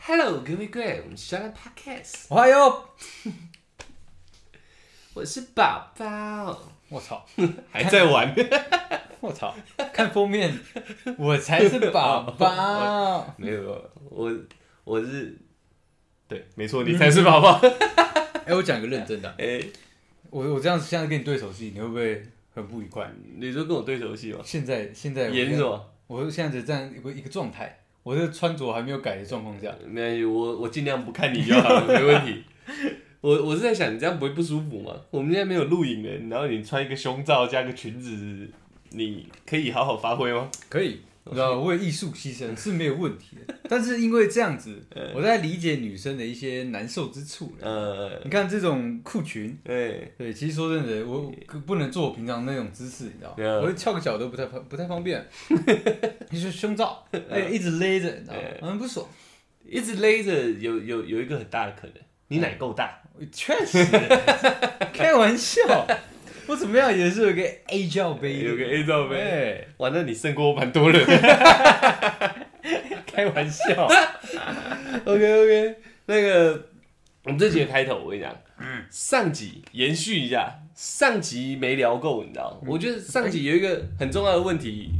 Hello，各位各位，我们是 Shalan Podcast，我还有，我是宝宝，我 操，还在玩，。我操，看封面，我才是 宝宝 哦没有，我我是， 对，没错，嗯你才是宝 宝，哎、我讲一个认真的啊，哎、我我这样子现在跟你对手戏，你会不会很不愉快？你说跟我对手戏吗？啊现在现在我演什么？我现在只这样一个一个状态，我这穿着还没有改的状况下，没关系，我我尽量不看你就好 了，没问题。我我是在想，你这样不会不舒服吗？我们现在没有录影的，然后你穿一个胸罩加个裙子，你可以好好发挥吗？ 可以，你知道为艺术牺牲是没有问题的，但是因为这样 子，我在理解女生的一些难受之处 了。呃，你看这种裤裙，对，对，其实说真的，我我不能做我平常那种姿势，你知道吗？对啊我翘个脚都不太方不太方 便。就是胸罩，哎，一直勒着，你知道吗？很不爽。一直勒着有有有一个很大的可能，你奶够大。确实， 开玩笑，我怎么样也是有个 A 罩杯的，有个 A 罩杯，哎，哇，那你胜过我蛮多人的。哎开玩 笑。 OK OK，那个我们这集的开头，我跟你讲，上集延续一下，上集没聊够，你知道？我觉得上集有一个很重要的问题，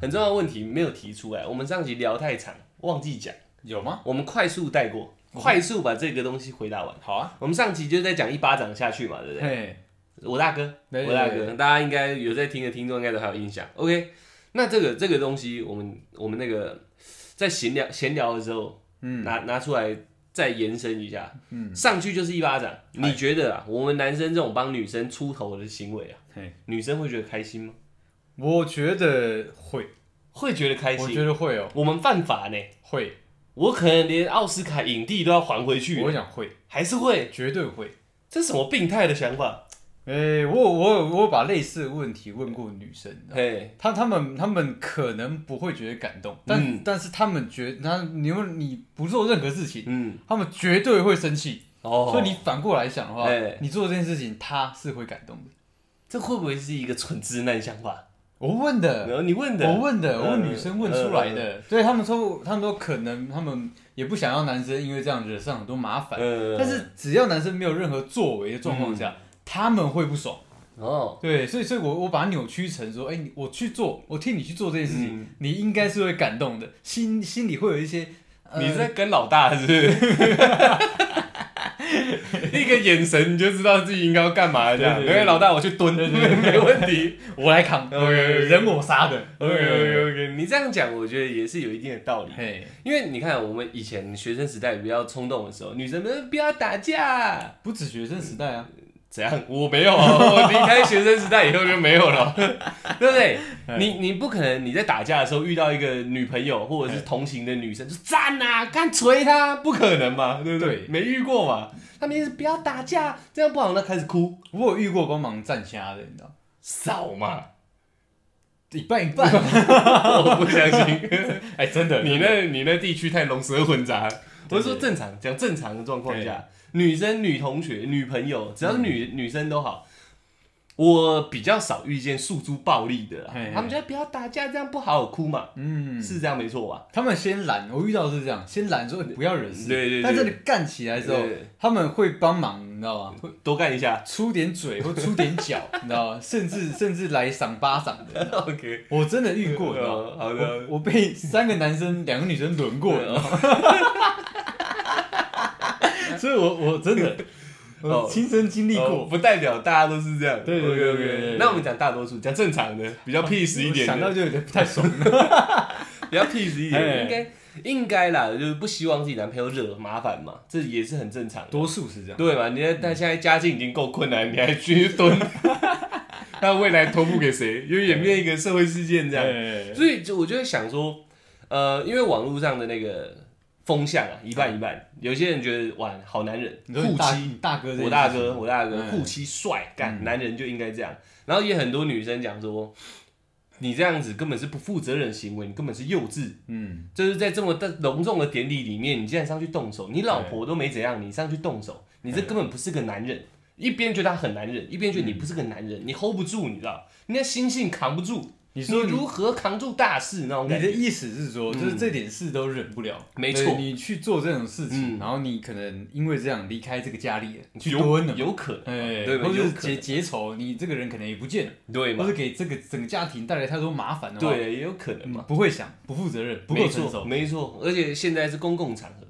很重要的问题没有提出来，我们上集聊太长，忘记讲，有吗？我们快速带过，快速把这个东西回答完。好啊，我们上集就在讲一巴掌下去嘛，对不对？嘿，我大哥，对我大对哥，大家应该有在听的听众应该都还有印象。OK，那这个这个东西，我们我们那个在闲聊闲聊的时候，嗯，拿拿出来再延伸一下，嗯，上去就是一巴掌。你觉得啊，我们男生这种帮女生出头的行为啊，嘿，女生会觉得开心吗？我觉得会，会觉得开我心。觉得会哦，我们犯法呢，会，我可能连奥斯卡影帝都要还回去我，想会，还是会，绝对会。这什么病态的想法？哎，我有我有我有把类似的问题问过女生，嘿，他他们他们可能不会觉得感动，但、嗯但是他们觉他你们你不做任何事情，嗯，他们绝对会生气。哦，所以你反过来想的话，哎你做这件事情，他是会感动的。这会不会是一个蠢直男想法？我问的，然后你问的，我问的，嗯我问女生问出来的，所以他们说他们说可能他们也不想要男生因为这样惹上很多麻烦，呃，但是只要男生没有任何作为的状况嗯下，他们会不爽。哦，对，所以所以我我把它扭曲成说，哎、你我去做，我替你去做这件事情，嗯你应该是会感动的，心心里会有一些，呃、你是在跟老大是不 是？一个眼神你就知道自己应该要干嘛这样。对因对对为老大我去蹲，没问 题。我来扛 OK，OK，OK 人我杀的 OK OK OK，你这样讲我觉得也是有一定的道理。嘿，因为你看我们以前学生时代比较冲动的时候，女生们不要打架，不止学生时代啊，怎样？我没有啊，我离开学生时代以后就没有了，对不对？你你不可能你在打架的时候遇到一个女朋友或者是同行的女生，就站啊，干捶她，不可能嘛，对不对？对没遇过嘛，他们一直不要打架，这样不好，那开始哭，我有遇过帮忙站虾的，你知道，少嘛，一半一 半，我不相信，哎、真 的，你那你那地区太龙蛇混杂。我对是说正常，讲正常的状况下，女生、女同学、女朋友，只要是女、嗯女生都好。我比较少遇见诉诸暴力的啦嘿嘿，他们觉得不要打架，这样不好哭嘛，嗯，是这样没错吧？他们先拦，我遇到的是这样，先拦说哎不要惹事，对对对但这里干起来之后对对，他们会帮忙，你知道吗？会多干一 下出点嘴或出点脚，你知道吗？甚至甚至来赏巴掌的， ，OK，我真哦的遇过，你知道吗？嗯好我的，我被三个男生、两个女生轮过，你知道啊吗 所以我我真的 哦我亲身经历哦过，不代表大家都是这样，对对对 OK，OK 对对对那我们讲大多数，讲正常的，比较 peace 一点想到的，就有点不太爽。 比较 peace 一点的，嘿应该应该啦，就是不希望自己男朋友惹麻烦嘛，这也是很正常的。多数是这样，对嘛？你看他现在家境已经够困难，你还去 蹲，那未来托付给谁？又演变一个社会事件这样，对，所以就我就会想说，呃，因为网络上的那个风向啊，一半一半，有些人觉得哇，好男人，嗯你说护你大妻，你大哥这件事情，我大哥，我大哥，嗯护妻帅，干男人就应该这样。然后也很多女生讲说，你这样子根本是不负责任行为，你根本是幼稚。嗯，就是在这么的隆重的典礼里面，你竟然上去动手，你老婆都没怎样，你上去动手，你这根本不是个男人。一边觉得他很男人，一边觉得你不是个男人，你 hold 不住，你知道？你那心性扛不住，你你说你如何扛住大事那种你感的觉？意思是说，就是这点事都忍不了，嗯没错对你去做这种事情，嗯然后你可能因为这样离开这个家里了，去多有温暖，有可能，哎，对吧或者有是可结能，结仇，你这个人可能也不见了，对或嘛者？给这个整个家庭带来太多麻烦的话，对，也有可能嗯，嘛？不会想，不负责任，不够没成错，熟，没错。而且现在是公共场合，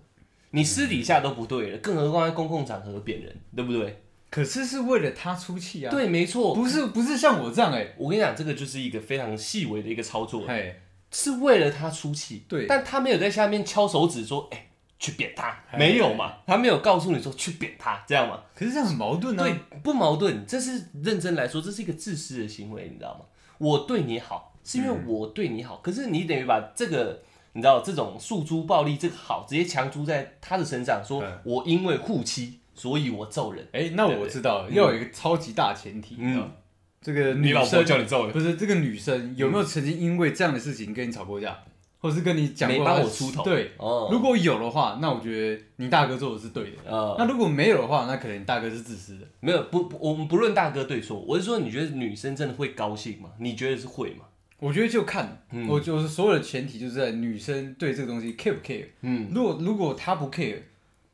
你私底下都不对了，更何况在公共场合扁人，对不对？可是是为了他出气啊，对，没错。不是不是像我这样哎，我跟你讲，这个就是一个非常细微的一个操作，哎，是为了他出气。对但他没有在下面敲手指说：“哎、去扁他。”哎没有嘛？他没有告诉你说去扁嗯他，这样嘛？可是这样很矛盾啊，对，不矛盾。这是认真来说，这是一个自私的行为，你知道吗？我对你好，是因为嗯我对你好，可是你等于把这个。你知道这种诉诸暴力，这个好直接强租在他的身上，说嗯我因为护妻，所以我揍人。哎，那我知道了要有一个超级大前提，嗯你知道吗这个女生你揍人，不是这个女嗯生有没有曾经因为这样的事情跟你吵过架，或是跟你讲没过帮她我出头。对，哦，如果有的话，那我觉得你大哥做的是对的。呃，那如果没有的话，那可能你大哥是自私的。没有不，不我们不论大哥对错，我是说，你觉得女生真的会高兴吗？你觉得是会吗？我觉得就看，嗯我就是所有的前提就是在女生对这个东西 care 不 care。嗯，如果如果她不 care，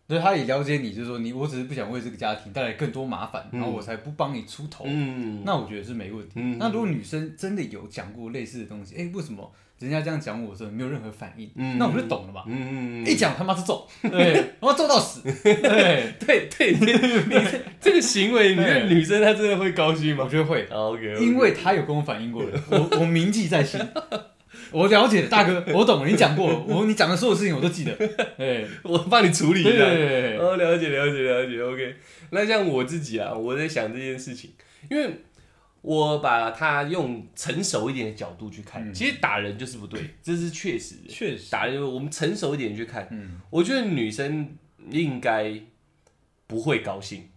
对她也了解你，就是说你我只是不想为这个家庭带来更多麻烦，然后我才不帮你出头。嗯，那我觉得是没问题。嗯那如果女生真的有讲过类似的东西，哎、为什么人家这样讲我的时候没有任何反应？嗯那我就懂了嘛。嗯，一讲他妈是揍，对，我要揍到死，对，对对对，你 这这个行为，你觉得女生她真的会高兴我吗觉得会， ？OK，因为他有跟我反映过 了，我我铭记在心，我了解了，大 哥，我懂了，你讲过了，我你讲的所有事情我都记得，哎，我帮你处理对一对下。对对，哦，了解了解了解，OK。那像我自己啊，我在想这件事情，因为我把它用成熟一点的角度去看，其实打人就是不对，这是确实的。确实，打人，我们成熟一点去看，嗯我觉得女生应该不会高兴，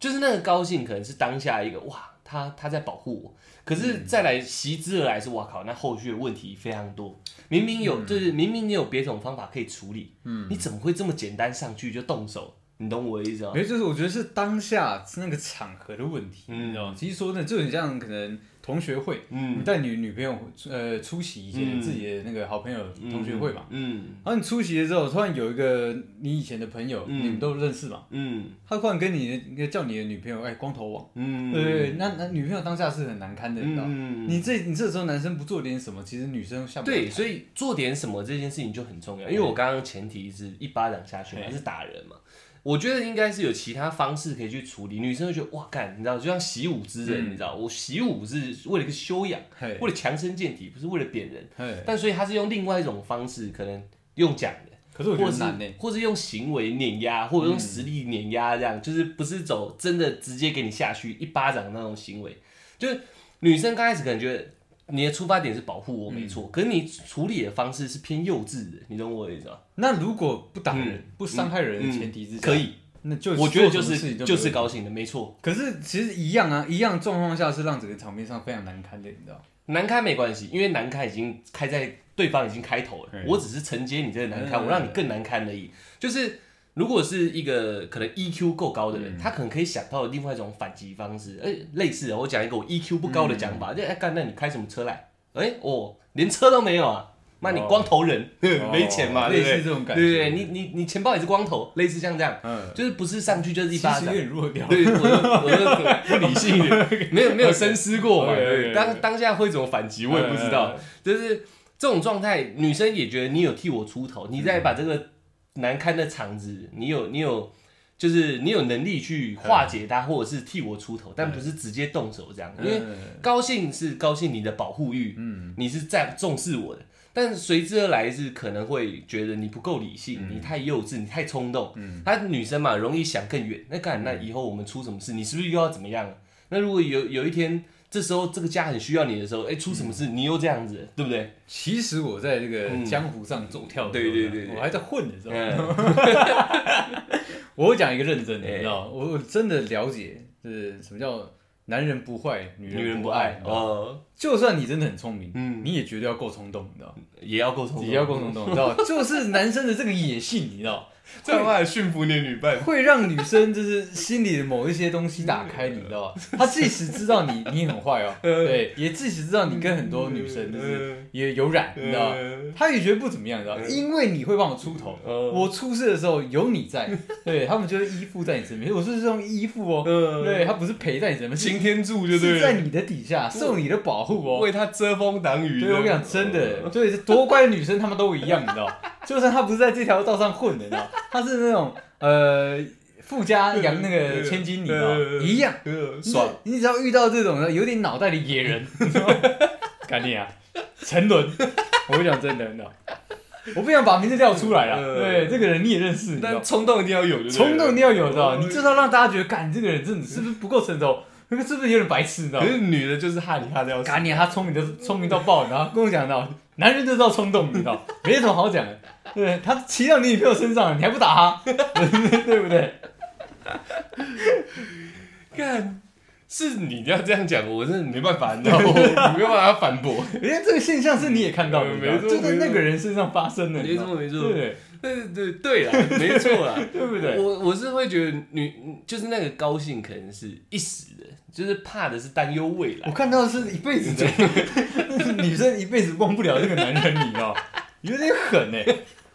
就是那个高兴可能是当下一个哇，她她在保护我，可是嗯再来袭之而来是哇靠，那后续的问题非常多。明明嗯有、就是明明你有别种方法可以处理，嗯，你怎么会这么简单上去就动手？你懂我的意思吗？没有，就是我觉得是当下是那个场合的问题，嗯你知道吗？其实说呢，就很像可能同学会，嗯你带你女朋友呃出席一些嗯自己的那个好朋友同学会嘛，，嗯然后你出席了之后，突然有一个你以前的朋友，嗯你们都认识嘛，嗯他突然跟你的叫你的女朋友哎光头王。嗯，对对，对那那女朋友当下是很难堪的，你知道吗。嗯，你这你这时候男生不做点什么，其实女生下不了对，台所以做点什么这件事情就很重要，因为我刚刚前提是一巴掌下去嘛，还是打人嘛？我觉得应该是有其他方式可以去处理。女生会觉得哇，干，你知道，就像习武之人，你知道，我习武是为了一个修养，嘿，为了强身健体，不是为了扁人。嘿，但所以他是用另外一种方式，可能用讲的，可是我觉或得是难呢。嗯或是用行为碾压，或者用实力碾压，这样、就是不是走真的直接给你下去一巴掌那种行为。就是女生刚开始可能觉得你的出发点是保护我没错，嗯可是你处理的方式是偏幼稚的，你懂我的意思吗？那如果不打人、不伤害人的前提之下，嗯可，以，那就我觉得做就什么事是情都没就有是。高兴的，没错。可是其实一样啊，一样状况下是让整个场面上非常难堪的，你知道吗？难堪没关系，因为难堪已经开在对方已经开头了嗯，我只是承接你这个难堪，嗯我让你更难堪而已。就是如果是一个可能 EQ 够高的人，嗯他可能可以想到另外一种反击方式，哎、类似的，我讲一个我 EQ 不高的讲嗯法，就哎干，那你开什么车来？哎、哦，连车都没有啊，妈你光头人， 没钱嘛，哦对不类似对？这对种感觉。对对，你你你钱包也是光头，类似像这样，嗯，就是不是上去就是一其巴实有掌。点弱掉。对，我我我不理性一 点，没有没有深思过嘛。 OK，OK，对 OK，当当下会怎么反击，我也不知道。嗯。就是这种状态，女生也觉得你有替我出头，你再把这个难堪的场子，你有你有，就是你有能力去化解它，或者是替我出头，但不是直接动手这样，因为嗯高兴是高兴你的保护欲，嗯，你是在重视我的，但随之而来是可能会觉得你不够理性，你太幼稚，你太冲动，嗯，她女生嘛容易想更远，那干那以后我们出什么事，你是不是又要怎么样了？那如果有有一天这时候这个家很需要你的时候，哎、出什么事、你又这样子，对不对？其实我在这个嗯江湖上走跳的时候对呢，对对对我还在混的时 候，嗯，我讲一个认真的，哎你知道吗，我我真的了解，就是什么叫男人不坏，女女人不不爱你知道吗哦，就算你真的很聪明，嗯，你也绝对要够冲动，你知道吗，也要沟通，嗯也要够冲动，你知道吗，就是男生的这个野性，你知道吗，这样的话驯服你的女伴，会让女生就是心里的某一些东西打开，你知道吧？嗯她即使知道 你你很坏哦，对，也即使知道你跟很多女生就是也有染，你知道吧？嗯她也觉得不怎么样，你知道吧？因为你会帮我出头，嗯我出事的时候有你 在，对他们就会依附在你身边。我是用依附哦，嗯对，他不是陪在你身边，擎天柱就是对是在了，你的底下受你的保护哦。为他遮风挡雨。对，我跟你讲，真 的，哦对，多乖的女生她们都一样，你知 道？就算她不是在这条道上混的，你知道？她是那种呃富家养那个千金，你知道？一样。嗯，爽。你只要遇到这种有点脑袋的野人，你 知道吗赶紧啊，沉沦！我跟你讲，真的，真的，我不想把名字叫出来啊。嗯对，这个人你也认识，你知道但？冲动一定要有，就对了嗯冲动一定要有，知道哦吗？你至少让大家觉得，干，你这个人真的是不是不够成熟？那个是不是有点白痴，你知道可吗？是女的就是怕你怕的要死。赶紧，他聪明的聪明到爆，然后跟我讲到，男人就知道冲动，你知道，没什么好讲的。对他骑到你女朋友身上，你还不打他， 对不对？干，是你要这样讲，我真的没办法，你知道吗？我没有办法反 驳。人家这个现象是你也看到的，你知道没错就在没错那个人身上发生的，你知道没对不对？对对对啦，没错啦。 对不对？我我是会觉得女就是那个高兴可能是一时的，就是怕的是担忧未我来。看到的是一辈子 的，女生一辈子忘不了这个男人，你知道，有点狠哎、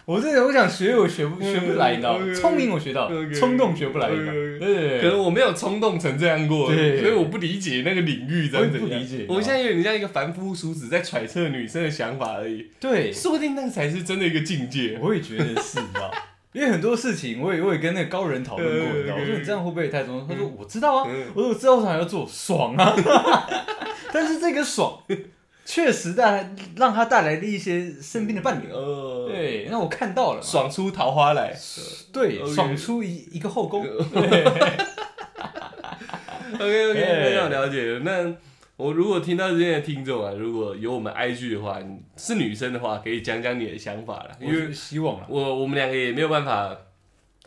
我真的我想学，我学不学不来，你知道嗯，，OK，聪明我学到 OK，，冲动学不来，你知道 OK，OK 对对可对能我没有冲动成这样过，对所以我不理解那个领域这样怎我也样不理解我现在有点像一个凡夫俗子在揣测女生的想法而已，对，说不定那个才是真的一个境界。 我也觉得是，你知道，因为很多事情我也我也跟那个高人讨论过，你知道，嗯我说你这样会不会太冲动？他说我知道啊，嗯我说我知道我想要做，爽啊， 但是这个爽确实带来让他带来了一些身边的伴侣，呃，对，那我看到了嘛，爽出桃花来。对， OK 嗯爽出一一个后宫， OK OK，哎非常了解。那我如果听到这边的听众啊，如果有我们 IG 的话，你是女生的话，可以讲讲你的想法啦，因因为为希望了，我我们两个也没有办法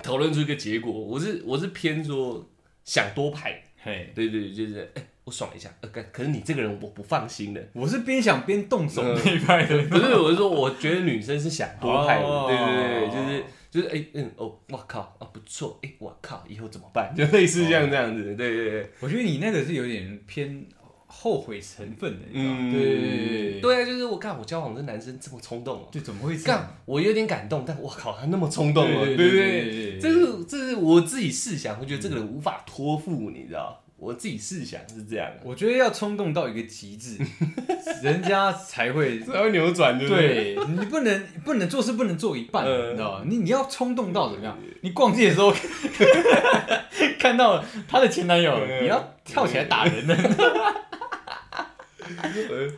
讨论出一个结果。我是我是偏说想多排，嘿，对对，对就是哎、我爽一下，呃，干可是你这个人我不放心 的。我是边想边动手那一派的，嗯不是，我是说，我觉得女生是想多派的，哦对对对，就是就是，哎、嗯，哦，我靠，啊，不错，哎、我靠，以后怎么办？就 类似这样这样子，对对对，我觉得你那个是有点偏后悔成分的，你知道吗，嗯，对对对对，对啊，就是我看我交往的男生这么冲动哦、就怎么会这样？干，我有点感动，但我靠，他那么冲动哦、对对对不对对嗯对对这是这是我自己试想，会觉得这个人无法托付，你知道，我自己试想是这样，我觉得要冲动到一个 极致，人家才会才会扭转，对不对？对你不能不能做事不能做一半，嗯你知道吗？你你要冲动到怎么样？你逛街的时候 看到她的前男友嗯，你要跳起来打 人的。 呃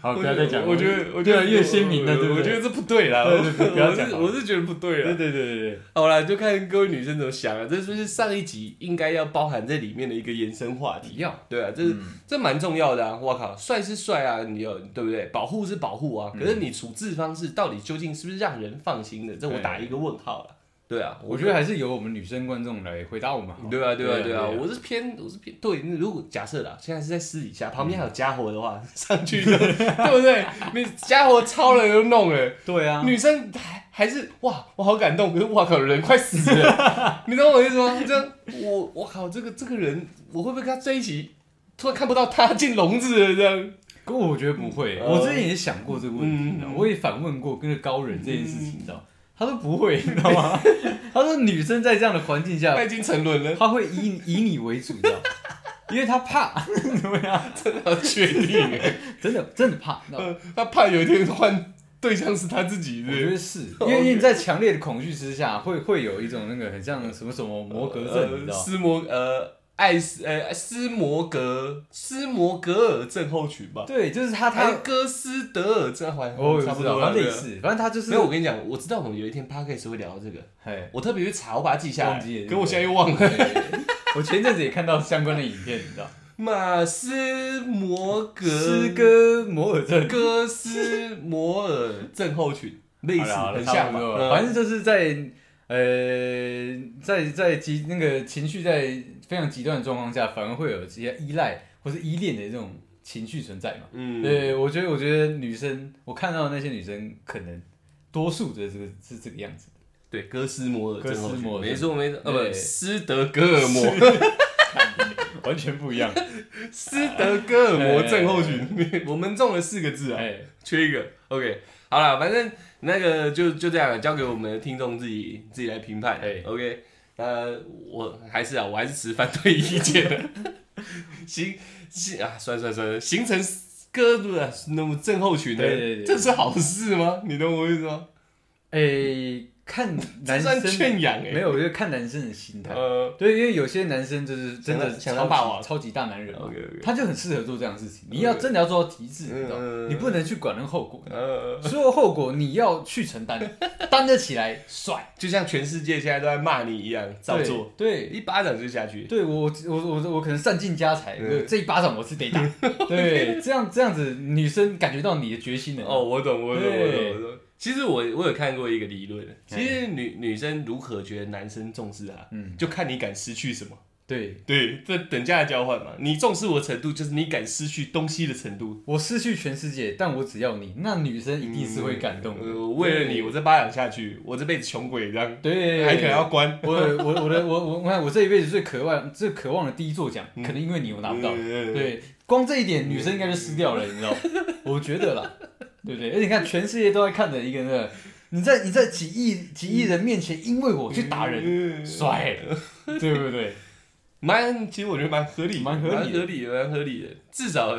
好，我不要觉再得讲了，我觉得我觉得越来越鲜明了，对不对？我觉得这不对啦，对对对不要我讲是了我是觉得不对对啦。对对对对，好啦，就看各位女生怎么想啊，这是不是上一集应该要包含在里面的一个延伸话题？一样。对啊，这嗯是、这蛮重要的啊！我靠，帅是帅啊，你有对不对？保护是保护啊，可嗯是你处置方式到底究竟是不是让人放心的？这我打一个问号了。对啊，嗯我觉得还是由我们女生观众来回答我们好。对啊，对啊，对啊，我我是偏，我是偏对。那如果假设啦，现在是在私底下，旁边还有家伙的话，上去就 对不对？你家伙抄了又弄了，对啊，女生还还是哇，我好感动，可是哇靠，人快死了， 你懂我意思吗？这样我我靠，这个这个人，我会不会跟他在一起？突然看不到他进笼子了，这样，可我觉得不会，嗯我之前也想过这个问题，嗯你知道我也反问过跟个高人这件事情，你知道，他说不会，你知道吗？ 他说女生在这样的环境下他，已经沉沦了，她会以以你为主，你知道，因为她怕，怎么样？他确定 了，真的真的怕，你知道。呃他怕有一天换对象是他自己，我觉是得是，因为因为你在强烈的恐惧之下，会会有一种那个很像什么什么不摩是格症，你知呃道？斯摩呃艾斯呃斯摩格斯摩格尔症候群吧，对，就是他呃还是他，哥斯德尔症，还我也差不哦不知多道，啦他类。对啊似，反正他就是没有，我跟你讲，我知道我们有一天 podcast 会聊到这个，哎，我特别去查，我把它记下忘记来，了可我现在又忘了。对对对 我前阵子也看到相关的影片，你知道，马斯摩格诗歌摩尔症。哥斯摩尔症候群，类似好了很像嘛，嗯反正就是在呃，在在极那个情绪在非常极端的状况下，反而会有这些依赖或是依恋的这种情绪存在嘛。嗯，对，我觉得我觉得女生，我看到的那些女生可能多数的这个是这个样子。对，哥斯摩尔哥斯症候群摩尔没症错没错，呃，不，对斯德哥 尔摩，完全不 一样。斯德哥尔摩症候群， 我们中了四个字啊，哎，缺一个。OK，好了，反正那个就就这样了，交给我们的听众自己自己来评判哎。 OK，那我还是啊，我还是持反对意见的。 行行啊，算算算，形成哥的那么症候群的对对，对这是好事吗？你懂我意思吗？哎，看这男算生圈养没哎。有，我就看男生的心态。呃对，因为有些男生就是真的想当想超当级霸王超级大男人嘛， ，OK OK，他就很适合做这样的事情。你要 OK 真的要做到极致，你知道吗，嗯你不能去管那个后果，呃，所有后果你要去承担，担得起来，帅，就像全世界现在都在骂你一样，照做，对。对一巴掌就下去。对我，我我我可能散尽家财，嗯对这一巴掌我是得打。对，这样这样子，女生感觉到你的决心了。哦，，我懂，我懂，我懂，对我懂。其实我我有看过一个理论，其实女女生如何觉得男生重视她，嗯，就看你敢失去什么。对对，这等价的交换嘛，你重视我的程度，就是你敢失去东西的程度。我失去全世界，但我只要你，那女生一定是会感动的。呃，我为了你，我这巴掌下去，我这辈子穷鬼这样，对，还可能要关。我我我的我我我看我这一辈子最渴望最渴望的第一座奖，可能因为你我拿不到。嗯，对，光这一点女生应该就撕掉了，你知 道？我觉得啦，对不对？而且你看，全世界都在看着一个那个，你在你在几亿几亿人面前，因为我去打人，人帅了，对不对？嗯蛮，其实我觉得蛮合理的，蛮合理的蛮合理的，蛮合理的。至少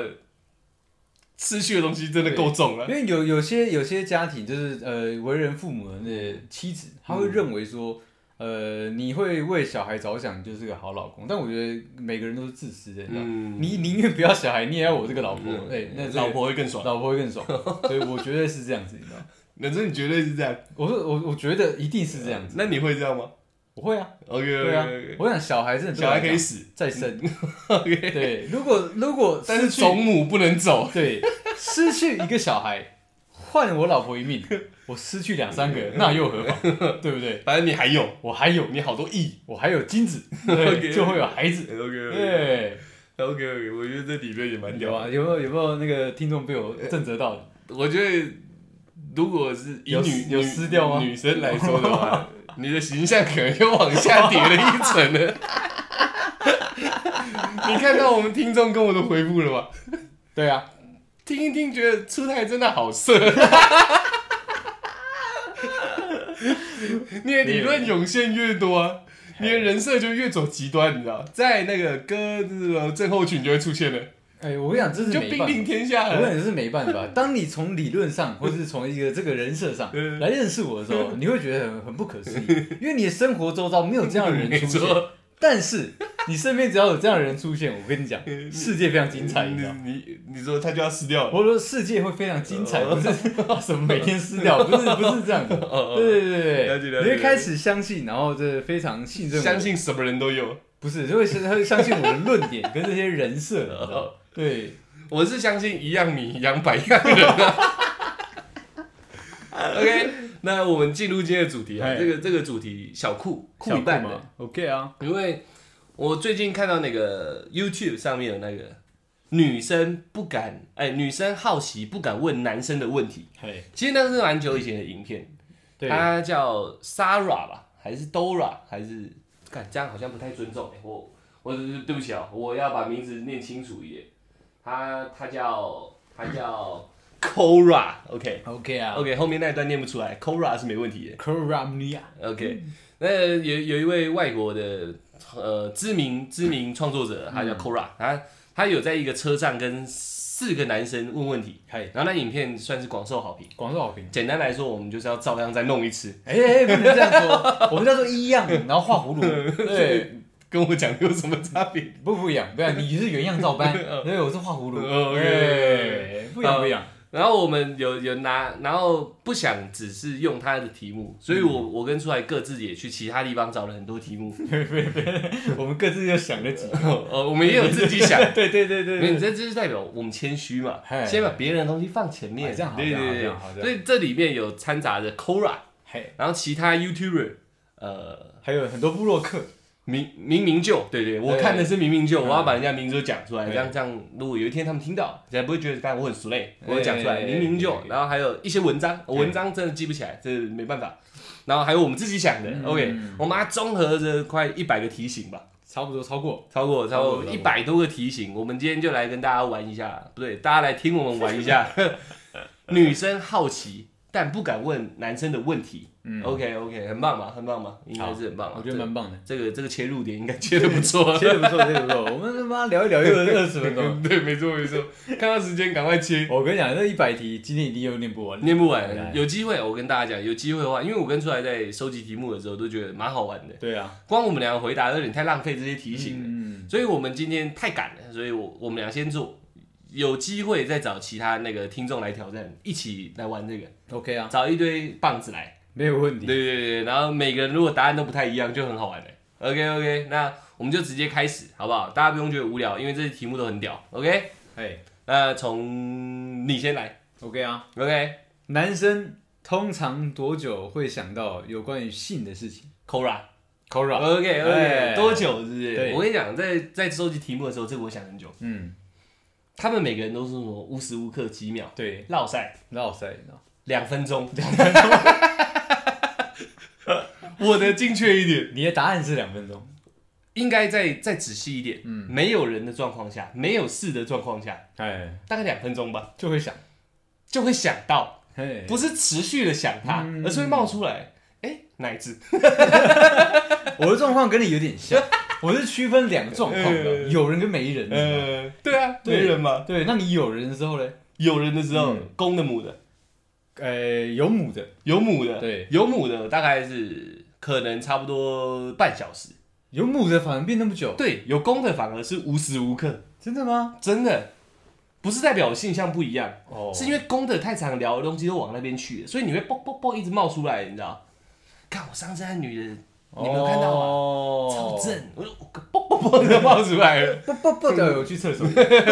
失去的东西真的够重了因。为有有些有些家庭就是呃，为人父母的妻子，他会认为说。呃，你会为小孩着想，你就是个好老公。但我觉得每个人都是自私的，你知道吗嗯，你宁愿不要小孩，你也要我这个老婆。对，那这个老婆会更爽。老婆会更爽，所以我觉得是这样子，你知道吗？人生你绝对是这样。我说我我觉得一定是这样子，那你会这样吗我会啊， ？OK 对啊 OK，我想小孩真的对小我来孩讲可以死，再 生，对，如果如果但是失去种母不能走。对失去一个小孩，换我老婆一 命，我失去两三个，那又何 妨，对不对？反正你还有，我还有你好多亿。我还有精子， OK 对， 就会有啊孩子， OK 对， OK OK，我觉得这理论也蛮有屌啊。啊，有没有有没有那个听众被我震慑到的？我觉得如果是以有女有女撕掉吗女生来说的 话，你的形象可能又往下跌了一层 了。你看到我们听众跟我的回复了吗？对啊，听一听，觉得初太真的好 色。你的理论涌现越多、啊，你的人设就越走极端，你知道，在那个哥的症候群就会出现了，哎，我跟你讲，这是就没兵办法临。天 下我了。问你是没办 法。当你从理论上，或是从一个这个人设上嗯来认识我的 时候，你会觉得很很不可思议，因为你的生活周遭没有这样的人出现 没错。但是你身边只要有这样的人出现，我跟你讲，嗯世界非常精彩，你你知道。你你说他就要撕掉了，我说世界会非常精彩，嗯哦不是什么每天 撕掉，不是不是这样的。哦哦对对对了解了对，解你会开始相信，然后这非常信任我，相信什么人都有，不是就会相会相信我的论点跟这些人设，你知道哦吗对。我是相信一样米养百样人啊。OK，那我们进入今天的主题啊，哎这个这个主题小酷酷一半的。吗？OK 啊，因为我最近看到那个 YouTube 上面有那个女生不敢，哎、女生好奇不敢问男生的问题。嘿，其实那是蛮久以前的影片，对，它叫 Sara 吧，还是 Dora，还是，看这样好像不太尊重、哎我我对不起哦，我要把名字念清楚一点。她她叫她叫 Cora，OK、 OK 啊 OK，后面那一段念不出来，Cora 是没问题的。 c o r a m i a OK，那有有一位外国的呃知名知名创作者，他叫 Kora，、他他有在一个车站跟四个男生问问题，嗨，然后那影片算是广受好评。广受好评。简单来说，我们就是要照样再弄一次。 哎、哎，不能这样说，我 们叫做一样，然后画葫芦。 对，跟我讲有什么差 别？不不一样，不一样，你是原样照 搬，对，我是画葫芦。哦，OK，对不一样，不一样。然后我们有有拿，然后不想只是用他的题目，所以我、我跟出来各自也去其他地方找了很多题目。我们各自又想了几，呃，我们也有自己想， 对对对对没有，你对，这就是代表我们谦虚嘛，嘿先把别人的东西放前面，啊这样好对这样好对这对样好这，样所以这里面有掺杂着 Kora，嘿，然后其他 YouTuber，呃，还有很多部落客，明明明就，对对，我看的是明明就，我要把人家名字都讲出来，嗯对这样这样，如果有一天他们听到，才不会觉得干我很熟累，我讲出来哎明明就哎，哎然后还有一些文章，哎文章真的记不起来，这没办法，然后还有我们自己想的、嗯 o k 我们把它综合着快一百个题型吧，差不多超过，超过超过超过一百多个题型，我们今天就来跟大家玩一下，不对，大家来听我们玩一 下。女生好奇但不敢问男生的问题、嗯 o k OK，很棒吧？很棒吧？应该是很棒吧？我觉得蛮棒的，这这个这个切入点应该切的不错 。切的不错，切的不错，我们他妈聊一聊又二十分钟， 对，没错没错，看到时间赶快切。 我跟你讲，这一百题今天一定又念不完，念不对啊完，有机会我跟大家讲，有机会的话，因为我跟出来在收集题目的时候都觉得蛮好玩的，对啊，光我们两个回答有点太浪费这些题型了，嗯，所以我们今天太赶了，所以我我们俩先做，有机会再找其他那个听众来挑战，一起来玩这个， ，OK 啊，找一堆棒子来，没有问对题，对对对，然后每个人如果答案都不太一样，就很好玩了。OK OK，那我们就直接开始好不好？大家不用觉得无聊，因为这些题目都很屌。OK，哎那从你先来，OK 啊， ，OK，男生通常多久会想到有关于性的事情 c o r a ？Cora， OK 哎 OK，多久是不是？对我跟你讲，在在收集题目的时候，这个我想很久。嗯，他们每个人都是什么无时无刻几秒对，绕赛绕塞，你知道，两分钟， 我的精确一点，你的答案是两分钟，应该再再仔细一点。嗯没有人的状况下，没有事的状况下，哎，大概两分钟吧，就会想，就会想到，嘿，不是持续的想它，嗯而是会冒出来。哎，哪一只？我的状况跟你有点像，我是区分两个状况的，嗯有人跟没人，你知道吗呃，对啊，嗯对没人嘛。对，那你有人的时候嘞，有人的时候嗯，公的母的。呃，有母的，有母的，对，有母的大概是可能差不多半小时，有母的反而变那么久，对，有公的反而是无时无刻，真的吗？真的不是代表性向不一样，哦是因为公的太常聊的东西都往那边去了，所以你会啵啵啵一直冒出来，你知道？看我上次那女人，你没有看到吗？哦超正，我就我个啵啵啵的冒出来了，不不不，对，我去厕所。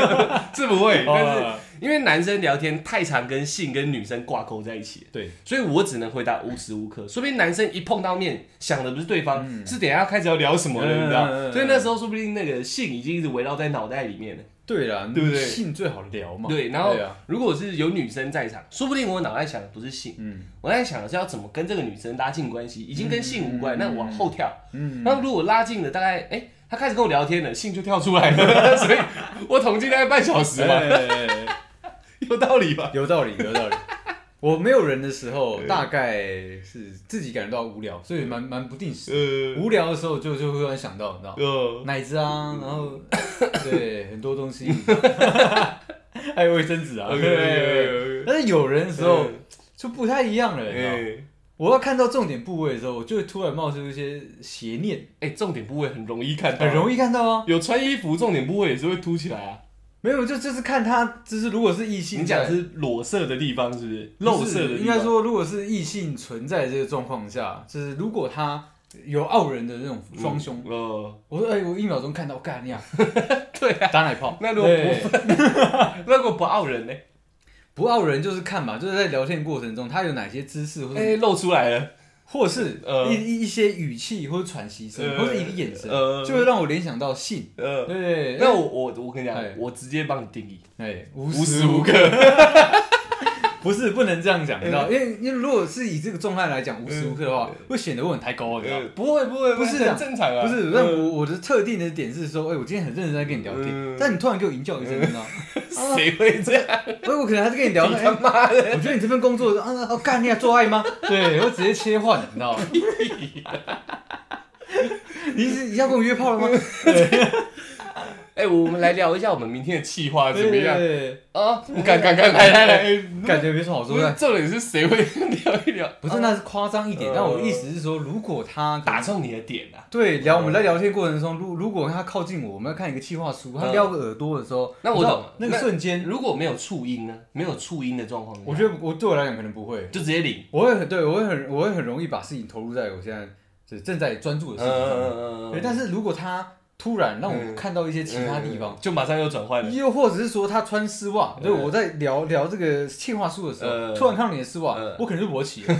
这不会，但是哦因为男生聊天太常跟性跟女生挂钩在一起了，对，所以我只能回答无时无刻。说不定男生一碰到面，想的不是对方，是等一下开始要聊什么了，嗯你知道？嗯嗯所以那时候说不定那个性已经一直围绕在脑袋里面了。对啦，对不对性最好聊嘛。对，然后啊，如果是有女生在场，说不定我脑袋想的不是性，嗯我在想的是要怎么跟这个女生拉近关系，已经跟性无关，那往后跳。嗯，那如果拉近了，大概哎、他开始跟我聊天了，性就跳出来了， 所以我统计大概半小时吧，哎有道理吧？有道理，有道理。我没有人的时候，大概是自己感觉到无聊，所以蛮蛮不定时。呃无聊的时候就就会突然想到，你知道，呃，奶子啊，然 后对很多东西，还有卫生纸啊。 OK，OK，OK 但是有人的时候嗯就不太一样了，你知道吗。哎我要看到重点部位的时候，我就会突然冒出一些邪念，哎，重点部位很容易看到，很容易看到啊。有穿衣服，重点部位也是会凸起来啊。没有，就就是看他，就是如果是异性，你讲的是裸色的地方是不是？不是肉色的地方应该说，如果是异性存在这个状况下，就是如果他有傲人的那种双胸，嗯呃，我说哎、我一秒钟看到，我干你啊，对啊。打奶 泡。那如果对不，那如果不傲人呢？不傲人，就是看嘛，就是在聊天过程中他有哪些姿势，或 者、哎，露出来了，或是、呃一一一些语气或者喘息声，呃或者一个眼神，呃就会让我联想到性。呃，对，那我我我跟你讲哎，我直接帮你定义，哎，无无时时无无刻。刻。不是不能这样讲，你知哎道？因为因为如果是以这个状态来讲，无时无刻的话，会显得我很抬高，你知道？呃不会不会，不是很啊正常啊，不是，但我我的特定的点是说，哎，我今天很认真在跟你聊天嗯，但你突然给我吟叫一声，你知 道？呃谁会这样？所以我可能还是跟你聊， 哎，我觉得你这份工作啊，啊干你还做爱吗？对，我直接切换，你知道吗？你是你要跟我约炮 了吗？哎，我们来聊一下我们明天的计划怎么样对，啊？你敢敢敢来来来，感觉没什么好不说是的。重点是谁会聊一聊？不是，那是夸张一点。但我的意思是说，如果他嗯打中你的点啊！对，聊我们在聊天过程中，如如果他靠近我，我们要看一个气化书，他撩个耳朵的时候，嗯那我你知道懂了那个那瞬间，如果没有触音呢？没有触音的状况下，我觉得我对我来讲可能不会，就直接领。我会很对我会很我会很容易把事情投入在我现在就是正在专注的事情上面。嗯对，但是如果他突然让我嗯看到一些其他地方，就马上又转换了。又或者是说他穿丝袜，对，我在聊聊这个气化书的时候，嗯突然看到你的丝袜嗯，我可能就勃起了。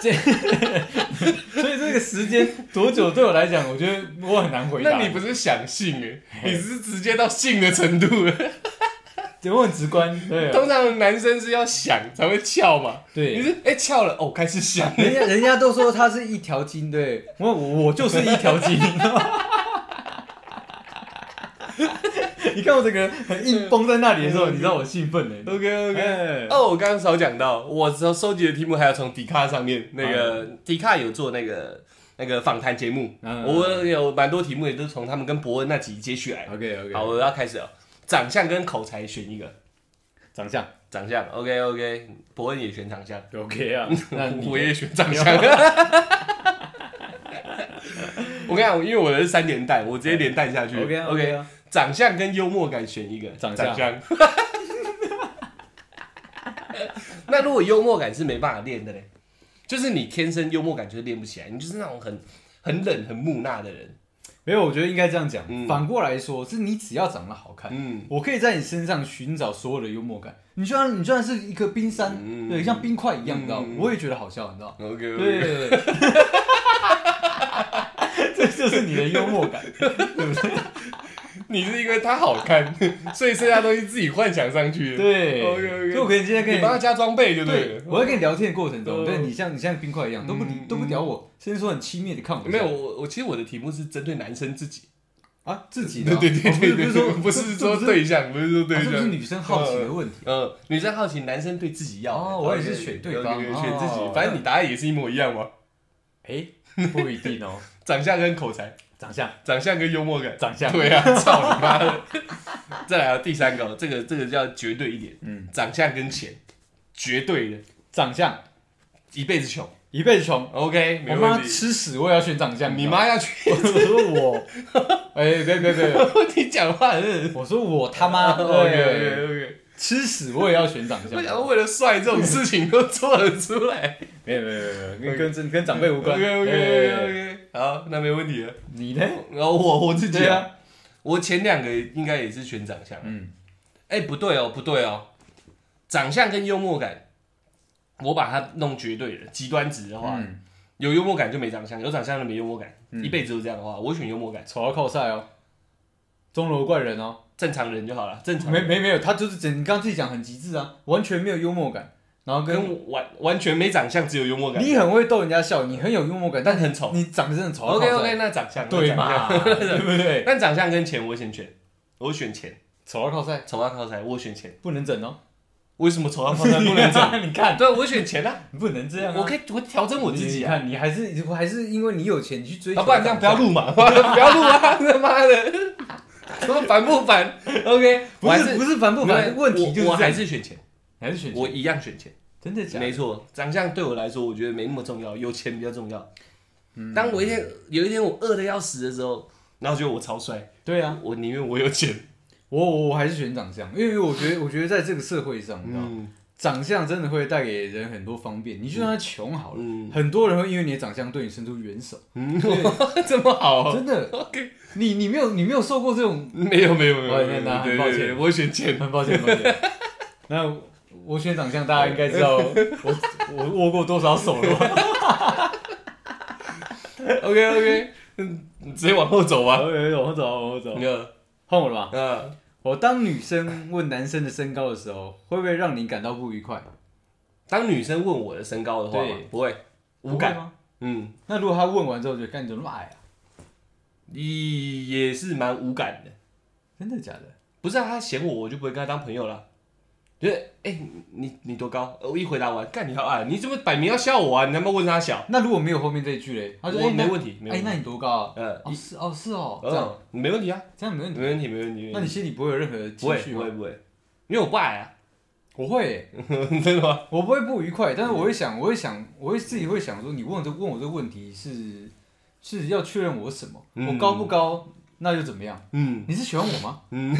这所以这个时间多久对我来讲，我觉得我很难回答。那你不是想性哎，你是直接到性的程度了。怎么很直观？对 啊通常男生是要想才会翘嘛，你对，是哎翘了哦，开始 想，人家人家都说它是一条筋，对我我我就是一条筋。 你看我整个人很硬绷在那里的时候，你知道我兴奋了。 OK OK，、哎哦，我刚刚少讲到，我收收集的题目还要从迪卡上面，那个迪卡有做那个那个访谈节目，啊嗯我有蛮多题目也都是从他们跟伯恩那集接续来的。 OK OK，好，我要开始了，长相跟口才选一个，长相长相 OK OK，伯恩也选长相， OK 啊，那你 我也选长相。 我跟你讲，因为我的是三连弹，我直接连弹下去。 OK OK 啊，长相跟幽默感选一个，长相 那如果幽默感是没办法练的嘞，就是你天生幽默感就是练不起来，你就是那种很很冷、很木讷的人。没有，我觉得应该这样讲嗯。反过来说，是你只要长得好看，嗯，我可以在你身上寻找所有的幽默感。你就像你就像是一颗冰山，嗯对，像冰块一样，你知道吗嗯，我也觉得好笑，你知道吗。 OK，对对对， 这就是你的幽默感，对不对？你是因为他好看， 所以剩下东西自己幻想上去的。对 OK，OK 所以我可以今天跟你帮他你。加装备就对对了，。我在跟你聊天的过程中，嗯对你像你像冰块一样，都不理嗯都不屌我，甚至说很轻蔑的看我一没下。有，我我其实我的题目是针对男生自己，啊，自己 的对啊对对哦对不对，是不是说不是这说这对象，不是说啊对这不是象，女生好奇的问题。呃，女生好奇男生对自己要的哦我也是选对方对对对选自己哦，反正你答案也是一模一样嘛，嗯哎，不一定哦，长相跟口才，长相长相跟幽默感，长相对啊， 操你妈的！再来啊第三个，这个这个叫绝对一点，嗯，长相跟钱，绝对的，长相一辈子穷一辈子穷， ，OK，我没妈问题。吃屎我也要选长相。你知道吗！妈要去， 我说我， 哎，别别别，你讲话真的是我说我他妈， OK 啊对 OK，吃屎我也要选长相。啊我想说为了帅这种事情都做得出来没有没有没有没有，跟跟跟长辈无，OK 关。 OK 哎 OK，好，那没问题了。你呢？然后我我自己哎对啊，啊，我前两个应该也是选长相，嗯，哎，不对哦，不对哦，长相跟幽默感，我把它弄绝对了，极端值的话，嗯，有幽默感就没长相，有长相就没幽默感，嗯一辈子都这样的话，我选幽默感，丑要靠晒哦，钟楼怪人哦，正常人就好了，正常没人没没有，他就是整，你刚刚自己讲很极致啊，完全没有幽默感，然后跟跟完完全没长相，只有幽默感，你很会逗人家笑，你很有幽默感，但但很丑。你长得真的丑要靠 OK 晒 OK，，那长相对嘛，？那长相 对不对？但长相跟钱我先选，我选钱，丑要靠晒丑要靠财，我选钱。不能整哦，为什么丑要靠财不能 整？你看，对，我选钱啊，你不能这样啊，我可以我调整我自己你啊。看，你还是还是因为你有钱，你去追求啊，不然长相，这样不要录嘛， 不要录啊！他妈的， 他妈烦不烦？OK，不我还是不是烦不没有烦，问题就是我我这还样是选钱，啊你还是选我我一样选钱，真的假的？没错，长相对我来说，我觉得没那么重要，有钱比较重要。当我一天有一天我饿的要死的时候，然后觉得我超帅，对啊，我宁愿我有钱。我我我还是选长相，因为我觉得我觉得在这个社会上，你知道，嗯长相真的会带给人很多方便。你就算他穷好了，嗯，很多人会因为你的长相对你伸出援手。 这么好哦嗯真 的， ，OK，你你没有你没有受过这种，没有没有没有，哦没有那对很抱对歉对，我选钱。 很抱歉，抱歉。 那我我选长相，大家应该知道我我握过多少手了 吧？ OK OK，嗯，直接往后走吧。嗯往后走，往后走，那换我了吧？嗯，我当女生问男生的身高的时候，会不会让你感到不愉快？当女生问我的身高的话嘛对，不会，无不感。会吗？嗯，那如果他问完之后就干你怎么那么矮啊？也也是蛮无感的。真的假的？不是啊，他嫌我，我就不会跟他当朋友了。就是，哎、你你你多高？呃我一回答完，干你好矮，你怎么摆明要笑我啊？你他妈问他小？那如果没有后面这一句嘞，他说：“我哎，那没问题，没哎，问题。那你多高啊？呃，哦是哦是哦，这样嗯，没问题啊，这样没问没题。问题，没问题。没那问你题心里不会有任何不情会绪不会吗？不会，因为我不矮啊，我会 欸，真的吗？我不会不愉快，但是我会想，我会想，我会自己会想说，你问这问我这个问题是是要确认我什么？嗯我高不高？那又怎么样？嗯你是喜欢我吗？嗯，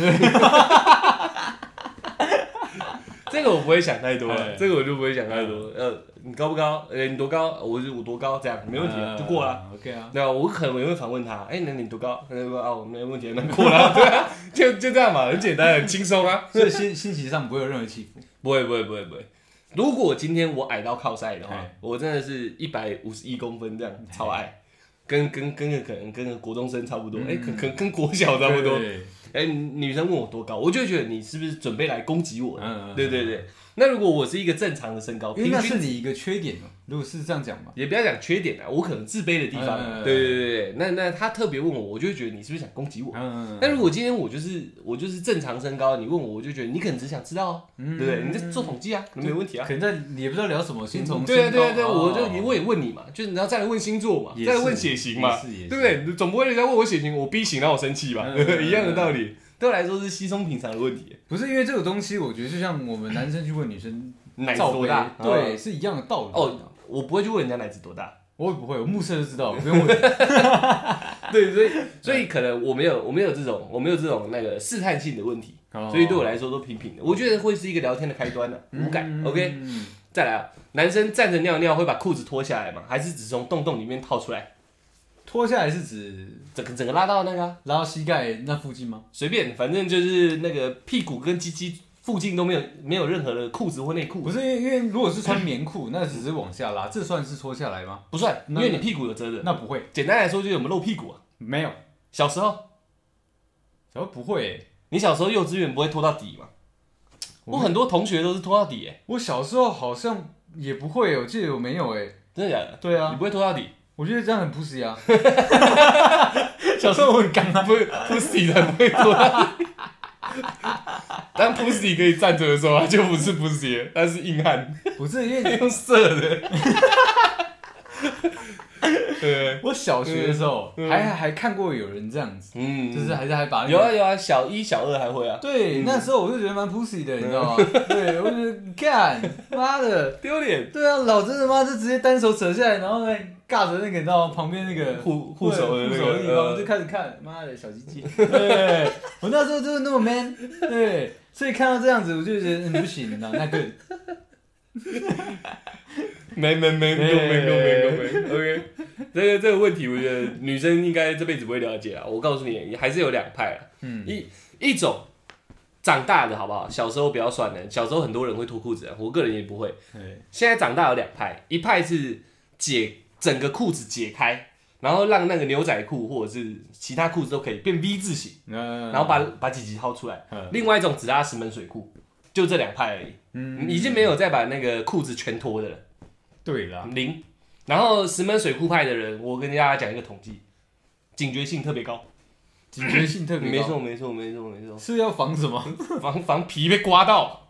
这个我不会想太多了，哎这个我就不会想太多。呃，你高不高？呃，你多高？我就我多高？这样没问题哎啊，就过了啊。了。OK 啊，对啊，我可能也会反问他，哎、那你多高？他就说啊，我没问题，那过了， 对啊，就就这样嘛，很简单，很轻松啊。 所以心心情上不会有任何起伏。不会，不会，不会，不会。如果今天我矮到靠晒的话哎，啊我真的是一百五十一公分这样，超矮，跟跟跟个可能跟个国中生差不多，哎、可可跟国小差不多。嗯对哎、女生问我多高，我就会觉得你是不是准备来攻击我的？啊嗯嗯嗯对对对。那如果我是一个正常的身高，平因为那均是你一个缺点嘛。如果是这样讲嘛，也不要讲缺点啊，我可能自卑的地方啊，嗯嗯嗯对对对对。那那他特别问我，我就会觉得你是不是想攻击我？啊嗯，但如果今天我就是我就是正常身高，你问我，我就觉得你可能只想知道啊，对不对？你在做统计啊，可能没问题啊。嗯可能在也不知道聊什么，先从对啊身对啊高对啊，我就哦我也问你嘛，就是你要再来问星座嘛，也是再哦来问血型嘛，也是也是对不对？你总不会人家问我血型，我 B 型让我生气吧？嗯嗯 嗯一样的道理，对我来说是稀松平常的问题。不是因为这个东西，我觉得就像我们男生去问女生奶子嗯罩多杯嗯大？，对，是一样的道理。哦，我不会去问人家奶子多 大。我也不会，我目测就知道，不用 问。对，所以所以可能我没有我没有这种我没有这种那个试探性的问题，哦所以对我来说都平平的。我觉得会是一个聊天的开端的，无感。嗯 OK，再来啊，男生站着尿尿会把裤子脱下来吗？还是只从洞洞里面套出来，脱下来是指整个整个拉到那个啊拉到膝盖那附近吗？随便，反正就是那个屁股跟鸡鸡附近都没有没有任何的裤子或内裤不，是，因为因为如果是穿棉裤，那只是往下拉，这算是脱下来吗？不算，因那为你屁股有遮着。那不会，简单来说，就是我们露屁股啊。没有，小时候，怎么不会欸、你小时候幼稚园不会拖到底嘛？我很多同学都是拖到底、欸，我小时候好像也不会欸、我记得我没有哎、真的假的？对你啊，不会拖到底？我觉得这样很 pussy 啊。小时候我很刚啊，不是 pussy 才不会拖到 底。当 pussy 可以站着的时候，他就不是 pussy，了他是硬汉，不是因 为用射的。对，我小学的时候嗯嗯还还看过有人这样子，嗯，就是还是还把那个有啊有啊，小一、小二还会啊，对，那时候我就觉得蛮 pussy 的，你知道吗？对，我就觉得干 妈的，丢脸，对啊，老真的妈就直接单手扯下来，然后呢尬着那个，你知道吗？旁边那个护护手的护那手的地个呃方就，开始看，妈的小鸡鸡。 对，我那时候就是那么 man，对，所以看到这样子，我就觉得嗯不行 了，那个呃没没没没没没没没，OK，这个这个问题，我觉得女生应该这辈子不会了解啊。我告诉你，还是有两派啊，嗯一一种长大的好不好？小时候不要算了，小时候很多人会脱裤子啊，我个人也不会。对现在长大有两派，一派是解整个裤子解开，然后让那个牛仔裤或者是其他裤子都可以变 V 字形，嗯然后把把几级掏出来。嗯另外一种只拉石门水库，就这两派而已，嗯已经没有再把那个裤子全脱的了，对啦，零。然后石门水库派的人，我跟大家讲一个统计，警觉性特别高。警觉性特别没高，错，没错，没错，没错，是要防什么？ 防防皮被刮到，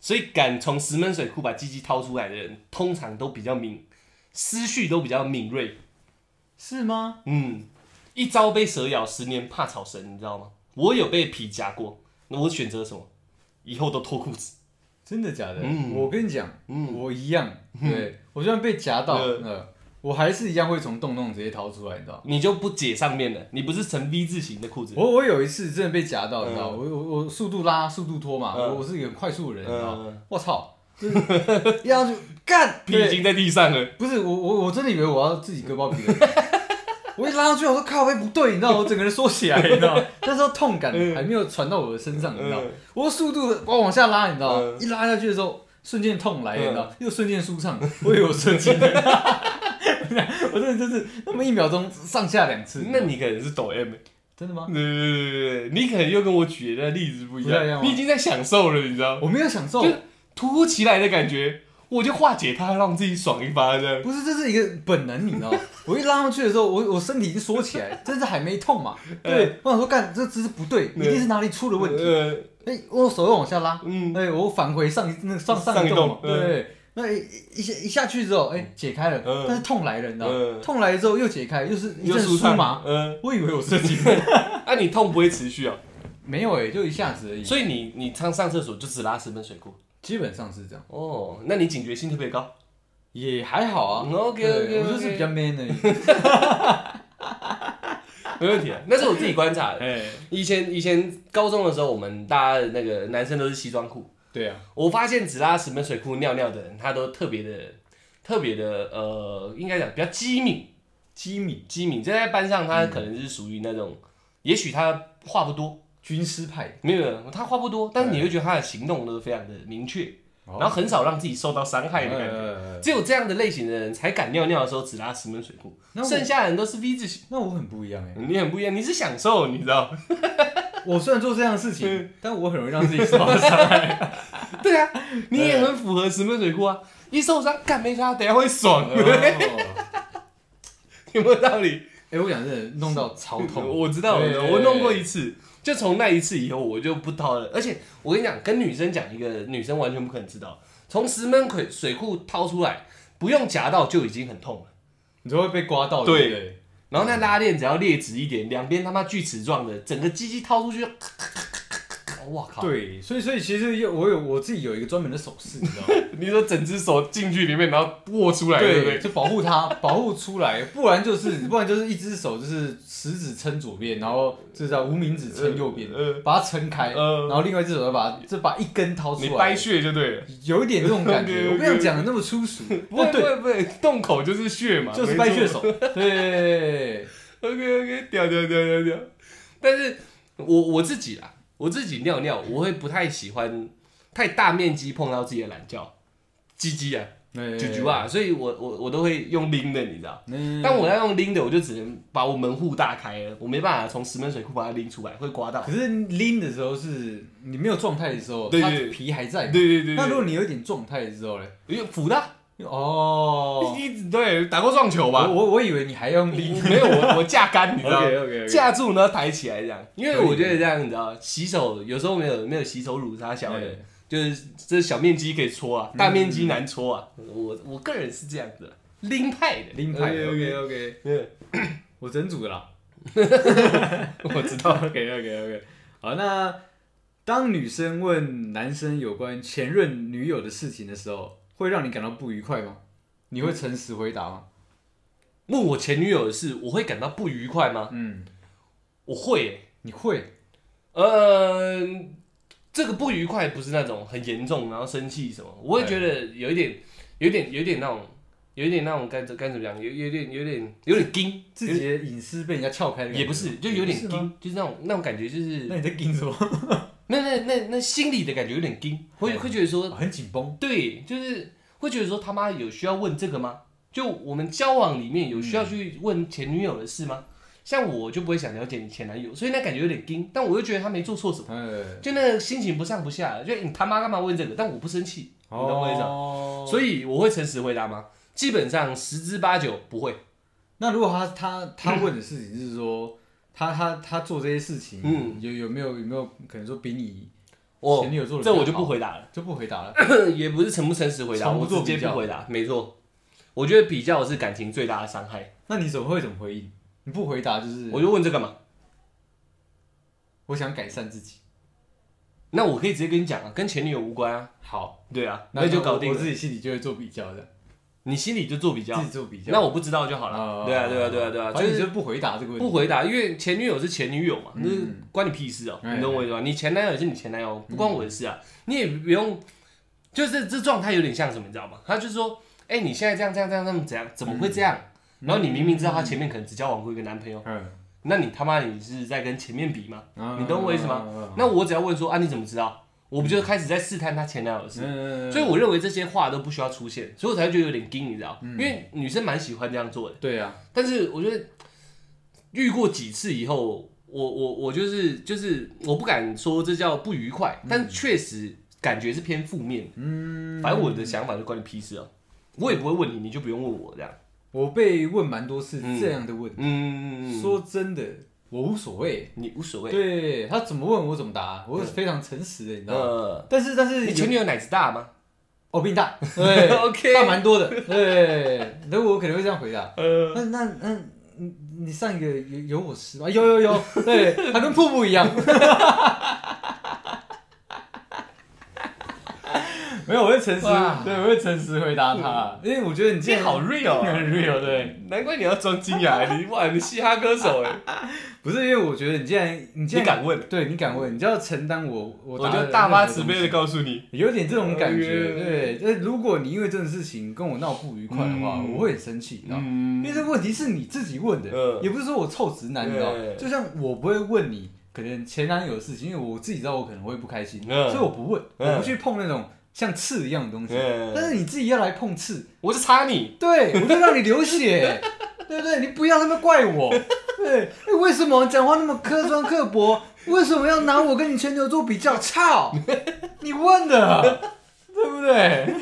所以敢从石门水库把鸡鸡掏出来的人，通常都比较敏，思绪都比较敏锐。是吗？嗯，一朝被蛇咬，十年怕草绳，你知道吗？我有被皮夹过，那我选择什么？以后都脱裤子。真的假的？嗯我跟你讲，嗯我一样，对我就算被夹到，嗯呃，我还是一样会从洞洞直接掏出来，你知道吗？你就不解上面了，你不是呈 V 字形的裤子，我我有一次真的被夹到，你知道吗，嗯我我我速度拉，速度拖嘛，嗯我我是一个很快速的人，你知道吗，嗯，我 操，就是一样就 干，皮已对，经在地上了，不是我我我真的以为我要自己割包皮 了。我一拉上去，我说靠背不对，你知道吗，我整个人缩起来，你知 道吗，那时候痛感嗯还没有传到我的身上，你知道吗嗯，我速度我往下拉，你知道吗嗯，一拉下去的时候，瞬间痛来，你知道吗，又瞬间舒畅，我以为我射精了， 我真的就是那么一秒钟上下两次，那你可能是抖 M，欸真的吗？对对对对对，你可能又跟我举的那例子不一不太一样啊样，吗你已经在享受了，你知道吗？我没有享受就，突如其来的感觉，我就化解它，让自己爽一发这样。不是，这是一个本能，你知道 吗？我一拉上去的时候，我我身体已经缩起来，真是还没痛嘛。嗯对，我想说，干这姿势不对，一定是哪里出了问题。呃，哎，我手又往下拉，嗯，哎，我返回上一那上上上一一栋嘛栋，对对。那一一下一下去之后，哎，解开了嗯，但是痛来了，你知道吗嗯？痛来之后又解开，又是一又阵舒酥畅麻。嗯，我以为我射精，那你痛不会持续啊， 没有哎，就一下子而 已。所以你你上上厕所就只拉十分水裤。基本上是这样，哦，那你警觉性特别高。也还好哦啊。 OK，OK，OK 对我就是 比较 man 而已。没问题啊，那是我自己观察的。哎，以前以前高中的时候，我们大家的那个男生都是西装裤，对啊，我发现只拉石门水裤尿尿的人，他都特别的特别的呃，应该讲比较机敏，机敏机敏。这在班上他可能是属于那种，也许他话不多，军师派，没有没有他话不多，但是你会觉得他的行动都非常的明确，哦然后很少让自己受到伤害的感觉。呃，只有这样的类型的人才敢尿尿的时候只拉石门水裤，那我剩下的人都是 V 字形。那我很不一样哎。 你很不一样，你是享受，你知道？我虽然做这样的事嗯情，但我很容易让自己受到伤 害。 对啊，你也很符合石门水库啊！一受伤，干没啥，等一下会爽哦的， 有没有道理？哎，我讲真的，弄到超痛。哎我知道，对我弄过一次，就从那一次以后，我就不掏了。而且我跟你讲，跟女生讲一个，女生完全不可能知道，从石门水水库掏出来，不用夹到就已经很痛了。你就会被刮到，对对不对？然后那拉链只要裂直一点，两边他妈锯齿状的，整个鸡鸡掏出去就，哇靠！对，所以所以其实有我有我自己有一个专门的手势，你 知道吗？你说整只手进去里面，然后握出来，对不对？就保护它，保护出来，不然就是不然就是一只手就是食指撑左边，然后这叫无名指撑右边，呃把它撑开，呃然后另外一只手要把它这把一根掏你出掰来，血就对了。有一点这种感觉。 OK，OK 我不想讲的那么 粗俗，不会不但对，会不会，洞口就是血嘛，就是掰血手。对， OK OK，屌屌屌屌屌！但是我我自己啦，我自己尿尿，我会不太喜欢太大面积碰到自己的懒觉，鸡鸡啊，对啾啾，啊，所以我我我都会用拎的，你知道。嗯但我要用拎的，我就只能把我门户大开了，我没办法从石门水库把它拎出来，会刮到。可是拎的时候是你没有状态的时候，对它对皮还在嘛。对对那那如如果你有一点状态的时候嘞，因为辅大，哦，一直对打过撞球我吧？我我以为你还要用 拎。哦没有，我我架杆，你知道 吗 OK，架住然后抬起来这样，因为我觉得这样你知道，洗手有时候没有没有洗手乳啥小的，就是这小面积可以搓啊，大面积难搓啊。我我个人是这样子的，拎派的，拎牌 OK OK，OK，OK。 OK，嗯我整组 的啦，我知道 OK OK OK，好，那当女生问男生有关前任女友的事情的时候，会让你感到不愉快吗？你会诚实回答吗？问我前女友的事，我会感到不愉快吗？嗯，我会耶、你会，呃，这个不愉快不是那种很严重，然后生气什么，我会觉得有一点，有一点，有一点那种，有一点那种该怎该怎么讲，有有点有点有点惊，自己的隐私被人家撬开的感觉也不是，就有点也不是吗惊，就是那种那种感觉，就是那你在盯什么？那那那那心里的感觉有点惊，会嗯会觉得说，很紧绷。对，就是会觉得说他妈有需要问这个吗？就我们交往里面有需嗯要去问前女友的事吗？像我就不会想了解你前男友，所以那感觉有点惊，但我又觉得他没做错什么。呃，就那个心情不上不下，就你他妈干嘛问这个？但我不生气，你懂我意思吗？哦所以我会诚实回答吗？基本上十之八九不会。那如果他他 他问的事情是说，他他他做这些事情，嗯有有没有有没有可能说比你我前女友做的这我就不回答了， 就不回答了？也不是诚不诚实回答，从我不做直接比较不回答。没错，我觉得比较是感情最大的伤害。那你怎么会怎么回应？你不回答就是我就问这干嘛？我想改善自己。那我可以直接跟你讲啊，跟前女友无关啊。好，对啊，那那就搞定我自了。己心里就会做比较的，你心里就做比较自，己做比较。那我不知道就好啊了。对啊，对啊，对啊，对啊，反就正你是就不回答这个问不题。回答，因为前女友是前女友嘛，嗯那、是关你屁事哦、哎嗯你懂我意思吧？你前男友也是你前男友，不关我的事啊。你也不用，就是这状态有点像什么，你知道吗？他就说，哎、你现在这样这样这样这么怎样，怎么会这样？然后你明明知道他前面可能只交往过一个男朋友，嗯，啊那你他妈你是在跟前面比吗？你懂我意思吗吗？那我只要问说啊，你怎么知道？我不就开始在试探他前男友的事？嗯，所以我认为这些话都不需要出现，所以我才会觉得有点惊，你知道？因嗯为女生蛮喜欢这样做的。对啊，但是我觉得遇过几次以后，我我我就是就是我不敢说这叫不愉快，但确实感觉是偏负面。嗯，反正我的想法就关你屁事哦，我也不会问你，你就不用问我这样。我被问蛮多次嗯这样的问题。嗯，啊说真的，我无所谓。你无所谓。对他怎么问我怎么答，我是非常诚实的，你知道吗？呃，但是但是你前女友奶子大吗？我比你 大， 对 OK 大蛮多的，对。那我可能会这样回答，呃，那那那，你你上一个有有我湿吗？有有有，对，它跟瀑布一样。 没有，我会诚实哇，嗯对，我会诚实回答他，因为我觉得你你这这样好 real 很啊 real，对，难怪你要装金 牙，你哇，你嘻哈歌手 哎，不是因为我觉得你既然你既你然，敢问，对你敢问，你就要承担我我我答的就大发任何慈东悲西的告诉哎你，有点这种感觉， OK 对。但如果你因为这种事情跟我闹不愉快的话，嗯我会很生气，你知道吗？因嗯为，这问题是你自己问的，嗯也不是说我臭直男，你知道吗对？就像我不会问你可能前男友的事情，因为我自己知道我可能会不开心，嗯所以我不问，嗯我不去碰那种像刺一样的东西。但嗯是你自己要来碰刺，我就插你， 对我就让你流血，对不对？你不要那么怪我，对不对，哎为什么讲话那么苛酸刻薄？为什么要拿我跟你全球做比较？ 操，你问的，对不对？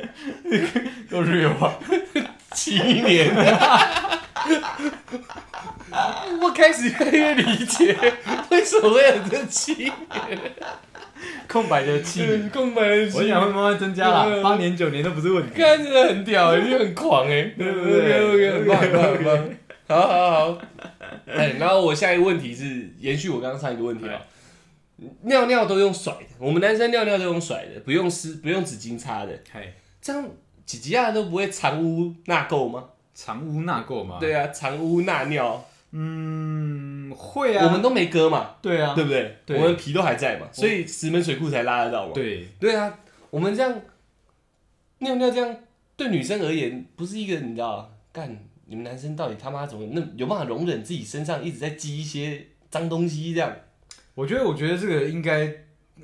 又是有啊，七年， 我开始越来越理解为什么会有这七年空白的 七年，空白的七我想会年。慢慢增加嗯啦，八年九年都不是问题。看真的很屌哎、你很狂哎、欸对不对 OK，OK，很棒很棒很棒，好好好。 哎、然后我下一个问题是延续我刚刚上一个问题啊，尿尿都用甩的，我们男生尿尿都用甩的，不用湿不用纸巾擦的，嗨，这样几吉亚都不会藏污纳垢吗？藏污纳垢嘛。，对啊，藏污纳尿，嗯，会啊。我们都没割嘛，对啊，对不对？对我们皮都还在嘛，所以石门水库才拉得到嘛。对，对啊，我们这样尿尿这样，对女生而言不是一个你知道，干你们男生到底他妈怎么那有办法容忍自己身上一直在积一些脏东西这样？我觉得，我觉得这个应该，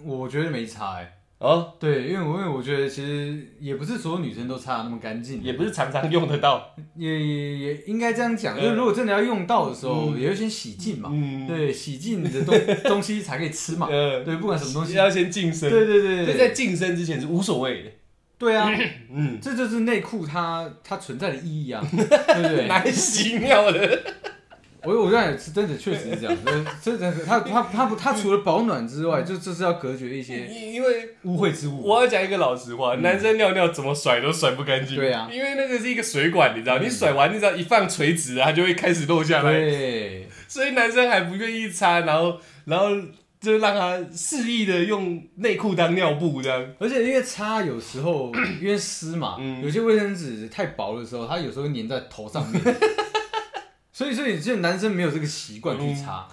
我觉得没差哎、哦，对，因为我因为我觉得其实也不是所有女生都擦的那么干净，欸也不是常常用得到。也也也应该这样讲，嗯就是如果真的要用到的时候，也要先洗净嘛，嗯，对，洗净你的 东东西才可以吃嘛，呃， 对，不管什么东西，要先晋升，对对对所以对在对，晋升之前是无所谓的。对啊，嗯，这就是内裤它它存在的意义 啊，对不对？来洗尿的，我我刚才真的确实是这样，就是真的是它它它不它除了保暖之外，就就是要隔绝一些因因为污秽之物，我要讲一个老实话，男生尿尿怎么甩都甩不干净。嗯对啊因为那个是一个水管，你知道，你甩完，你只要一放垂直，啊它就会开始漏下来，对。所以男生还不愿意擦，然后，然后就让他肆意的用内裤当尿布这样。而且因为擦有时 候因为湿嘛，嗯有些卫生纸太薄的时候，它有时候会粘在头上 面，所以所以就男生没有这个习惯去擦，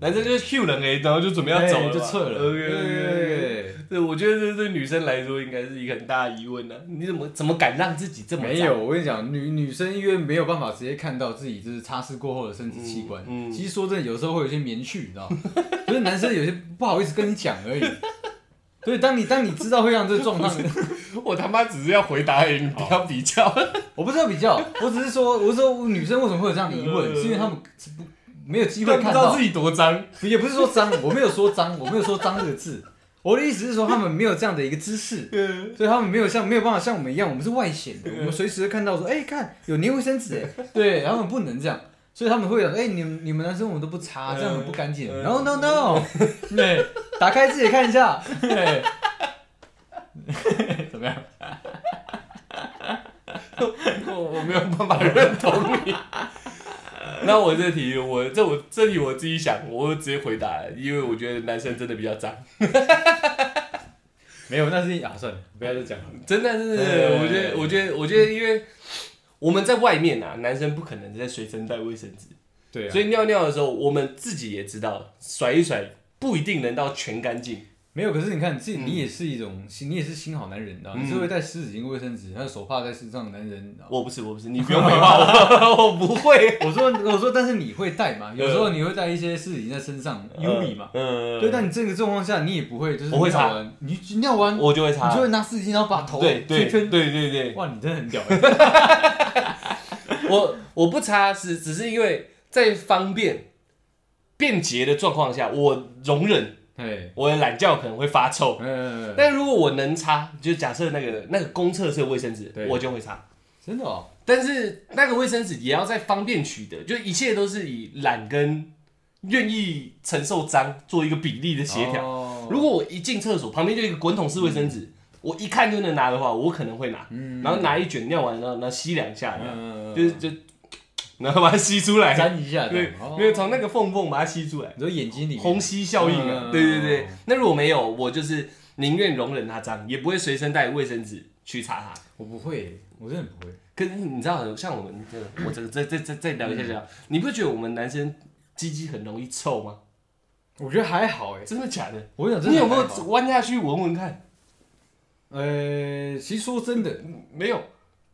男生就是 Q 人哎，然后就准备嗯要走哎了，就撤了。 OK OK。对对，我觉得这对女生来说应该是一个很大的疑问呢、啊你怎么怎么敢让自己这么脏没有，？我跟你讲，女女生因为没有办法直接看到自己就是擦拭过后的生殖器官，嗯嗯其实说真的，有时候会有一些棉絮，你知 道吗？就是男生有些不好意思跟你讲而已。所以当你当你知道会让这个状况，我他妈只是要回答而已，你不要比较。我不是要比较，我只是说，我是说女生为什么会有这样的疑问，是因为她们不没有机会都嗯不看知到道自己多脏。也不是说脏，我没有说脏，我没有说脏这个字，我的意思是说他们没有这样的一个知识，嗯所以他们没有像没有办法像我们一样，我们是外显的，我们随时会看到说，哎、看有粘卫生纸，哎，对，他们不能这样，所以他们会讲，哎、你们你们男生我们都不擦，这样很不干净、嗯 n o No No，对， 打开自己看 一下，对，怎么样？我我没有办法认同你。 那我这题，我这我这题我自己想，我直接回答，因为我觉得男生真的比较脏，没有，那是啊，算了，不要再讲了，真的是，对我觉得，我觉得，我觉得，因为我们在外面啊，男生不可能在随身带卫生纸，对啊，所以尿尿的时候，我们自己也知道，甩一甩不一定能到全干净，没有，可是你看，自己你也是一种，心，你也是新好男人，你知道吗？你是会带湿纸巾、卫生纸，还有手帕在身上的男人，你知道吗？我不是，我不是，你不用美 化我， 我不会，我说，我说，但是你会带 嘛？有时候你会带一些湿纸巾在身上，优米嘛。嗯，对，但你这个状况下，你也不会，就是我会尿擦完，你你尿完，我就会你擦就，会拿湿纸巾，然后把头对对圈对圈。对对，哇，你真的很屌欸！ 我我不擦是只是因为在方便、便捷的状况下，我容忍哎，我的懒觉可能会发臭。嗯，但如果我能擦，就假设那个那个公厕是有卫生纸对，我就会擦。真的哦，但是那个卫生纸也要在方便取得，就一切都是以懒跟愿意承受脏做一个比例的协调。调如果我一进厕所旁边就一个滚筒式卫生纸，我一看就能拿的话，我可能会拿，然后拿一卷尿完，然后然后吸两下，然后嗯，就是就然后把它吸出来，粘一下，对这样，哦因为从那个缝缝把它吸出来，你说眼睛里面虹吸效应啊嗯，对对对。那如果没有，我就是宁愿容忍它脏，也不会随身带卫生纸去擦它。我不会，我真的不会。可是你知道，像我们这个，我这个再再再再聊嗯一下这样，你不觉得我们男生鸡鸡很容易臭吗？我觉得还好哎，真的假的？我想真的你有没还好有弯下去闻闻 看？呃，其实说真的，嗯没有。嗯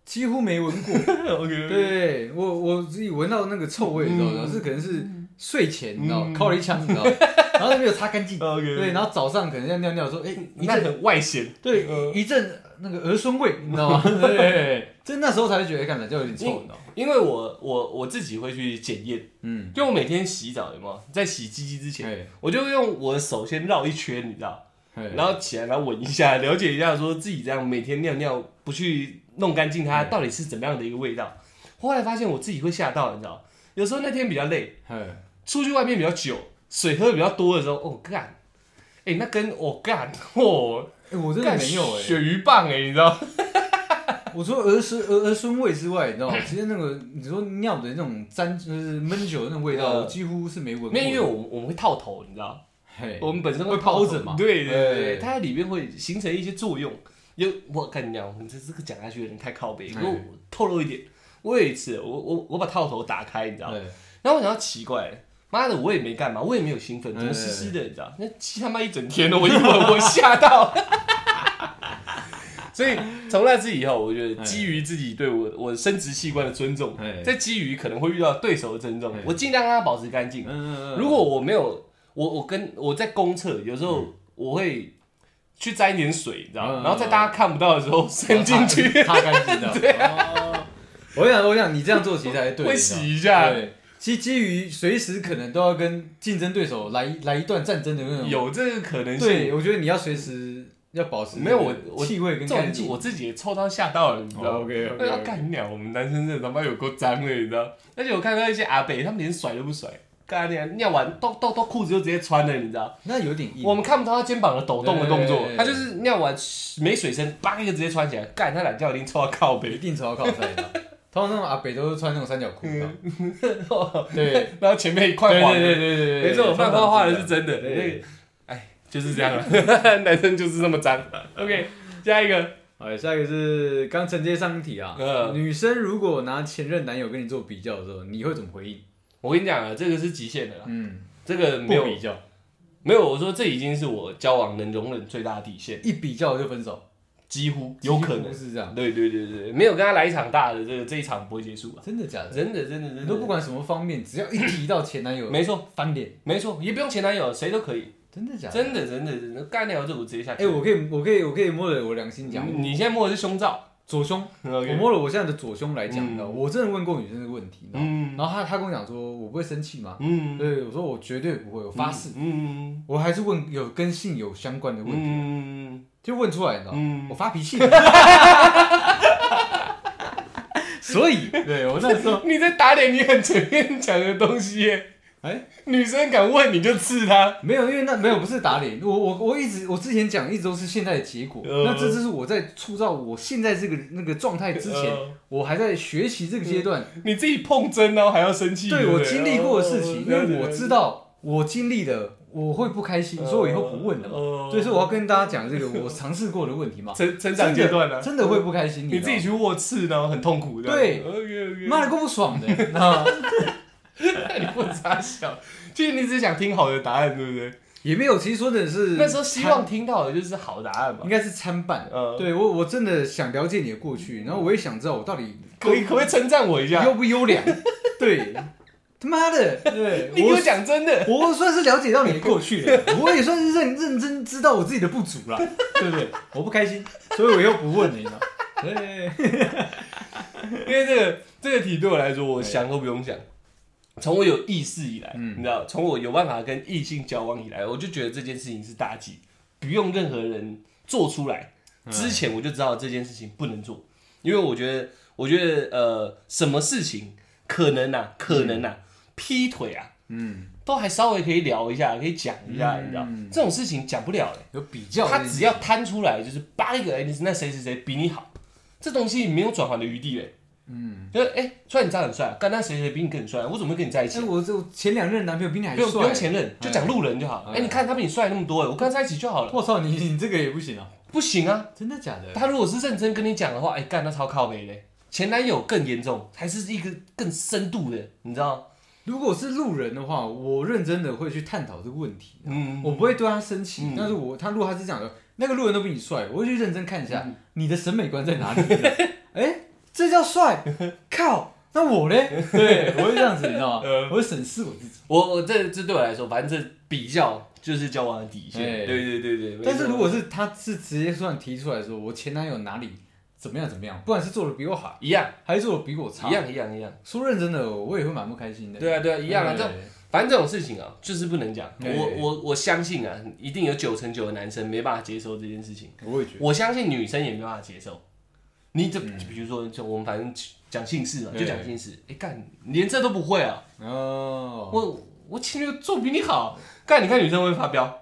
几乎没闻过。 OK。对我，我自己闻到那个臭味，你知道吗？是可能是睡前，你知道吗，嗯敲了一枪，你知道吗， 然后没有擦干净。 OK 对，然后早上可能要尿尿的时候，哎，一那阵很外显，对呃一阵那个儿孙味，你知 道吗？对对对对，就那时候才会觉得，哎感觉就有点臭，哦你知道吗？因为我我我自己会去检验，嗯，就我每天洗澡有没有，在洗鸡鸡之前，对，我就用我的手先绕一圈，你知道，嘿然后起来，然后闻一下， 了解一下，说自己这样每天尿尿不去弄干净它，嗯到底是怎么样的一个味道。后来发现我自己会吓到，你知道，有时候那天比较累，嘿，出去外面比较久，水喝得比较多的时候，哦干，哎、那跟哦干哦，哎我真的干没有哎，鳕鱼棒哎、你知道，我除了儿孙儿儿孙味之外，你知道吗？其实那个你说尿的那种沾就是闷酒的那种味道，呃我几乎是没闻过的。没有因为我们我们会套头，你知道，嘿我们本身会泡泡着嘛对对对对，哎它在里面会形成一些作用。有我干娘，你这这个讲下去有点太靠背，哎给我透露一点。我有一次，我我我把套头打开，你知道，对然后我想到奇怪，妈的，我也没干嘛，我也没有兴奋，哎怎么湿湿的，你知道？那鸡他妈一整天了，我一闻我吓 到。所以从那次以后，我觉得哎基于自己对我我生殖器官的尊重哎，在基于可能会遇到对手的尊重哎，我尽量让它保持干净。嗯，如果我没有，我我跟我在公厕，有时候我会去沾一点水，你知道吗？嗯然后在大家看不到的时候伸进去，擦干 净的。对啊，我想我想你这样做其实 才对，会你知道吗洗一下，对，其实基于随时可能都要跟竞争对手来一来一段战争的那种。有这个可能性对，。我觉得你要随时要保持没有我我气味这跟种干净。哦我自己也臭到吓到了，你知道吗？ OK 我要干鸟，我们男生真的他妈有够脏的，你知道？而且我看到一些阿北，他们连甩都不甩，干尿尿完都都都裤子就直接穿了，你知道？那有点硬。我们看不到他肩膀的抖动的动作嗯对对，对他就是尿完没水声，叭一个直接穿起来，干他懒觉一定臭到靠一背， 定超靠塞 的，通常那种阿北都是穿那种三角裤的。嗯 对，然后前面一块对黄的，对对对对，没错，我漫画画的是真的，对那个哎就是这样了， 男生就是这么脏。OK，下一个，哎，下一个是刚承接上一题啊，嗯女生如果拿前任男友跟你做比较的时候，你会怎么回应？我跟你讲啊，这个是极限的啦，嗯，这个不没有比较，没有，我说这已经是我交往能容忍最大的底线，一比较就分手，几乎有可几乎能。啊是这样，对对对对，没有跟他来一场大的，这个这一场不会结束啊！真的假的？真的真的真的，你都不管什么方面，只要一提到前男友，没错翻脸，没错，也不用前男友，谁都可以，真的假的？真的真的真的干掉啊这我直接下去。哎，我可以，我可以，我可以摸着我良心讲，你你现在摸的是胸罩左胸，我 ，OK，摸了我现在的左胸来讲，你知道嗯我真的问过女生这个问题，你知道嗯然后她她跟我讲说，我不会生气吗？嗯，对，我说我绝对不会，我发誓。嗯我还是问有跟性有相关的问题，嗯就问出来，你知道吗？嗯我，发脾气。所以，对我那时候， 你在打脸你很前面讲的东西耶， 哎，女生敢问你就刺她，没有，因为那没有不是打脸，我我我一直我之前讲一直都是现在的结果，呃那这就是我在塑造我现在这个那个状态 之前，呃我还在学习这个阶段，你自己碰针然后还要生气，对不哦我经历过的事嗯情，因为我知，道我经历的我会不开心，所以我以后不问了嘛。嘛所以说我要跟大家讲这个我尝试过的问题嘛，哦成嗯 成真长的阶段呢，真的会不开心，你知自道吗己去握刺呢，很痛苦的。对，OK OK，妈的，够不爽的，你知道吗 你不傻笑，其实你只想听好的答案，对不对？也没有，其实说的是那时候希望听到的就是好答案参嘛应。该是参半。嗯对我，我真的想了解你的过去，然后我也想知道我到 底可以可不可以称赞我一下优？不 优良。对，他妈的，对你给我我讲真的，我算是了解到你的过去了， 我也算是认认真知道我自己的不足了，对不对？我不开心，所以我又不问了，你知道吗？对， 因为这个这个题对我来说，我想都不用想。从我有意识以来，嗯你知道，从我有办法跟异性交往以来，我就觉得这件事情是大忌，不用任何人做出来。之前我就知道这件事情不能做，因为我觉得，我觉得呃，什么事情可能啊，可能啊，劈腿啊，嗯，都还稍微可以聊一下，可以讲一下，嗯你知道，这种事情讲不了的、欸有比较这他件事，只要摊出来就是八一个，哎、你那谁谁谁比你好，这东西没有转圜的余地嘞、嗯，就是哎、虽然你长得很帅，但那谁谁比你更帅，我怎么会跟你在一起哎，？我这前两任男朋友比你还不用不帅用，前任，就讲路人就好。哎哎、你看他比你帅那么多，我跟他在一起就好了。我操，你你这个也不行啊，不行啊，真的假的？他如果是认真跟你讲的话，哎、干那超靠北嘞。前男友更严重，还是一个更深度的，你知道？如果是路人的话，我认真的会去探讨这个问题，嗯，我不会对他生气，嗯但是我他如果他是这样的，那个路人都比你帅，我会去认真看一下、嗯你的审美观在哪里。 哎、这叫帅，靠，那我嘞？对，我会这样子，你知道吗？呃我会审视我自己。我我这这对我来说，反正这比较就是交往的底线。哎对对对对。没错但是如果是他是直接算提出来说，我前男友哪里怎么样怎么样，不管是做的比我好，一样还是做的比我差一，样一样一样，说认真的，我也会蛮不开心的。对啊对啊一样啊。对这种反正这种事情啊，就是不能讲。哎我我我相信啊，一定有九成九的男生没办法接受这件事情。我也觉得，我相信女生也没办法接受。你这比如说，就我们反正讲姓氏嘛，嗯对就讲姓氏。哎干，你连这都不会啊！哦，我我前女友做比你好，干你看女生会不会发飙，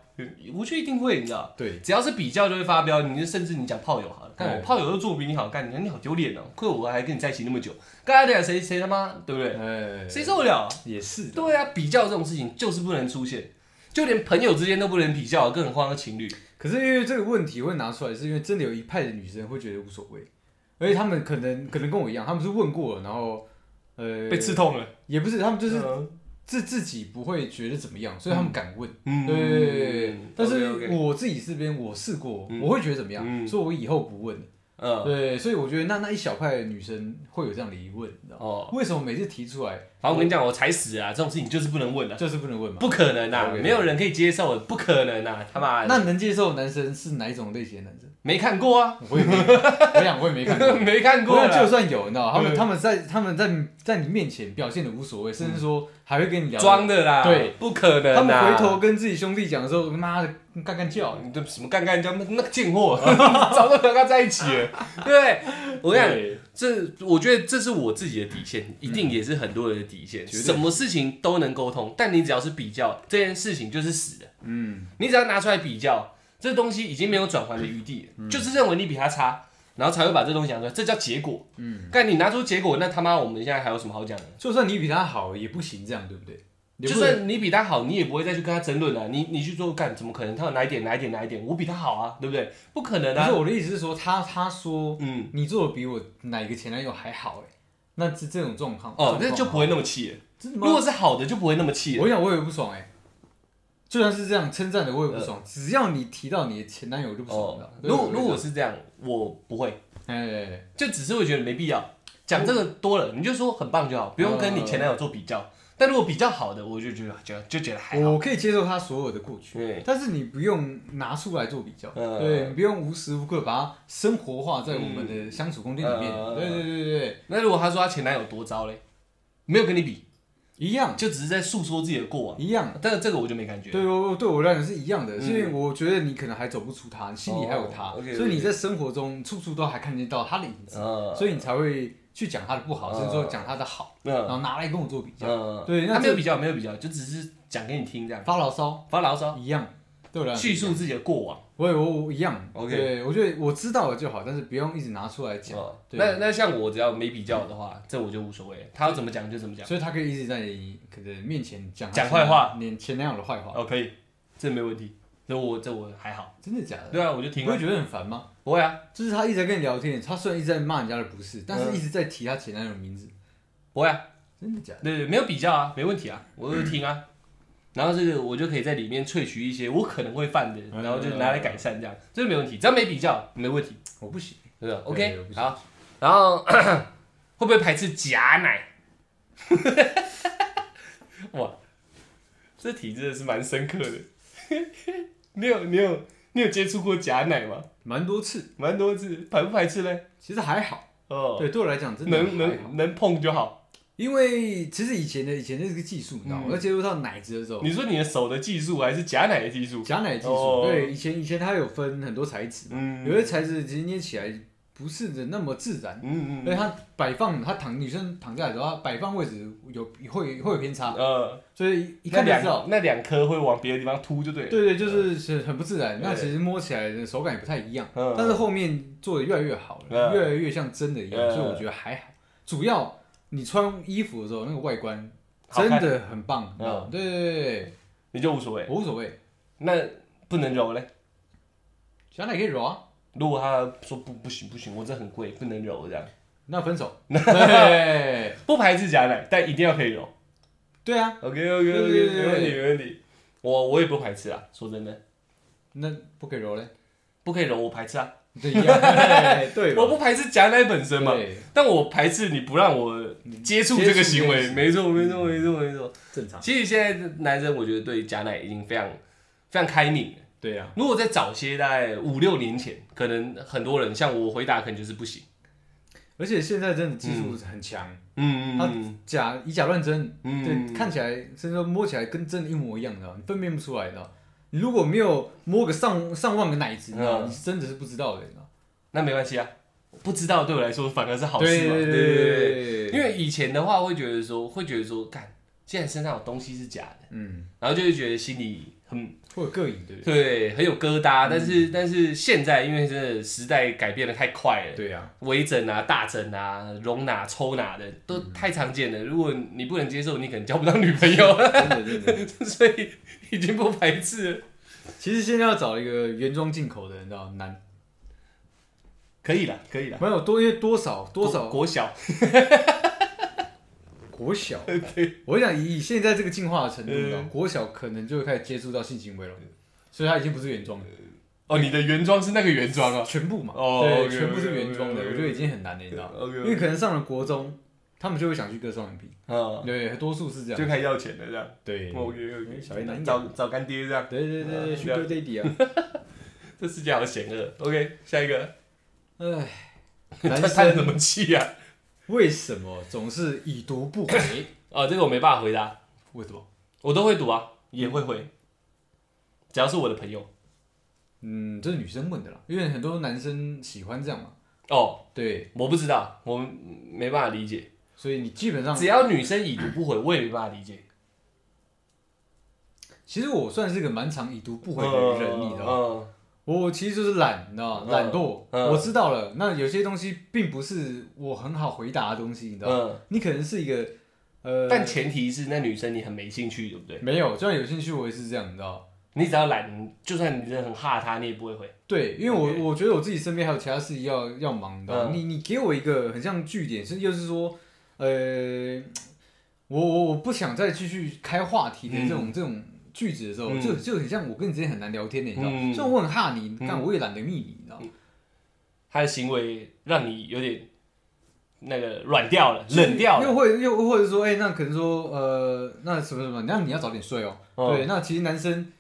我觉得一定会，你知道。对，只要是比较就会发飙，你就甚至你讲炮友好了，干对我炮友都做比你好，干你你好丢脸哦，亏我还跟你在一起那么久，干他俩谁谁他妈对不对？哎，谁受得了？也是的，对啊，比较这种事情就是不能出现，就连朋友之间都不能比较，更何况是情侣。可是因为这个问题会拿出来，是因为真的有一派的女生会觉得无所谓，而且她们可能可能跟我一样，她们是问过了，然后呃，痛了，也不是，她们就是嗯自自己不会觉得怎么样，所以她们敢问。嗯对，但是 OK，OK 我自己这边我试过，嗯我会觉得怎么样，嗯所以我以后不问。嗯对，所以我觉得那那一小块的女生会有这样的疑问，你知道吗？哦，为什么每次提出来反正我跟你讲，我踩死啊，这种事情就是不能问的，就是不能问嘛？不可能啊， OK 没有人可以接受，不可能啊，他妈的那能接受的男生是哪一种类型的男生？没看过啊，我也没， 我想我也没看过。 没看过我想啊，就算有，你知道吗，他们对他们在他们在在你面前表现的无所谓，甚至说还会跟你聊。装的啦，对，不可能啊，哦他们回头跟自己兄弟讲的时候，妈的干干叫。你这什么干干叫那那个贱 货，早就和他在一起了，对不对？我跟你对讲，这我觉得这是我自己的底线，一定也是很多人的底线。绝对什么事情都能沟通，但你只要是比较，这件事情就是死的。嗯，你只要拿出来比较，这东西已经没有转圜的余地了，嗯就是认为你比他差，然后才会把这东西讲出来，这叫结果。嗯，但你拿出结果，那他妈我们现在还有什么好讲的？就算你比他好也不行，这样对不对？就算你比他好，你也不会再去跟他争论了、啊你你去做干，怎么可能？他有哪一点哪一点哪一点，我比他好啊，对不对？不可能可是啊。我的意思是说，他他说嗯，你做的比我哪一个前男友还好哎、那这这种状况哦，那状就况不会那么气了。真的如吗？果是好的，就不会那么气了。哦我想我也不爽哎、就算是这样称赞的我也不爽，只要你提到你的前男友我就不爽嗯哦了，。如果如果是这样，我不会，哎哎哎就只是会觉得没必要讲这个多了，你就说很棒就好，不用跟你前男友做比较。但如果比较好的，我就觉得就就觉得还好。我可以接受他所有的过去，对，但是你不用拿出来做比较，嗯对你不用无时无刻把它生活化在我们的相处空间里面，嗯对对对对对，那如果他说他前男友多糟嘞，没有跟你比，一样就只是在诉说自己的过往，一样，但是这个我就没感觉。对我我对我来讲是一样的，嗯所以我觉得你可能还走不出他，你心里还有他，哦，OK，OK 所以你在生活中处处都还看得到他的影子，嗯，所以你才会去讲他的不好，嗯甚至说讲他的好，然嗯后拿来跟我做比较，嗯，对那他没这有比较，没有比较，就只是讲给你听这样，发牢骚发牢骚，一样，对了，叙述自己的过往。我也我我一样 OK 对我觉得我知道了就好，但是不用一直拿出来讲，哦，对那那像我只要没比较的话，这我就无所谓，他要怎么讲就怎么讲。所以他可以一直在你可能面前讲讲坏话，你前男友的坏话，哦，可以，这没问题，这我这我还好。真的假的？对啊，我就你听不了会，觉得很烦吗？不会啊，就是他一直在跟你聊天，他虽然一直在骂人家的不嗯是，但是一直在提他前男友的名字，不会啊，真的假的？对对，没有比较啊，没问题啊，我就听嗯啊。然后这个我就可以在里面萃取一些我可能会犯的，嗯然后就拿来改善，这样这没问题，只要没比较没问题，我不行。对吧对？OK，我不行好。然后 会不会排斥假奶？ 哇，这题真的是蛮深刻的。 你有你有你有接触过假奶吗？蛮多次，蛮多次，排不排斥嘞？其实还好。哦，对，对我来讲真的能还好能能碰就好。因为其实以前的以前的这个技术，你知道吗？嗯我在接触到奶子的时候，你说你的手的技术还是假奶的技术？假奶技术，哦对，以前以前它有分很多材质，嗯有些材质其实捏起来不是的那么自然，嗯而且它摆放，它躺女生躺下来的时候，它摆放位置有会会有偏差，呃，所以一那看就知道。两那两颗会往别的地方凸就对了。对对，就是很很不自然。对那其实摸起来的手感也不太一样，嗯但是后面做的越来越好了，嗯越来越像真的一样，嗯所以我觉得还好。主要你穿衣服的时候，那个外观好真看嗯的很棒，你知道吗对对对对，你就无所谓。我无所谓，那不能揉嘞？想奶可以揉啊，如果他说不不行不行，我这很贵，不能揉这样。那 分手。 对不排斥假奶，但一定要可以揉。对啊， OK OK 对 OK，对对对没问题没问题。我我也不排斥啊，说真的，那不可以揉嘞，不可以揉我排斥啊，对 呀， 对吧我不排斥假奶本身嘛，对但我排斥你不让我接触这个行接为。触没错没错没错没错。正常。其实现在男生，我觉得对假奶已经非常非常开明。对啊呀、如果再早些，大概五六年前，可能很多人像我回答，可能就是不行。而且现在真的技术很强，嗯它嗯假以假乱真，嗯，对，看起来甚至摸起来跟真的一模一样的，你分辨不出来的。你如果没有摸个上上万个奶子，你知道嗯你真的是不知道的，你知道那没关系啊，不知道对我来说反而是好对事嘛。对对对对，因为以前的话会觉得说，会觉得说，干，既然身上有东西是假的，嗯，然后就会觉得心里很会有膈应，对不嗯对？对，很有疙瘩。但是但是现在因为真的时代改变的太快了。对呀、微整啊、大整啊、容哪、抽哪的都太常见了。如果你不能接受，你可能交不到女朋友，真的真的。 所以已经不排斥了。其实现在要找一个原装进口的，你知道难，可以啦，可以啦。没有多因为多少多嗯少国国小？国小，我想以现在这个进化的程度，你知道嗯国小可能就会开始接触到性行为了，所以它已经不是原装的，哦，你的原装是那个原装啊？全部嘛，哦对， OK，全部是原装的， OK，OK，OK，我觉得已经很难了，你知道吗 OK，OK 因为可能上了国中，他们就会想去割双眼皮，嗯，对，多数是这就样，开始要钱了这样。对， OK 小白男 OK，养找找干爹这样，对对对对嗯，Sugar Daddy 啊，这世界好险恶。OK，下一个，唉，他男叹什生么气啊呀？为什么总是已读不回？哦，这个我没办法回答，为什么？我都会读啊，也会回，只要是我的朋友。嗯，这是女生问的啦，因为很多男生喜欢这样嘛，哦，对，我不知道，我没办法理解。所以你基本上只要女生已读不回，我也没办法理解。其实我算是个蛮常已读不回的人，你知道吗？道吗？我其实就是懒，你知道吗？嗯懒惰，嗯我知道了。那有些东西并不是我很好回答的东西，你知道吗？嗯，你可能是一个呃，但前提是那女生你很没兴趣，对不对？没有，就算有兴趣，我也是这样，你知道吗？你只要懒，就算你真的很哈她，你也不会回。对，因为我 OK 我觉得我自己身边还有其他事情要要忙，你知道吗？嗯你你给我一个很像据点，是又是说，呃，我我我不想再继续开话题的这种、这种句子的时候，嗯就就很像我跟你之间很难聊天的，你知道吗？嗯虽然我很哈你，但嗯我也懒得密你，你知道吗？她的行为让你有点那个软掉了，冷掉又了。会又或者说，哎、那可能说，呃，那什么什么，那你要早点睡哦。嗯对，那其实男生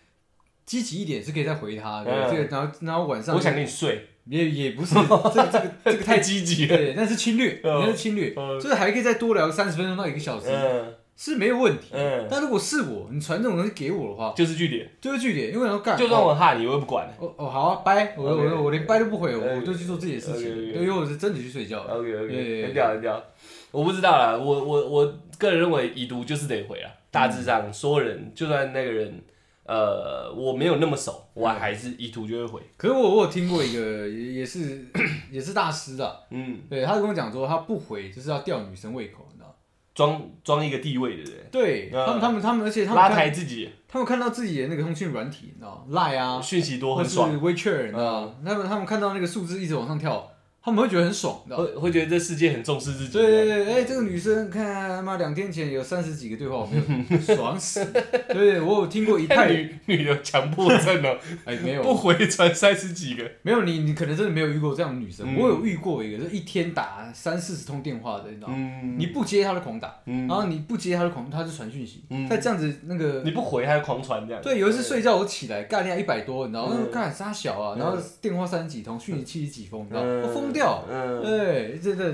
积极一点是可以再回他的，嗯这个然后然后晚上我想跟你睡，也也不是这个这个这个太积极了。 对，那是侵略，嗯那是侵略，嗯就是还可以再多聊三十分钟到一个小时、嗯是没有问题。嗯，但如果是我，你传这种东西给我的话，就是据点，就是据点，因为我要干，就算我哈你，我也不管了。哦哦好啊，拜，我我 OK 我连拜都不回， OK 我就去做自己的事情， OK，OK 对，因为我是真的去睡觉了。 OK 对 OK，很屌很屌。我不知道啦，我我我个人认为已读就是得回啊。大嗯致上，所有人就算那个人，呃，我没有那么熟，我还是已读就会回。可是我我有听过一个也也是也是大师啊，嗯，对，他就跟我讲说，他不回就是要吊女生胃口，你知道吗？装装一个地位，对不对？对嗯他们，他们，他们，而且他们拉看，抬自己，他们看到自己的那个通讯软体，你知道吗，Line 啊，讯息多或很是爽，嗯 WeChat，你知道吗？那么他们看到那个数字一直往上跳，他们会觉得很爽，你知道吗？会会觉得这世界很重视自己。对对对，哎、这个女生看他妈两天前有三十几个对话，我没有 爽死。对对，我有听过一看派，女女的强迫症 哦，哎，没不有，回传三十几个。没有你，你可能真的没有遇过这样的女生。嗯我有遇过一个，就一天打三四十通电话的，你知道吗？嗯你不接他就狂打，嗯然后你不接他就狂，他就传讯息。嗯他这样子那个你不回，还狂传这样。对，有一次睡觉我起来，干量一百多，你知道吗？嗯干啥小啊？嗯然后电话三十几通，讯息七十几封，你知道吗？嗯我哦疯掉。嗯对，真的，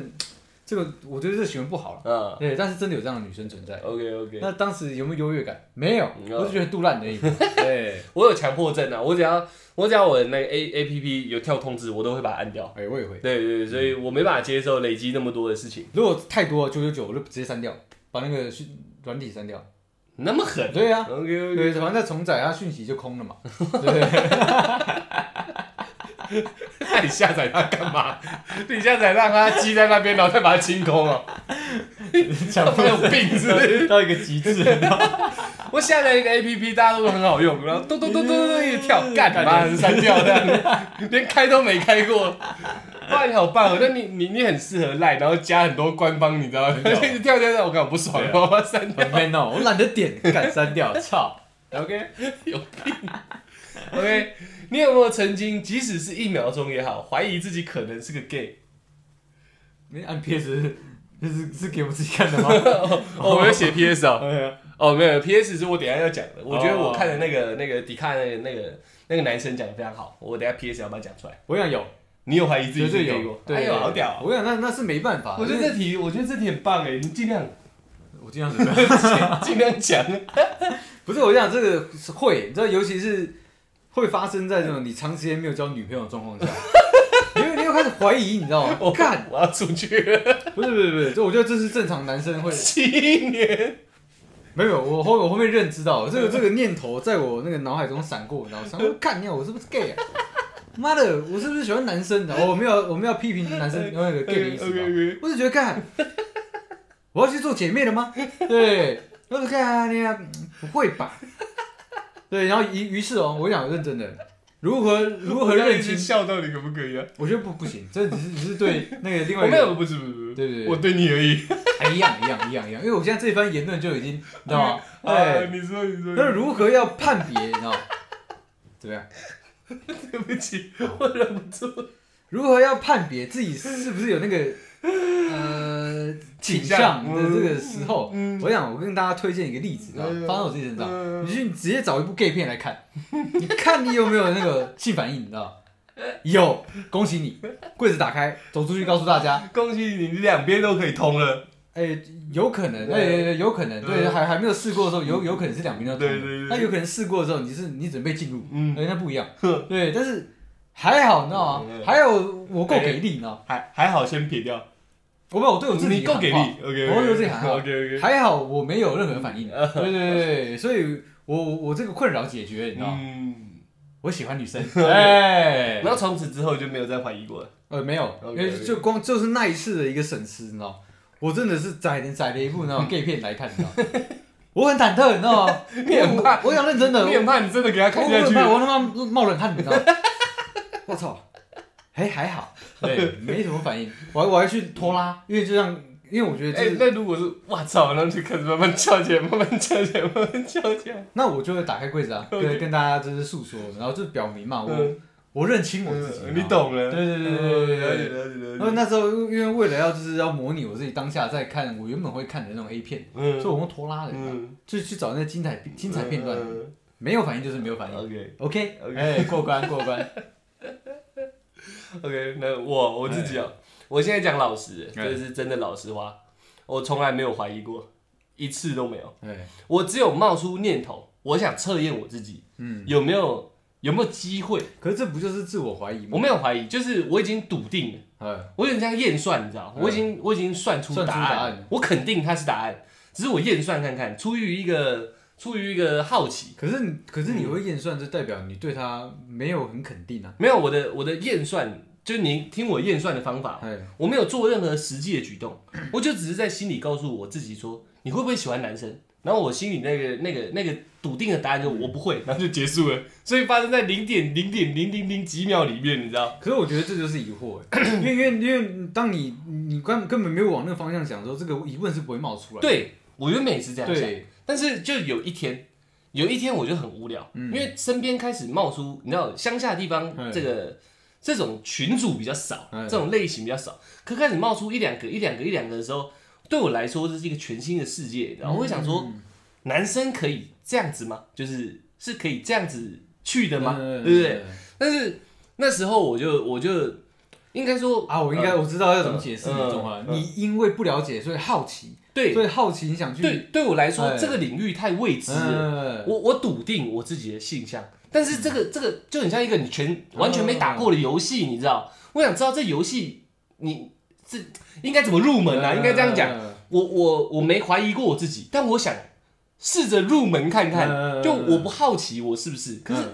这个我觉得这行为不好了。嗯对，但是真的有这样的女生存在。 ，OK OK。那当时有没有优越感？没有，嗯我就觉得杜烂而已。 对，我有强迫症啊，我只要我只要我的那个 A A P P 有跳通知，我都会把它按掉。哎，我也会。对对对，所以我没办法接受累积那么多的事情，如果太多九九九，我就直接删掉，把那个讯软体删掉。那么狠。对啊 OK OK，对，反正再重载，它讯息就空了嘛。对， 那你下载它干嘛？ 你下载让它积在那边，然后再把它清空哦。想他们有病是不是？到一个极致， 我下载一个 A P P，大家都说很好用，然后咚咚咚咚咚一直跳，嗯干你妈删掉这样，连开都没开过。哇，你好棒哦！那你你你很适合赖，然后加很多官方，你知道吗？真的哦一直跳跳跳，我看我不爽，对啊我把它删掉。很 man 哦，我懒得点，敢删掉，操。OK， OK，你有没有曾经，即使是一秒钟也好，怀疑自己可能是个 gay？你按 PS 这是是给我自己看的吗？哦，我要写 PS 哦，哎呀哦哦，没有，PS 是我等一下要讲的。我觉得我看的那个、那个迪卡那个那个那个男生讲的非常好，我等一下 PS 要把它讲出来。我想有，你有怀疑自己绝是对给有过，？对，哎呦，好屌、哦！我想那那是没办法，我觉得因为这题，我觉得这题很棒哎，你尽量我经常准备。 尽量讲。不是，我想这个是会，你知道，尤其是会发生在这种你长时间没有交女朋友的状况下，你又你又开始怀疑，你知道吗？干，我要出去了，不是不是不是，这我觉得这是正常男生会，七年。没有没有，我后我后面认知到这个这个念头在我那个脑海中闪过，然后闪过，干你看我是不是 gay 啊？妈的，我是不是喜欢男生的？我没有我没有批评男生那个 gay 的意思吧 OK，OK 我就觉得干，我要去做姐妹了吗？对，我就干你啊，不会吧？对，然后于于是哦，我想认真的，如何如何认清？笑到你可不可以啊？我觉得不不行，这只是只是对那个另我外一没个，有，不是不是不是，对对对我对你而已。哎一样一样一样一样，因为我现在这番言论就已经，你知道吗？啊，对，你说你说，那如何要判别？你知道吗？啊怎么样？对不起，我忍不住了。如何要判别自己是不是有那个呃倾向的这个时候，嗯嗯我想我跟大家推荐一个例子，啊，嗯发生我自己身上，嗯你去直接找一部 gay 片来看， 你看你有没有那个性反应，你知道吗？有，恭喜你！柜子打开，走出去告诉大家，恭喜你，你两边都可以通了。哎、有可能，哎、对有可能，对，对还还没有试过的时候，有有可能是两边都通对的对对，那有可能试过的时候，你是你准备进入，嗯哎、那不一样，哼对，但是还好，你知道吗嗯？还有我够给力，你知道吗？还还好，先撇掉。我把我对我自己你够喊给力话，OK，我有自己喊话 OK OK。还好我没有任何反 应，对对对对，所以我我我这个困扰解决，你知道吗？嗯，我喜欢 女生，哎然，后从此之后就没有再怀疑过了。呃没有，因 OK，为 OK 就光就是那一次的一个省思，你知道吗？我真的是宰宰了一 部那种 gay 片来看，你知道吗？我很忐忑，你知道吗？你很怕我我想认 真的，你很怕你真的给他我看我下很去，怕我他妈冒冷汗，你知道 吗？我操！哎，还好，对，没什么反应。我还我还去拖拉，因为就像，因为我觉得哎、这是那如果是哇操，然后就开始慢慢翘起来，慢慢翘起来，慢慢翘起来。那我就会打开柜子 啊， OK 对，跟大家就是诉说，然后就表明嘛，我嗯，我认清我自己，嗯你。懂了。哦对对对对对了解对了解了然解。后那时候因为为了要就是要模拟我自己当下在看我原本会看的那种 A 片，嗯所以我用拖拉的，嗯，就去找那精彩精彩片段，嗯没有反应就是没有反应。 OK OK， OK 哎，过关过关。 OK，那我我自己哦、我现在讲老实，哎这是真的老实话，我从来没有怀疑过，一次都没有。哎，我只有冒出念头，我想测验我自己嗯，有没有有没有机会。可是这不就是自我怀疑我吗？没有怀疑，就是我已经笃定了。哎，我有点像验算，你知道，嗯我已经我已经算出答案，算出答案我肯定它是答案，只是我验算看看，出于一个出于一个好奇，可是你可嗯是你会验算，就代表你对他没有很肯定啊。没有我的我的验算，就是你听我验算的方法，哎，我没有做任何实际的举动，我就只是在心里告诉我自己说，你会不会喜欢男生？然后我心里那个那个那个笃定的答案就是我不会，然后就结束了，所以发生在零点零点零零零几秒里面，你知道，可是我觉得这就是疑惑欸， 因为因为因为当你你根根本没有往那个方向想的时候，这个疑问是不会冒出来的。对我原本也是这样想。对，但是就有一天，有一天我就很无聊，因为身边开始冒出，你知道乡下地方嗯这个这种群组比较少，嗯这种类型比较少，可开始冒出一两个、一两个、一两个的时候，对我来说这是一个全新的世界，然后我会想说，男生可以这样子吗？就是是可以这样子去的吗？嗯哎对不对？？但是那时候我就我就应该说啊，我应该呃我知道要怎么解释你这种话嗯。嗯你因为不了解，所以好奇，对所以好奇你想去，对对我来说哎这个领域太未知了。嗯，我我笃定我自己的性向，但是这个这个就很像一个你全完全没打过的游戏，你知道？我想知道这游戏你这应该怎么入门啊？应该这样讲，嗯，我我我没怀疑过我自己，但我想试着入门看看，嗯就我不好奇我是不是，可是嗯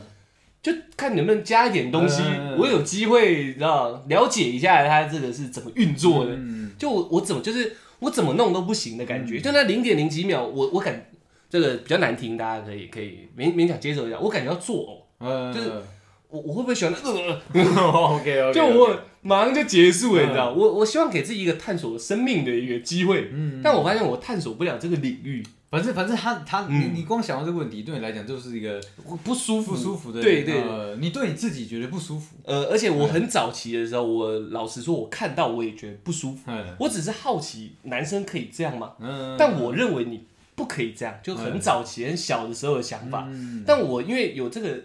就看能不能加一点东西嗯，我有机会你知道了解一下它这个是怎么运作的，嗯，就我我怎么就是我怎么弄都不行的感觉，就那零点零几秒，我我感这个比较难听，大家可以可以勉勉强接受一下，我感觉要作呕，嗯就是我我会不会喜欢那种？ OK OK，就我马上就结束了，你知道？我我希望给自己一个探索生命的一个机会，嗯，但我发现我探索不了这个领域，反正反正他他你嗯你光想到这个问题，对你来讲就是一个我不舒不服。舒服的，对对呃，你对你自己觉得不舒服，呃，而且我嗯很早期的时候，我老实说，我看到我也觉得不舒服。嗯我只是好奇，男生可以这样吗？嗯，但我认为你不可以这样，就很早期、很小的时候的想法。嗯但我因为有这个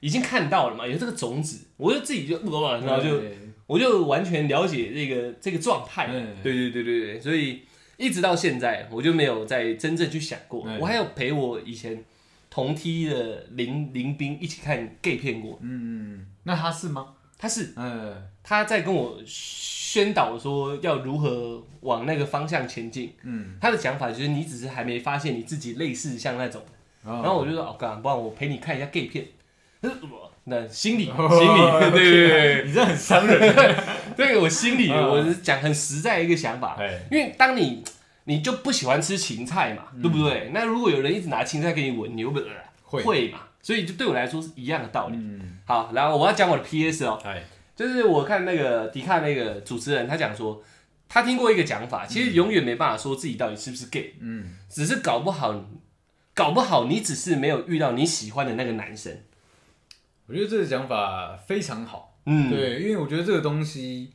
已经看到了嘛，有这个种子，我就自己就然后就我就完全了解这个这个状态。嗯对对对对对，所以一直到现在，我就没有再真正去想过。嗯我还有陪我以前同梯的林林兵一起看 gay 片过，嗯，那他是吗？他是嗯他在跟我宣导说要如何往那个方向前进。嗯，他的想法就是你只是还没发现你自己类似像那种，然然后我就说哦，干，不然我陪你看一下 gay 片。他说呃 那心里，心哦里，对对对对， 你这很伤人，对我心里，嗯我是讲很实在的一个想法，哎，因为当你你就不喜欢吃芹菜嘛，对不对？那如果有人一直拿芹菜给你闻，你会不会呃会会嘛？所以就对我来说是一样的道理。嗯，好，然后我要讲我的 PS 哦，哎，就是我看那个迪卡那个主持人，他讲说，他听过一个讲法，其实永远没办法说自己到底是不是 gay，嗯，只是搞不好，搞不好你只是没有遇到你喜欢的那个男生。我觉得这个讲法非常好，嗯，对，因为我觉得这个东西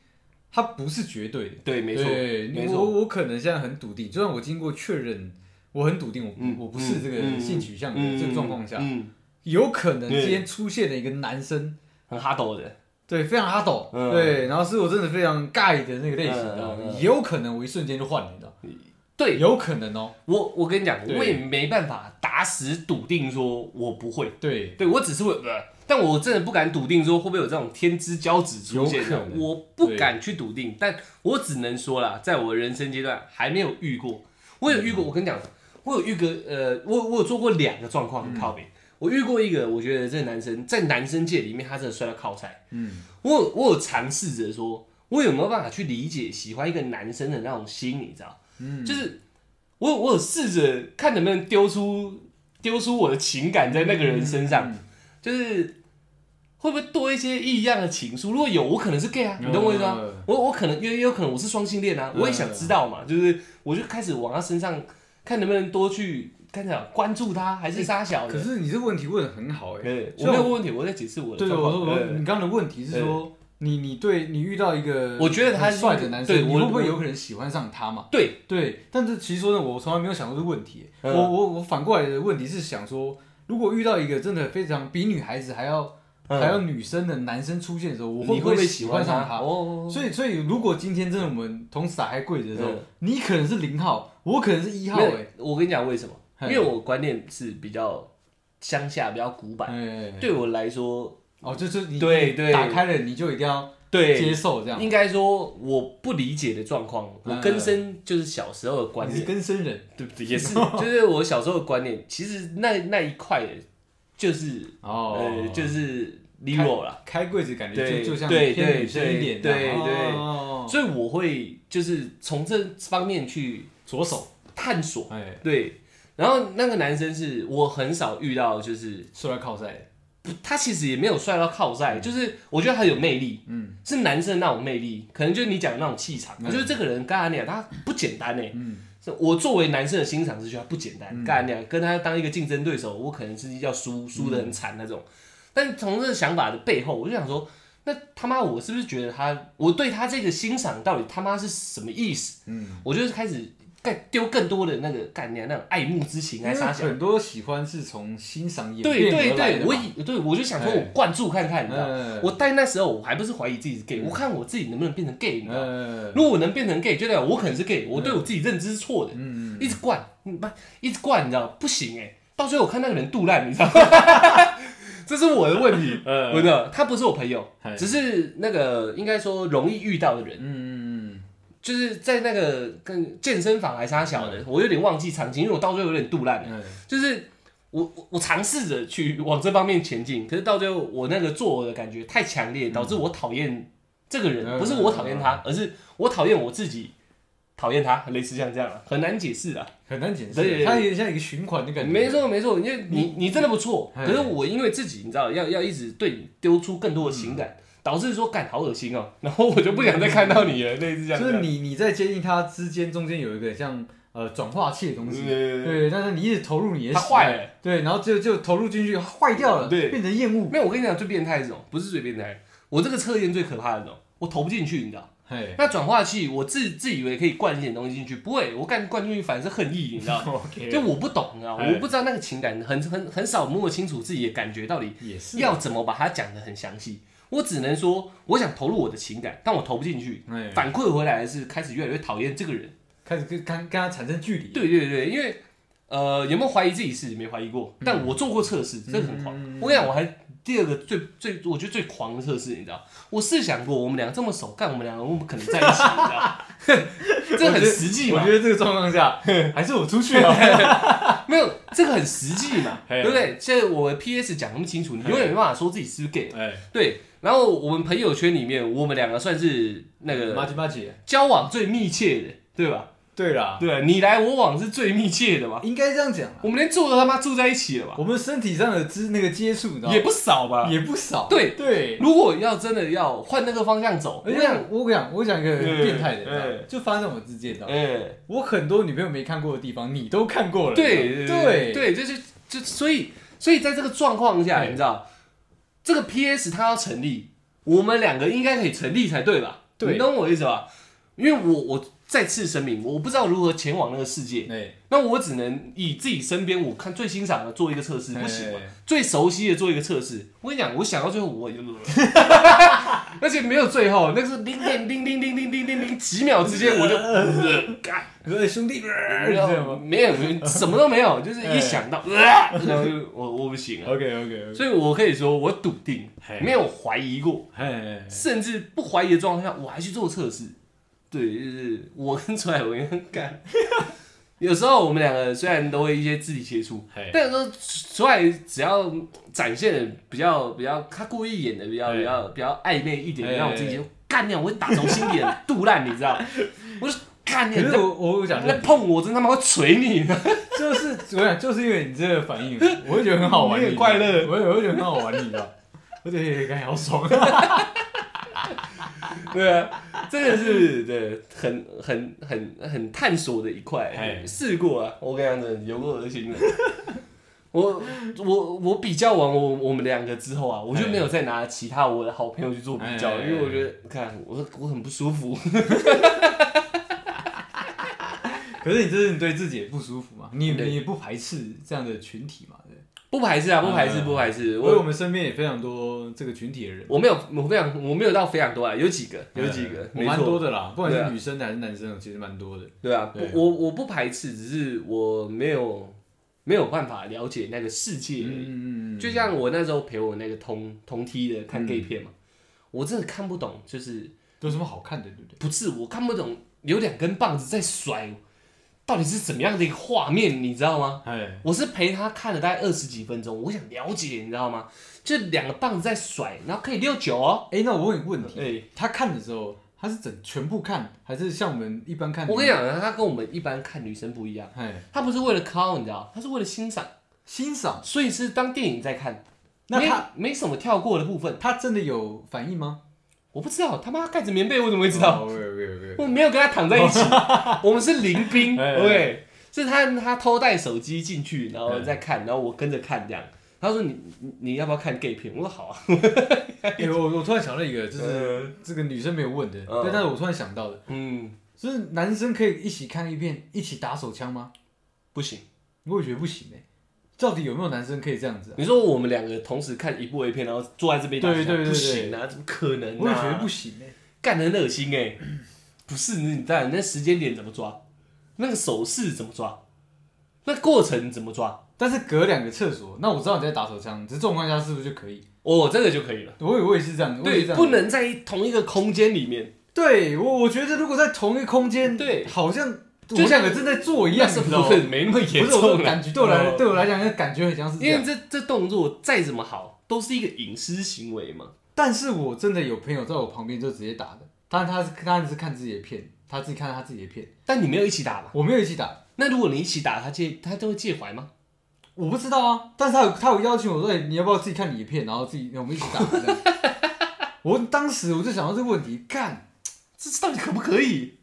它不是绝对的，对，没错，对没我错，我可能现在很笃定，就算我经过确认，我很笃定我不、嗯我不是这个性取向的、这个状况下，嗯，嗯有可能对今天出现了一个男生，很哈斗的，对，非常阿斗，嗯对，然后是我真的非常 gay 的那个类型嗯的，嗯嗯也有可能我一瞬间就换了，你知道？对，有可能哦，我我跟你讲，对我也没办法打死笃定说我不会，对，对我只是会，呃但我真的不敢笃定说会不会有这种天之骄子出现有可能我不敢去笃定，但我只能说啦，在我人生阶段还没有遇过，我有遇嗯过，我跟你讲，我有遇过，呃，我我有做过两个状况很嗯靠北，我遇过一个，我觉得这个男生在男生界里面他真的摔到靠菜，嗯，我有我有尝试着说，我有没有办法去理解喜欢一个男生的那种心，你知道？嗯就是我有我有试着看能不能丢出丢出我的情感在那个人身上，嗯就是会不会多一些异样的情愫？如果有，我可能是 gay 啊，你懂我意思吗？嗯我我可能也也有可能我是双性恋啊，嗯我也想知道嘛，就是我就开始往他身上看能不能多去看他关注他，还是杀小可的。是你这个问题问的很好哎、对，我所以没有问题，我在解释我的对，状我况。说我嗯说对你刚刚的问题是说，你你对你遇到一个我觉得他很是帅的男生，对你我会不会有可能喜欢上他嘛？对对，但是其实说呢，我从来没有想过这个问题。嗯我我我反过来的问题是想说，如果遇到一个真的非常比女孩子还要、嗯还要女生的男生出现的时候，我你会不会喜喜欢欢上他？哦，所以，所以如果今天真的我们同时打开柜子的时候，嗯你可能是零号，我可能是一号、没有哎，我跟你讲为什么？嘿因为我观念是比较乡下、比较古板，哎，对我来说，哦，就是你对你对打开了你就一定要接对，受这样，应该说我不理解的状况，我嗯根深就是小时候的观你是念，跟生人。对不对？也 是，就是我小时候的观念，其实那那一块就是哦，呃，就是离我啦，开柜子感觉对就就像对偏女生一点的，对对对哦所以我会就是从这方面去左手，探索，哎，对。然后那个男生是我很少遇到，就是出来靠塞，他其实也没有帅到靠晒，就是我觉得他有魅力，嗯是男生的那种魅力，可能就是你讲的那种气场。嗯我觉得这个人干你啊，他不简单呢、嗯，是我作为男生的欣赏是觉得他不简单，干你啊，跟他当一个竞争对手，我可能是要输，输的很惨那种。但从这个想法的背后，我就想说，那他妈我是不是觉得他，我对他这个欣赏到底他妈是什么意思？嗯，我就是开始干丢更多的那个干你啊那种爱慕之情因来为杀小。很多喜欢是从欣赏嗯演对变对而来对，的我嘛，以对我就想说，我灌注看看，你知道吗。嗯我在那时候我还不是怀疑自己是 gay，我看我自己能不能变成 gay，你知道吗？呃，如果我能变成 gay，就代表我可能是 gay，我对我自己认知是错的，嗯，一直灌，你不一直灌，你知道吗不行哎、到最后我看那个人肚烂，你知道吗？ 这是我的问题，呃我的他不是我朋友嗨，只是那个应该说容易遇到的人，嗯嗯嗯就是在那个跟健身房还是他小的，我有点忘记场景，因为我到最后有点肚烂了。嗯，就是我我我尝试着去往这方面前进，可是到最后我那个做的感觉太强烈，导致我讨厌这个人，嗯不是我讨厌他，而是我讨厌我自己讨厌他，类似像这样啊，很难解释啊。很难解对对释，对它有点像一个循环的感觉。没，错没错，因为你你真的不错，哎可是我因为自己你知道要要一直对你丢出更多的情嗯感，导致说干好恶心哦， 然后我就不想再看到你了，类似像就这是样。你你在接近它之间，中间有一个像呃转化器的东西，对对，对，但是你一直投入你的它喜爱坏了，对，然后就就投入进去，它坏掉了，对变成厌恶，嗯没有，我跟你讲最变态这种，不是最变态，我这个测验最可怕的那种，我投不进去，你知道。 嘿，那转化器，我自自以为可以灌一点东西进去，不会，我干灌进去反而是恨意，你知 道吗？就我不懂啊，哎我不知道那个情感，很很很少摸得清楚自己的感觉到底也是，啊要怎么把它讲得很详细。我只能说，我想投入我的情感，但我投不进去。哎，反馈回来的是开始越来越讨厌这个人。开始跟跟跟它产生距离，对对对，因为呃，有没有怀疑自己是没怀疑过，但我做过测试，这个很狂。嗯我跟你讲，我还第二个最最，我觉得最狂的测试，你知道，我试想过，我们俩这么熟，干我们两个我们可能在一起，你知 道，这很实际我嘛觉？得这个状 况下，还是我出去啊了。没有，这个很实际嘛，嘿对不对？现在我 PS 讲那么清楚，你永远没办法说自己是不是 gay。哎，对，然后我们朋友圈里面，我们两个算是那马个吉马吉，交往最密切的，对吧？对啦，对，你来我往是最密切的嘛。应该这样讲啦。啊我们连住都他妈住在一起了吧？我们身体上的之那个接触，你知道吗也不少吧？也不少。对对，如果要真的要换那个方向走，而我且想，我跟你讲，我讲一个很变态的，你知道吗哎就发生在我之间的。哎，我很多女朋友没看过的地方，你都看过了。对你知道吗对，对，哎就是就所以所以在这个状况下，对你知道这个 PS 它要成立，我们两个应该可以成立才对吧？对你懂我意思吧？因为我我再次声明，我不知道如何前往那个世界，哎，那我只能以自己身边我看最欣赏的做一个测试，不行吗哎？ 最熟悉的做一个测试，我跟你讲，我想到最后我， 而且没有最后，那是零点零零零零零零零几秒之间我就，呃干你说哎兄弟，呃你没知道有，吗没有，什么都没有，就是一想到，啊然后就我我不行了。 ？OK OK OK。所以我可以说，我笃定嘿，没有怀疑过，哎，甚至不怀疑的状况下，我还去做测试。对，就是我跟陈海文干。有时候我们两个虽然都会一些肢体接触，嘿但是说出来只要展现的比较比较，他故意演的比较嘿比较比较暧昧一点，嘿让我自己哎就干掉，我会打从心底的肚烂，你知 道？我就干掉，可你是在我我我讲你在真的，碰我，真他妈会捶你！就是我讲，就是因为你这个反应，我会觉得很好玩，你很你知道 吗快乐我会我会觉得很好玩，你知道吗， 我觉得感觉好爽。 对啊，真的是对，很很很很探索的一块哎，试过啊，我跟你讲真的，有过恶心的。 我我我比较完我我们两个之后啊，我就哎没有再拿其他我的好朋友去做比较，哎因为我觉得，看我我很不舒服。可是你这是你对自己也不舒服嘛？你对你也不排斥这样的群体嘛？对不不排斥啊，不排斥，嗯不排斥。对，因为我我们身边也非常多这个群体的人，我没有，我非常我没有到非常多啊，有几个， 有几个嗯，我没蛮多错，的啦，不管对啊是女生的还是男生的，其实蛮多的。对啊，对我我不排斥，只是我没有没有办法了解那个世界而已。嗯嗯嗯，就像我那时候陪我那个同同梯的看 gay 片嘛，嗯我真的看不懂，就是有什么好看的，对不对？不是我看不懂有两根棒子在甩，到底是怎么样的一个画面，你知道吗？哎，我是陪他看了大概二十几分钟，我想了解，你知道吗？就两个棒子在甩，然后可以六九哦。哎，那我问你个问哎、题，他看的时候，他是整全部看，还是像我们一般 看？我跟你，讲，他跟我们一般看女生不一样，哎，他不是为了靠，你知道，他是为了欣赏，欣赏，所以是当电影在看，那没他没什么跳过的部分，他真的有反应吗？我不知道他妈盖着棉被，我怎么会知道？哦，没有没有没有我没有跟他躺在 一起，我们是临兵，哎对，是他他偷带手机进去，然后再哎看，然后我跟着看这样。他说你你你要不要看 gay 片？我说好 啊。哎，我我突然想到一个，就是这个女生没有问的，呃嗯对，但是我突然想到的，嗯，就是男生可以一起看一遍，一起打手枪吗？不行。我也觉得不行哎、到底有没有男生可以这样子、啊？你说我们两个同时看一部 A 片，然后坐在这边打对架对对对不行啊，怎么可能、啊？我也觉得不行哎、干得很恶心哎、不是你蛋，那时间点怎么抓？那个手势怎么抓？那过程怎么抓？但是隔两个厕所，那我知道你在打手枪，只是这种况下是不是就可以？哦，这个就可以了。我以为我也是这样，我也对是这，样不。能在同一个空间里面。对我，我觉得如果在同一个空间，对好像就就像像个正在做一样，是你知不道吗？是没那么严不是我重的啊感觉，对我来，对我来讲，那感觉很像是这因为样。这这动作再怎么好，都是一个隐私行为嘛。但是我真的有朋友在我旁边就直接打的，当然他是当然是看自己的片，他自己看他自己的片，但你没有一起打嘛？我没有一起打，那如果你一起打，他介他都会介怀吗？我不知道啊，但是他有他有邀请我说，哎、你要不要自己看你的片，然后自己我们一起打这样。 我当时我就想到这个问题，干这到底可不可以？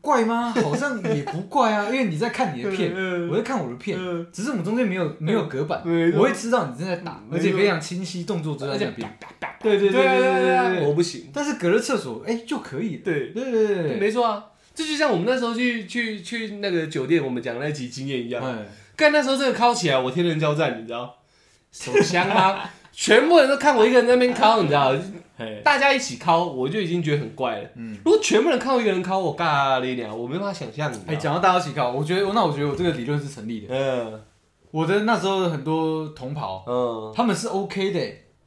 怪吗？好像也不怪啊，因为你在看你的片， 嗯嗯我在看我的片，嗯只是我们中间没有没有隔板，没错我会知道你正在打，没错而且非常清晰，动作都在而且那边。啪啪啪对对对对对对对对对对，我不行。但是隔着厕所，哎、就可以了。对，对对对对，没错啊，这就像我们那时候去去去那个酒店，我们讲那集经验一样。哎，干那时候真的敲起来，我天人交战，你知道？手枪 啊，全部人都看我一个人在那边敲，你知道？嘿大家一起敲，我就已经觉得很怪了。嗯，如果全部人看我一个人敲，我尬了一点，我没办法想象。哎，你知道讲到大家一起考，我觉得那我觉得我这个理论是成立的。嗯我的那时候很多同袍，嗯，他们是 OK 的、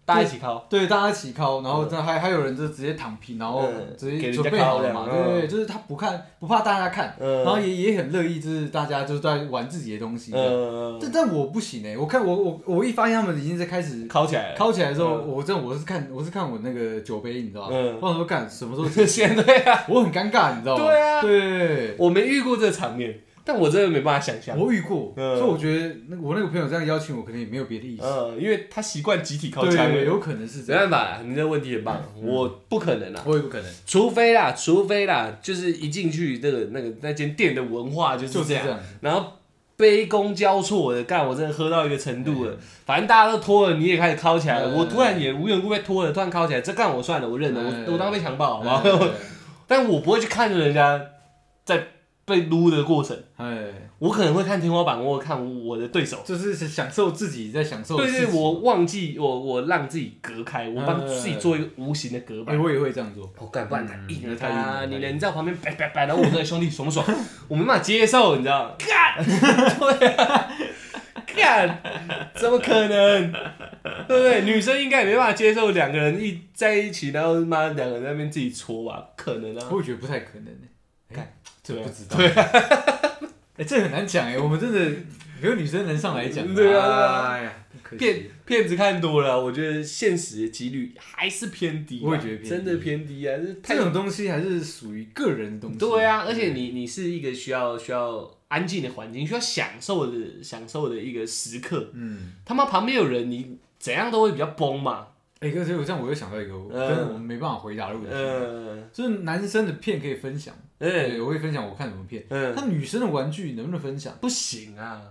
大家一起敲，对，大家一起考，然后这还还有人就直接躺平，然后嗯直给接人家准备好了嘛，靠这对样对对，嗯就是他不看不怕大家看，嗯然后也也很乐意，就是大家就是在玩自己的东西这样。嗯，但但我不行哎、我看我我我一发现他们已经在开始敲起来了。敲起来的时候，嗯我真的我是看我是看我那个酒杯，你知道吗？嗯我想说干什么时候 结束现在啊， 我很尴尬，你知道吗？对啊对，我没遇过这个场面，但我真的没办法想象。我遇过，嗯所以我觉得那个我那个朋友这样邀请我，可能也没有别的意思。嗯，因为他习惯集体敲对枪对了对，。有可能是这没样，办法啦，你这问题很棒，嗯我不可能啦，我也不可能，除非啦，除非啦，就是一进去那个那个那间店的文化就是就是这样，这样。哎然后杯弓交错的，干我真的喝到一个程度了，反正大家都拖了，你也开始敲起来了，嗯我突然也无缘无故被拖了，突然敲起来，这干我算了，我认了，嗯我我当被强暴好不哎好？但我不会去看着人家在被撸的过程， 哎，我可能会看天花板，我会看我的对手。就是享受自己在享受的对事对，情。我忘记我我让自己隔开，我帮嗯自己做一个无形的隔板哎，。我也会这样做。我哦干，不然太硬了，嗯太硬了他太硬你了人在我旁边，拜拜拜，然后我说兄弟爽不爽？ 我没办法接受，你知道吗？干， 对啊，干，怎么可能？对不对？女生应该也没办法接受两个人一在一起，然后妈两个人在那边自己搓吧，不可能啊！我也觉得不太可能呢。干哎，这对啊不知道。 哎，这很难讲哎，我们真的没有女生能上来讲。对啊对啊哎呀，可惜骗骗子看多了，我觉得现实的几率还是偏低啊，我也觉得偏低真的偏低啊！这太这种东西还是属于个人的东西。对啊，而且你你是一个需要需要安静的环境，需要享受的享受的一个时刻。嗯，他妈旁边有人，你怎样都会比较崩嘛。哎，可是我这样我又想到一个，我嗯真的我没办法回答的问题，嗯就是男生的片可以分享，嗯对，我会分享我看什么片。嗯，那女生的玩具能不能分享？不行啊，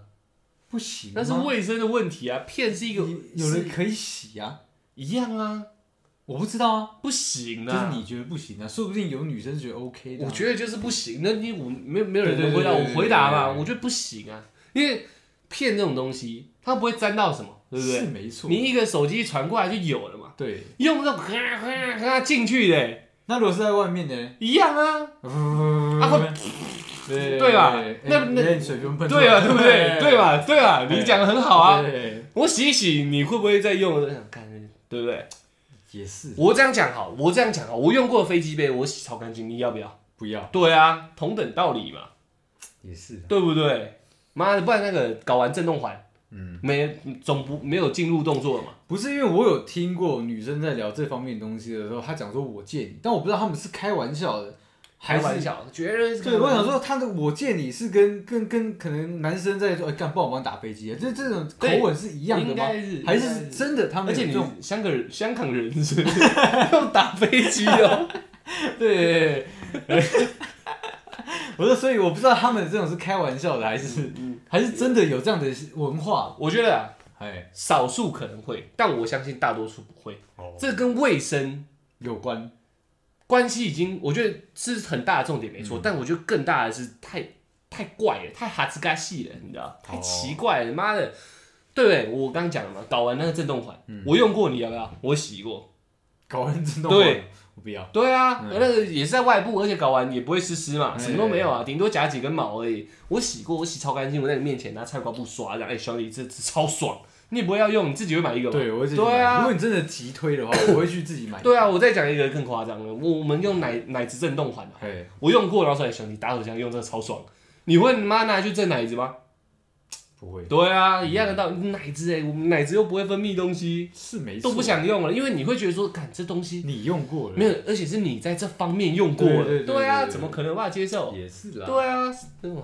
不行吗，那是卫生的问题啊。片是一个有有是人可以洗啊，一样啊，我不知道啊。不行就是啊。你觉得不行啊，说不定有女生觉得 OK 的啊、我觉得就是不行。那你我没有没有人对对能回答对我对对回答嘛？对对对我觉得不行啊，因为片这种东西，它不会沾到什么，对不是对？没错。你一个手机传过来就有了嘛，对，用那种哈哈哈进去的、那如果是在外面呢？一样啊。啊会对对吧哎那那哎水不用喷出来，对啊，对不 对？对吧？对吧？对你讲的很好啊。对，我洗一洗，你会不会再用？看，对不对？也是我这样讲好，我这样讲好，我用过的飞机杯，我洗超干净，你要不要？不要，对啊，同等道理嘛，也是啊的，对不对？妈的，不然那个搞完震动环，嗯，没总不没有进入动作嘛？不是因为我有听过女生在聊这方面的东西的时候，她讲说我借你，但我不知道他们是开玩笑的，还开是玩笑，绝对是对，我想，说，他的我借你是跟跟跟可能男生在说，哎、干，帮我忙打飞机啊，这这种口对吻是一样的应吗？该是还应该是真的他们而有且这 种？你香港人，香港人 是用打飞机哦，对， 我说，所以我不知道他们这种是开玩笑的，还是嗯还是真的有这样的文化？我觉得啊，哎，少数可能会，但我相信大多数不会。哦这跟卫生有关，关系已经，我觉得是很大的重点，没嗯错。但我觉得更大的是太太怪了，太哈兹嘎系了，你知哦道？太奇怪了，妈的！对不对？我刚讲了嘛，搞完那个震动环，嗯我用过，你要不要？我洗过。搞完震动对环，我不要。对啊，嗯那个也是在外部，而且搞完也不会湿湿嘛，哎什么都没有啊，顶多夹几根毛而已。我洗过，我洗超干净，我在你面前拿菜瓜布刷，这样，哎、兄弟，这这超爽。你也不会要用，你自己会买一个吗？对，我会自己对买啊如果你真的急推的话，我会去自己买。对啊，我再讲一个更夸张的，我我们用奶奶子震动环啊 嘿，我用过，然后说哎兄弟打手枪用这个超爽，你会你妈拿去震奶子吗？不会，对啊，一样的道理。奶子哎、我们奶子又不会分泌东西，是没都不错，想用了，因为你会觉得说，看这东西你用过了，没有，而且是你在这方面用过对对了，对对啊，对对怎么可能有办法接受？也是啦，对啊，那 种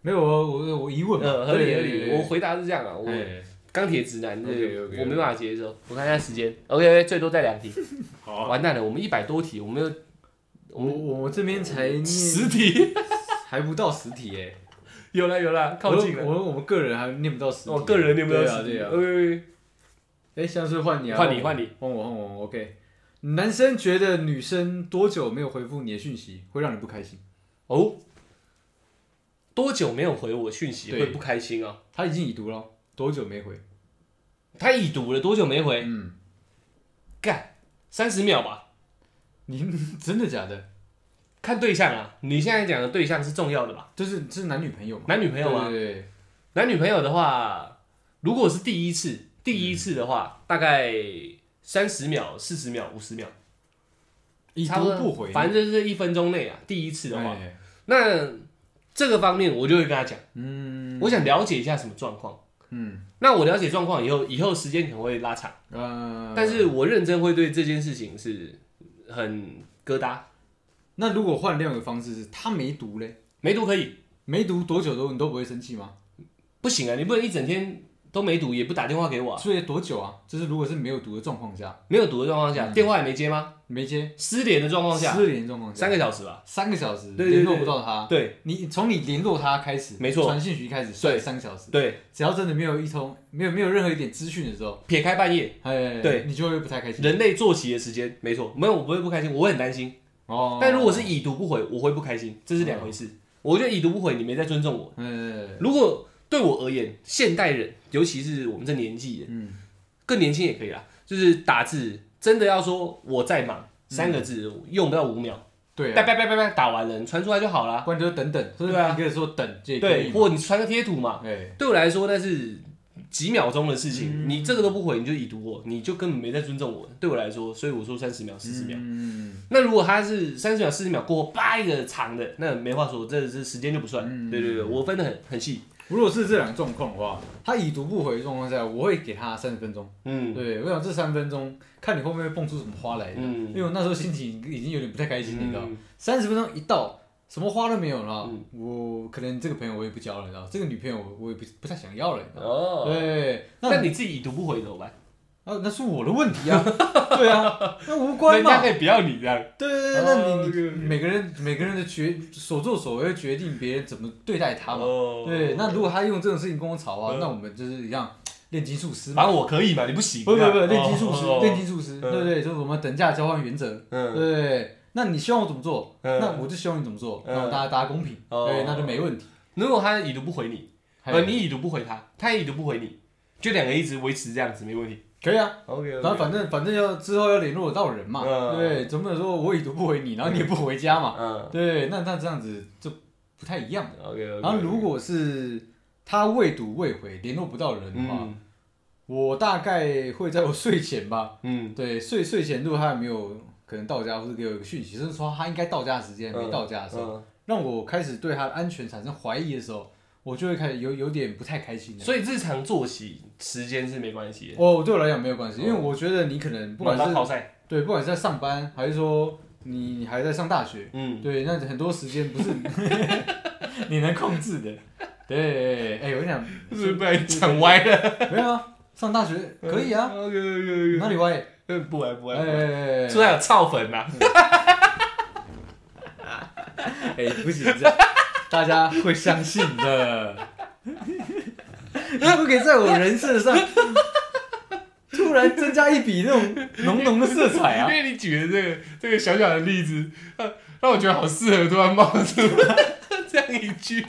没有我我我疑问嘛，呃，合理对合对理。对我回答是这样啊，我哎，钢铁直男，对 OK，OK，OK 我没办法接受。我看一下时间，OK，最多再两题， 好，完蛋了，我们一百多题，我们又我我这边才念十题， 还不到十题哎，有了有了，靠近了。我我我们个人还念不到十题，我个人念不到十题对啊对啊， ，OK，哎，像是换你啊，换你换你，换我换我，OK。男生觉得女生多久没有回复你的讯息会让你不开心？哦，多久没有回我讯息对会不开心啊？他已经已读了，多久没回？他已读了，多久没回？嗯，干，三十秒吧，你真的假的？看对象啊。你现在讲的对象是重要的吧？就是这是男女朋友嘛？男女朋友吗？对对对，男女朋友的话，如果是第一次，第一次的话，大概三十秒、四十秒、五十秒，已差读多不回，反正就是一分钟内啊。第一次的话，哎那这个方面我就会跟他讲，嗯我想了解一下什么状况。嗯那我了解状况以后，以后时间可能会拉长，呃，但是我认真会对这件事情是很疙瘩，那如果换另一个方式是他没读嘞，没读可以，没读多久都你都不会生气吗？不行啊，你不能一整天都没读，也不打电话给我啊。所以多久啊？就是如果是没有读的状况下，没有读的状况下，电话也没接吗？没接，失联的状况下，嗯失联啊状况下，三个小时吧。三个小时对对对联络不到他，对你从你联络他开始，没错传讯息开始算三个小时，对，只要真的没有一通，没有没有任何一点资讯的时候，撇开半夜，哎，对你就会不太开心。人类作息的时间，没错，没有我不会不开心，我会很担心。哦，嗯但如果是已读不回，我会不开心，这是两回事。我觉得已读不回，你没在尊重我。呃，如果对我而言，现代人，尤其是我们这年纪人，嗯更年轻也可以啦，就是打字真的要说我在忙三个字，用不到五秒，对拜啊，拜拜拜拜，打完了你传出来就好啦。不然就是等等，或对者啊你可以说等，这也可对，以，或你传个贴图嘛，哎，对我来说那是几秒钟的事情，嗯你这个都不回，你就已读我，你就根本没在尊重我。对我来说，所以我说三十秒、四十秒。嗯，那如果他是三十秒、四十秒过后叭一个长的，那没话说，这是时间就不算。嗯对对对，我分的很很细。如果是这两个状况的话，他已读不回的状况下，我会给他三十分钟。嗯对，我想这三分钟，看你会不会蹦出什么花来。因嗯为我那时候心情已经有点不太开心，你知道嗯，三十分钟一到，什么花都没有了，嗯我可能这个朋友我也不交了，你知道，这个女朋友我我也不不太想要了，你知道。哦，对，那那你自己已读不回怎么办？啊，那是我的问题啊， 对啊，那无关人家嘛可。以不要你这样。对对对，那哦你你 OK，OK 每个人每个人的决所作所为决定别人怎么对待他嘛。哦对，那如果他用这种事情跟我吵啊嗯，那我们就是一样炼金术师嘛反。正我可以嘛，你不行。不不不，这样炼金术师，炼。哦金术师，嗯对不对？就是我们等价交换原则，对嗯不对？那你希望我怎么做？嗯那我就希望你怎么做，嗯然后大家大家公平，哦对，那就没问题。如果他已读不回你，呃，嘿你已读不回他，他也已读不回你，就两个一直维持这样子没问题。可以啊， OK，然后反正反正要之后要联络得到人嘛，嗯对，总不能说我已读不回你，然后你也不回家嘛，嗯对，那那这样子就不太一样。 ，OK。然然后如果是他未读未回，联络不到人的话，嗯我大概会在我睡前吧，嗯对，睡睡前如果他还没有可能到家，或者给我一个讯息，就是说他应该到家的时间没到家的时候，嗯，让我开始对他的安全产生怀疑的时候，我就会开始有有点不太开心的。所以日常作息时间是没关系的，哦，对我来讲没有关系，因为我觉得你可能不管忙到是靠晒，对，不管是在上班，还是说你你还在上大学， 嗯，对，那很多时间不是你能控制的。对，哎、我跟你讲，是不然讲歪了，没有啊，上大学可 以啊， ，OK OK 哪里歪？ OK，不嗯玩不哎、玩不玩，哎说他有操粉啊呐，哎、不行，这样大家会相信的。你不可以在我人设上突然增加一笔那种浓浓的色彩因啊！为你举的这个这个小小的例子，呃让我觉得好适合突然冒出 这样一句，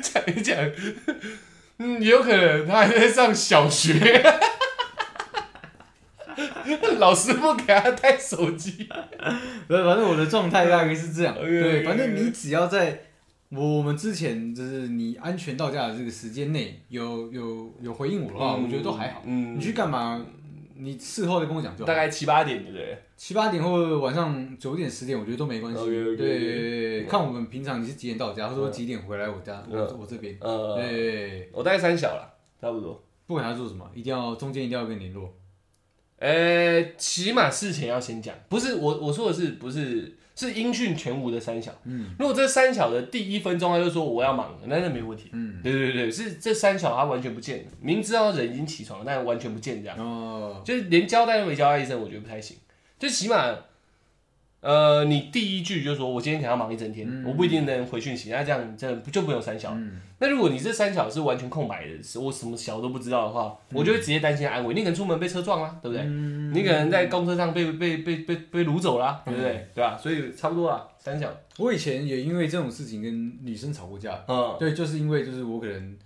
讲一讲，嗯，有可能他还在上小学， 老师不给他带手机，对，反正我的状态大概是这样。 OK，对， OK，反正你只要在我们之前就是你安全到家的这个时间内有有有回应我的话，我觉得都还好。嗯你去干嘛？你事后再跟我讲就好大。概七八点，对不对？七八点或晚上九点十点，我觉得都没关系。 OK，OK，OK 对对对对，看我们平常你是几点到家，或者说几点回来我家，我嗯我这边。呃，对，我大概三小了，差不多。不管他做什么，一定要中间一定要跟你联络。呃，起码事前要先讲，不是我我说的是不是是音讯全无的三小？嗯如果这三小的第一分钟他就说我要忙，那那没问题。嗯，对对对，是这三小他完全不见了，明知道人已经起床了，但完全不见这样，哦，就是连交代都没交代一声，我觉得不太行。就起码，呃，你第一句就说我今天可能要忙一整天，嗯我不一定能回讯息，那这样真的就不用三小了。嗯那如果你这三小是完全空白的，是我什么小都不知道的话，我就会直接担心安危。你可能出门被车撞啦，对不对？嗯，你可能在公车上被被被被被掳走啦，对不对？对吧、所以差不多啊，三小。我以前也因为这种事情跟女生吵过架。嗯，对，就是因为就是我可能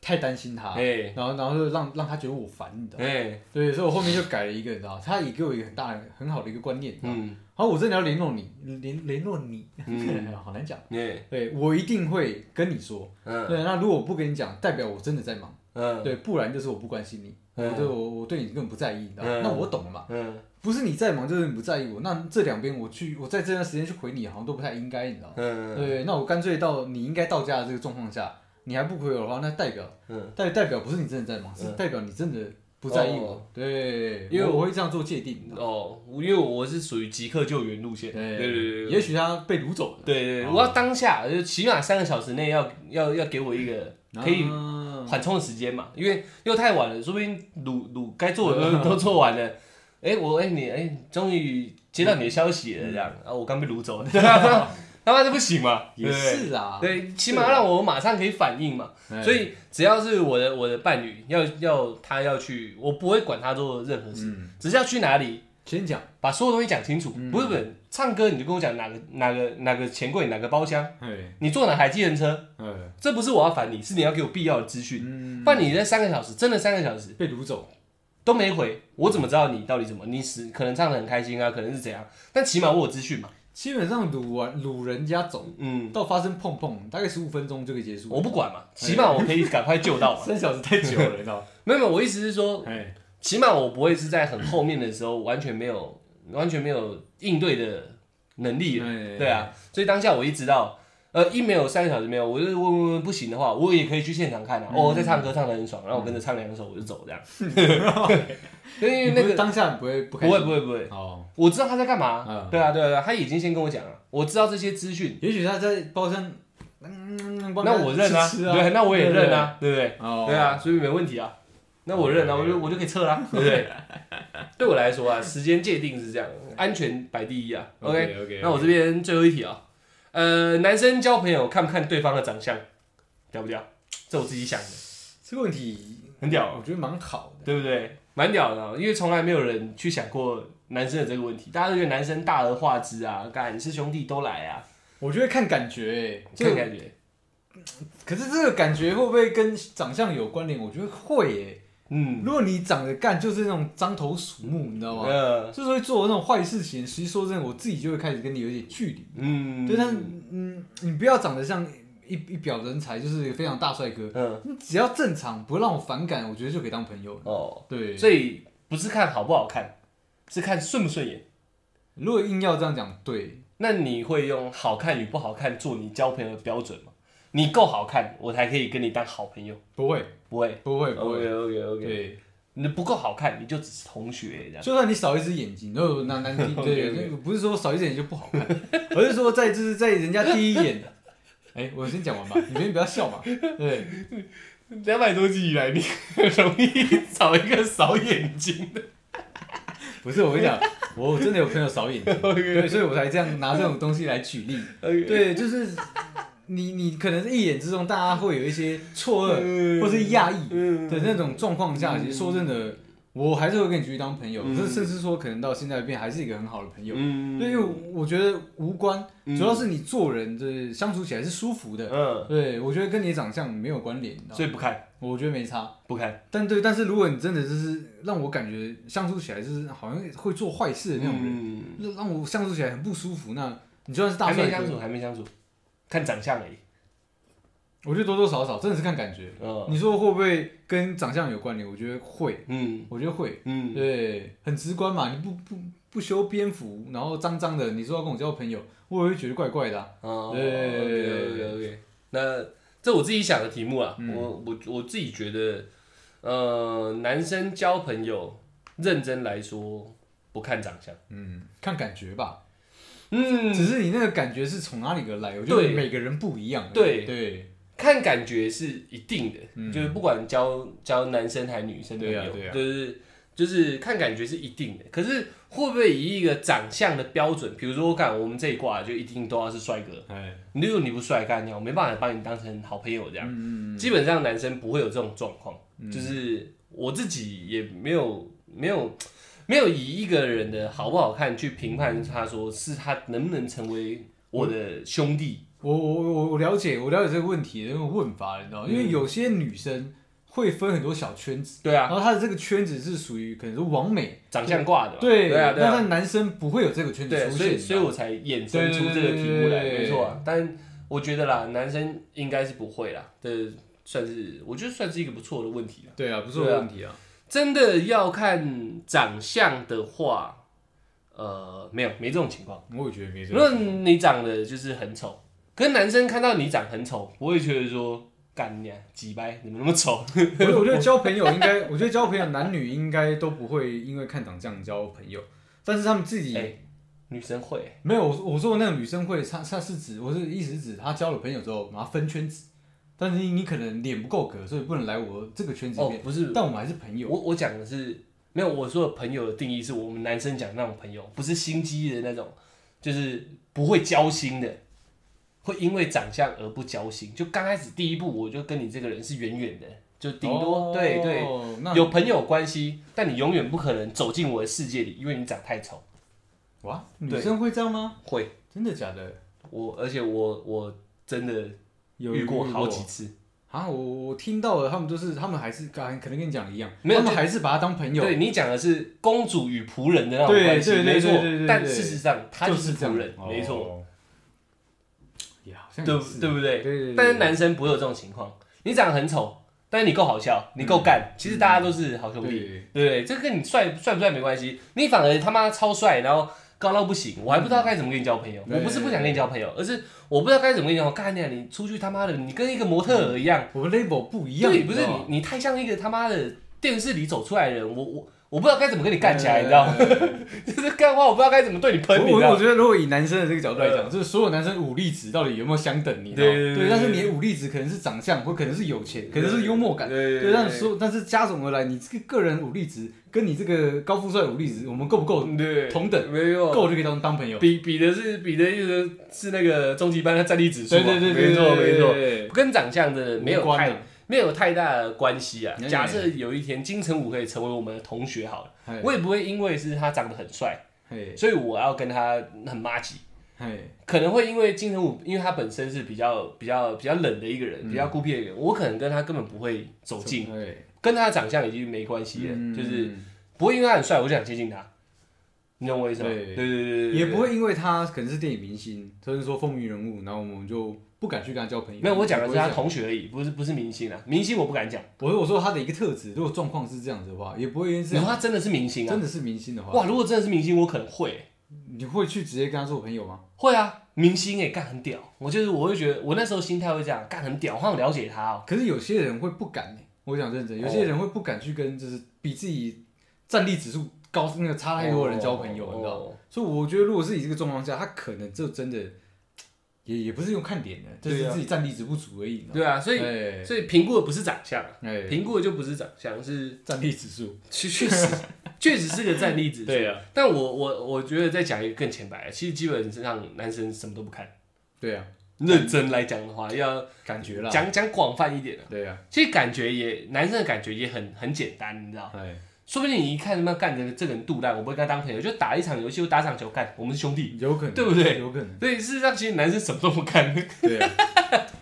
太担心她，哎然后然后就让让她觉得我烦，你知道吗？哎，对，所以我后面就改了一个，你知道吗，她也给我一个很大的很好的一个观念，你知道吗嗯，然后我真的要联络你，联联络你，嗯 好难讲。哎，对，我一定会跟你说。嗯对，那如果我不跟你讲，代表我真的在忙。嗯对，不然就是我不关心你，嗯我对我我对你根本不在意，你知道吗嗯？那我懂了嘛，嗯不是你在忙，就是你不在意我。那这两边我去，我在这段时间去回你，好像都不太应该，你知道吗？嗯对，那我干脆到你应该到家的这个状况下，你还不回我的话，那代表嗯，代代表不是你真的在忙，是代表你真的不在意我。哦对，因为我我我会这样做界定。哦，因为我是属于即刻救援路线，对对对对，也许他被掳走了。对对，哦我要当下，就起码三个小时内要要要给我一个可以啊缓冲的时间嘛，因为又太晚了，说不定鲁鲁该做的 都都做完了。哎、我哎、你哎，终、于接到你的消息了，这样啊，我刚被掳走 了，他妈这不行嘛，对也不对？是啊，对，起码让我马上可以反应嘛。哎所以只要是我的我的伴侣要要他要去，我不会管他做任何事，嗯，只是要去哪里，先讲，把所有东西讲清楚。嗯不是不是，唱歌你就跟我讲哪个哪个哪个钱柜哪个包厢，哎你坐哪台计程车，哎，这不是我要烦你，是你要给我必要的资讯。嗯，不然你这三个小时，真的三个小时被掳走，都没回，我怎么知道你到底怎么？你是可能唱的很开心啊，可能是怎样？但起码我有资讯嘛。基本上掳完掳人家走嗯，到发生碰碰，大概十五分钟就可以结束。我不管嘛，起码我可以赶快救 到嘛。三小时太久了，你知道 吗？没有，没有，我意思是说，哎，起码我不会是在很后面的时候完全没有完全没有应对的能力了。对对，啊，所以当下我一知道，呃，一没有三个小时没有，我就问问问不行的话，我也可以去现场看啊。嗯哦，在唱歌唱的很爽，然后我跟着唱两首我就走这 样。因为你不那是个当下你不会不不开心会不会不会，哦，我知道他在干嘛。嗯对啊，对啊，对啊他已经先跟我讲了，我知道这些资讯，也许他在包厢，嗯，帮那他我认啊，吃吃对，那我也认，啊，对不对？对哦，对啊，所以没问题啊。那我认啊， OK，OK 我就我就可以撤啦，对不 对？对我来说啊，时间界定是这样，安全摆第一啊。OK， OK，那我这边最后一题啊，呃，男生交朋友看不看对方的长相，屌不屌？这我自己想的，这个问题很屌啊，我觉得蛮好的。对不对？蛮屌的啊，因为从来没有人去想过男生的这个问题，大家都觉得男生大而化之啊，干是兄弟都来啊，我觉得看感觉、欸，这就个感觉，可是这个感觉会不会跟长相有关联？我觉得会耶、嗯，如果你长得干就是那种獐头鼠目，你知道吗？呃，就是会做那种坏事情。其实说真的，我自己就会开始跟你有点距离。嗯，对，但嗯，你不要长得像一一表人才，就是非常大帅哥，嗯，你只要正常，不让我反感，我觉得就可以当朋友了。哦，对，所以不是看好不好看，是看顺不顺眼。如果硬要这样讲，对，那你会用好看与不好看做你交朋友的标准吗？你够好看，我才可以跟你当好朋友，不会，不会。不会，不会。 OK OK，对，你不够好看，你就只是同学这样。就算你少一只眼睛，那那难听，对， OK，OK 那个不是说少一只眼睛就不好看， 而是说在就是在人家第一眼， 哎、我先讲完吧，你先不要笑嘛， 对，两百多集以来，你 容易找一个扫眼睛的。不是我跟你讲，我真的有朋友少眼睛，对， OK 所以我才这样拿这种东西来举例， OK，对，就是你你可能是一眼之中大家会有一些错愕嗯或是讶异嗯的那种状况下，其实说真的，我还是会跟你继续当朋友，嗯甚甚至说可能到现在变还是一个很好的朋友，嗯对，因为我觉得无关，嗯主要是你做人就是相处起来是舒服的。嗯，对，我觉得跟你的长相没有关联，你知道吗所以不看我觉得没差。不看。但对，但是如果你真的就是让我感觉相处起来就是好像会做坏事的那种人，嗯，那让我相处起来很不舒服，那你就算是大还帅没相哥，处，还没相处，看长相而已。我觉得多多少少真的是看感觉。嗯你说会不会跟长相有关联？我觉得会，嗯我觉得会，嗯，对，很直观嘛。你不不不修边幅，然后脏脏的，你说要跟我交朋友，我也会觉得怪怪的啊、哦对，OK OK OK，那这我自己想的题目啊，嗯我我我自己觉得，呃，男生交朋友，认真来说不看长相，嗯，看感觉吧。嗯，只是你那个感觉是从哪里而来？我觉对得每个人不一样。对对看感觉是一定的，嗯就是不管交交男生还女生都有，对啊对啊就是就是看感觉是一定的。可是会不会以一个长相的标准，比如说我看我们这一卦就一定都要是帅哥，哎，如果你不帅，干你我没办法把你当成好朋友这样。嗯，基本上男生不会有这种状况，就是我自己也没有没有。没有以一个人的好不好看去评判他，说是他能不能成为我的兄弟。我我我我了解，我了解这个问题的那个问法，你知道嗯吗，因为有些女生会分很多小圈子，对啊然，后她的这个圈子是属于可能是完美，长相挂的嘛。对对啊，对啊。但但男生不会有这个圈子对，出所现，以你知所以道吗我才衍生出这个题目来，没错、啊。但我觉得啦，男生应该是不会啦，这算是我觉得算是一个不错的问题啦。对啊，不是我的问题啊，真的要看长相的话，呃，没有没这种情况。我也觉得没什如么。果你长得就是很丑，可是男生看到你长很丑，不会觉得说干你啊几掰，怎么那么丑？我觉得我觉得交朋友应该， 我觉得交朋友男女应该都不会因为看长相交朋友，但是他们自己哎、女生会没有，我我说的那个女生会，她她是指我是意思是指她交了朋友之后，把她分圈子，但是你你可能脸不够格，所以不能来我这个圈子里哦面，，不是但我们还是朋友。我我讲的是没有，我说的朋友的定义是我们男生讲那种朋友，不是心机的那种，就是不会交心的，会因为长相而不交心。就刚开始第一步，我就跟你这个人是远远的，就顶多、哦对对，那有朋友关系，但你永远不可能走进我的世界里，因为你长太丑。哇，对女生会这样吗？会，真的假的？我而且我我真的有遇过好几次，啊！我我听到了，他们都是他们还是刚可能跟你讲的一样，没有他们还是把她当朋友。对你讲的是公主与仆人的那种对关系，对对没错对对对。对但对事实上，他就是这仆样人，没错。。哦也好像对也不是对不对对？对对但是男生不会有这种情况，你长得很丑，但是你够好笑，你够干，其实大家都是好兄弟，嗯对对不对？这跟你帅帅不帅没关系，你反而他妈超帅，然后高到不行，我还不知道该怎么跟你交朋友。嗯对我不是不想跟你交朋友，而是我不知道该怎么跟你交朋友。干你啊、你出去他妈的，你跟一个模特儿一样，我们 label 不一样，对，不是知道你吗，你太像一个他妈的电视里走出来的人，我我。我不知道该怎么跟你干起来，你知道吗？ 对对对对就是干哎话，我不知道该怎么对你喷，你呃知我我道我吗？呃觉得，如果以男生的这个角度来讲，就是所有男生武力值到底有没有相等？你知道吗对对对对，但是你的武力值可能是长相，或可能是有钱，可能是幽默感，对对对对，但是说但是加总而来，你这个个人武力值跟你这个高富帅武力值，我们够不够对，同等？没有够就可以当当朋友。比比的是比的意思是那个终极班的战力指数、啊，对对对对，没错没错，错，跟长相真呃的没有无关啊太没有太大的关系啊。哎假设有一天金城武可以成为我们的同学好了，嘿我也不会因为是他长得很帅，嘿所以我要跟他很妈吉。嘿，可能会因为金城武，因为他本身是比较比较比较冷的一个嗯人，比较孤僻的一个人，我可能跟他根本不会走近，嘿，跟他的长相已经没关系了，嗯就是不会因为他很帅我就想接近他，你懂我意思吗？对对对对对，对也不会因为他可能是电影明星，或者说风云人物，然后我们就不敢去跟他交朋友。没有，我讲的是不会这他样同学而已，不是不是明星啊，明星我不敢讲。我我说他的一个特质，如果状况是这样子的话，也不会因为这你说样他真的是明星啊真？的是明星的话，哇，如果真的是明星，我可能会、你会去直接跟他做朋友吗？会啊，明星哎、干很屌。我就是我会觉得，我那时候心态会这样，干很屌，我好想了解他哦、可是有些人会不敢呢、我讲认真，有些人会不敢去跟就是比自己战力指数高那个差太多的人交朋友，你知道吗？哦所以我觉得，如果是以这个状况下，他可能就真的也也不是用看脸的，就对是啊自己战力值不足而已。你知道吗对啊，所以、哎所以评估的不是长相啊，哎，评估的就不是长相，是 战力指数，确确实确实是个战 力指数。啊，但我我我觉得再讲一个更浅白的，其实基本上男生什么都不看。对啊，认真来讲的话，要感觉啦，讲讲广泛一点啊。对啊，其实感觉也，男生的感觉也很很简单，你知道？哎，说不定你一看他妈干这个这个人肚烂，我不会跟他当朋友，就打一场游戏，我打场球，干我们是兄弟。有可能，对不对有可能，所以事实上，其实男生什么都不看， 对啊，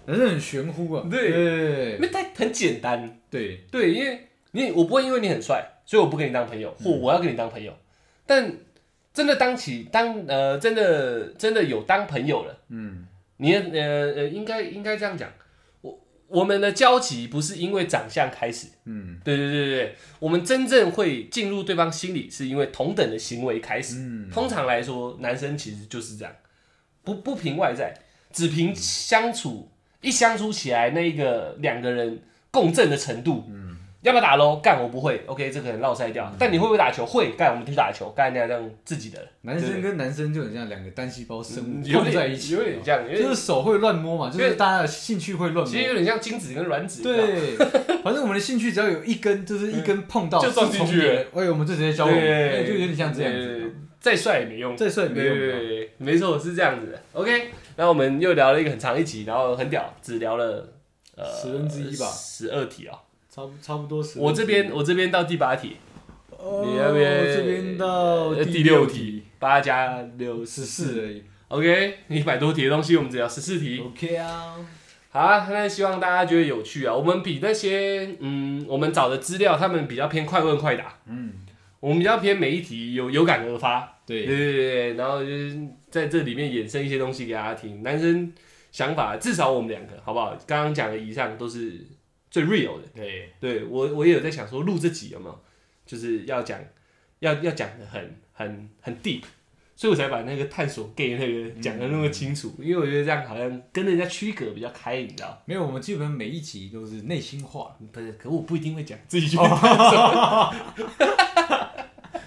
反正很玄乎啊，对因对为他很简单。对，对，因为你我不会因为你很帅，所以我不跟你当朋友，或我要跟你当朋友。但真的当起当呃，真的真的有当朋友了，嗯，你呃呃，应该应该这样讲，我我们的交集不是因为长相开始，嗯对对对对对，我们真正会进入对方心里，是因为同等的行为开始。嗯，通常来说，男生其实就是这样，不不凭外在，只凭相处，一相处起来那个两个人共振的程度。嗯，要不要打喽？干我不会，OK，这个很绕塞掉。但你会不会打球？会，干我们去打球，干那样这样自己的人，男生跟男生就很像两个单细胞生物嗯有碰点在一起，有点这样，有就点是手会乱摸嘛，就因是为大家的兴趣会乱其实摸。有点像精子跟卵子。你知道吗 对，反正我们的兴趣只要有一根，就是一根碰到就撞是进重去叠了的，哎，我们就直接交往，哎对，就有点像这样对子。，再帅也没用。再帅也没对对用，对，对没错，是这样子的。OK，那我们又聊了一个很长一集，然后很屌，只聊了呃十分之一吧十二题哦。差不差不多是。我这边我这边到第八题，哦，你那边这边到呃哦第六题，，八加六十十四四。而已。 OK，一百多题的东西，我们只聊十四题。 OK 啊，好啊，那希望大家觉得有趣啊。我们比那些嗯，我们找的资料，他们比较偏快问快答，嗯，我们比较偏每一题有有感而发。对对，对对对，然后就是在这里面衍生一些东西给大家听。男生想法，至少我们两个好不好？刚刚讲的以上都是最 real 的。对，对我，我也有在想说，录这集有没有就是要讲，要要讲的很很很 deep，所以我才把那个探索 gay 那个讲的那么清楚，因为我觉得这样好像跟人家区隔比较开，你知道？没有，我们基本每一集都是内心话，不是，可我不一定会讲，自己去探索。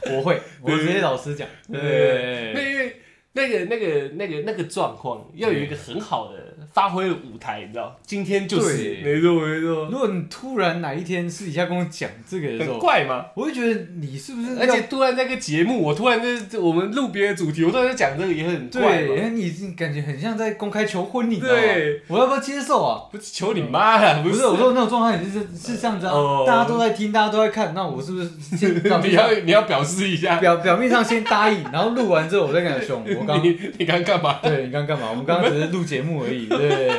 我 会，我直接老实讲，对对那因为那个那个那个那个状况，要有一个很好的发挥的舞台，你知道？今天就是对没错没错，如果你突然哪一天私底下跟我讲这个的时很候，怪嘛。我会觉得你是不是要而且突然那个节目，我突然就是我们录别的主题，我突然在讲这个也很怪对，因嘛。为你已经感觉很像在公开求婚，你知道吗？对，我要不要接受啊？不是求你妈啦，不是是，我说那种状态就是是这样子啊，哦大家都在听，大家都在看，那我是不 是先表面你上要你要表示一下，表表面上先答应，然后录完之后我再跟他凶，我刚你你刚干嘛？ 对你刚干嘛？我们刚刚只是录节目而已，对，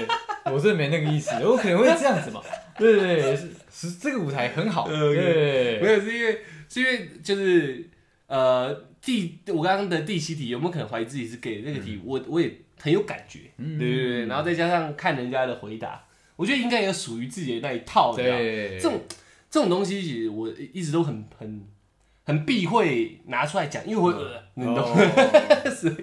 我是没那个意思，我可能会这样子嘛，对对对，是是这个舞台很好，呃对，没有，是因为是因为就是呃第我刚刚的第七题有没有可能怀疑自己是 gay 这个题，我我也很有感觉。嗯对对对，然后再加上看人家的回答，我觉得应该有属于自己的那一套，你知道吗对，这种这种东西，其实我一直都很很很避讳拿出来讲，因为我、呃你懂，嗯哦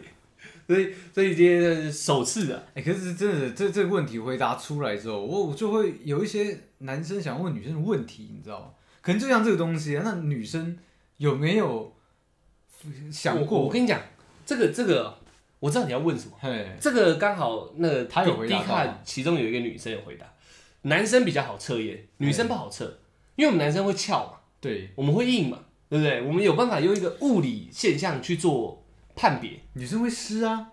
所以所以今天是首次的， 哎、可是真的，这这个问题回答出来之后，我我就会有一些男生想问女生的问题，你知道吗？可能就像这个东西啊，那女生有没有想我我过？跟你讲，这个这个我知道你要问什么，嘿，这个刚好那个他有回答迪到吗卡其中有一个女生有回答，男生比较好测验，女生不好测，因为我们男生会翘嘛，对，我们会硬嘛，对不对？我们有办法用一个物理现象去做判别。女生会湿啊，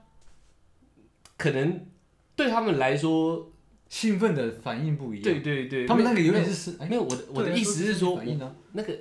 可能对他们来说，兴奋的反应不一样。对，对对，他们那个有点是没湿。哎、有没有我的我的对啊意思是说，都身体反应啊我那个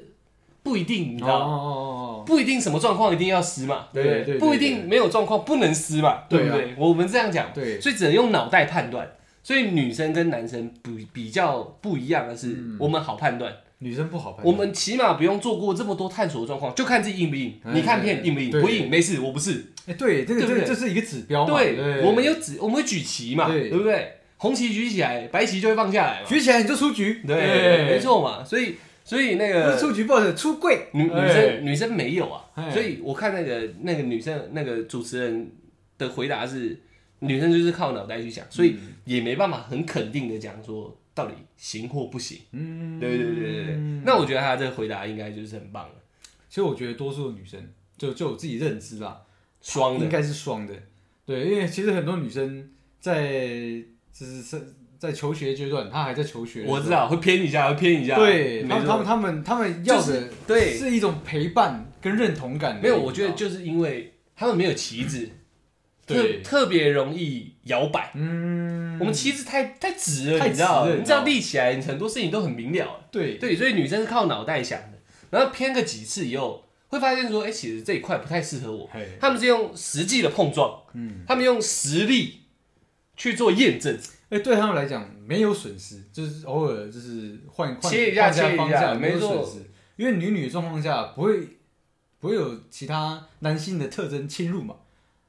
不一定，你知哦道哦吗？哦哦，不一定什么状况一定要撕嘛，对不对对不一定没有状况不能撕嘛，对对啊不对？我们这样讲，对所以只能用脑袋判断。所以女生跟男生比比较不一样的嗯是，我们好判断，女生不好拍。我们起码不用做过这么多探索的状况，就看自己硬不硬。哎你看片硬不硬？对不硬没事，我不是。哎、对，这对个这不对个这是一个指标嘛。对，对，我们有指，我们会举旗嘛，对对不对？红旗举起来，白旗就会放下来嘛。举起来你就出局。对，没，错嘛。所以，所以那不个是出局，不是出柜。女女哎生女生没有啊哎，所以我看那个那个女生那个主持人的回答是，女生就是靠脑袋去想，所以嗯也没办法很肯定的讲说到底行或不行。嗯，对对对对对。那我觉得她这个回答应该就是很棒的，其实我觉得多数的女生，就就我自己认知啦，双应的。该是双的。对，因为其实很多女生在就是在在求学阶段，她还在求学，我知，道会偏一下，会偏一下。对，没她们她错。们她们她们就要是的对是一种陪伴跟认同感而已。没有，我觉得你知就是因为他们没有旗子，道特对，特别容易摇摆。嗯，我们旗子太太直了，太你知道直了，你这样立起来，你很多事情都很明了。对对，所以女生是靠脑袋想的，然后偏个几次以后，会发现说，哎、其实这一块不太适合我。嘿他们是用实际的碰撞，嗯，他们用实力去做验证，哎，对他们来讲没有损失，就是偶尔就是换换切一下换切一方下向，没有没错损失，因为女女的状况下不会不会有其他男性的特征侵入嘛，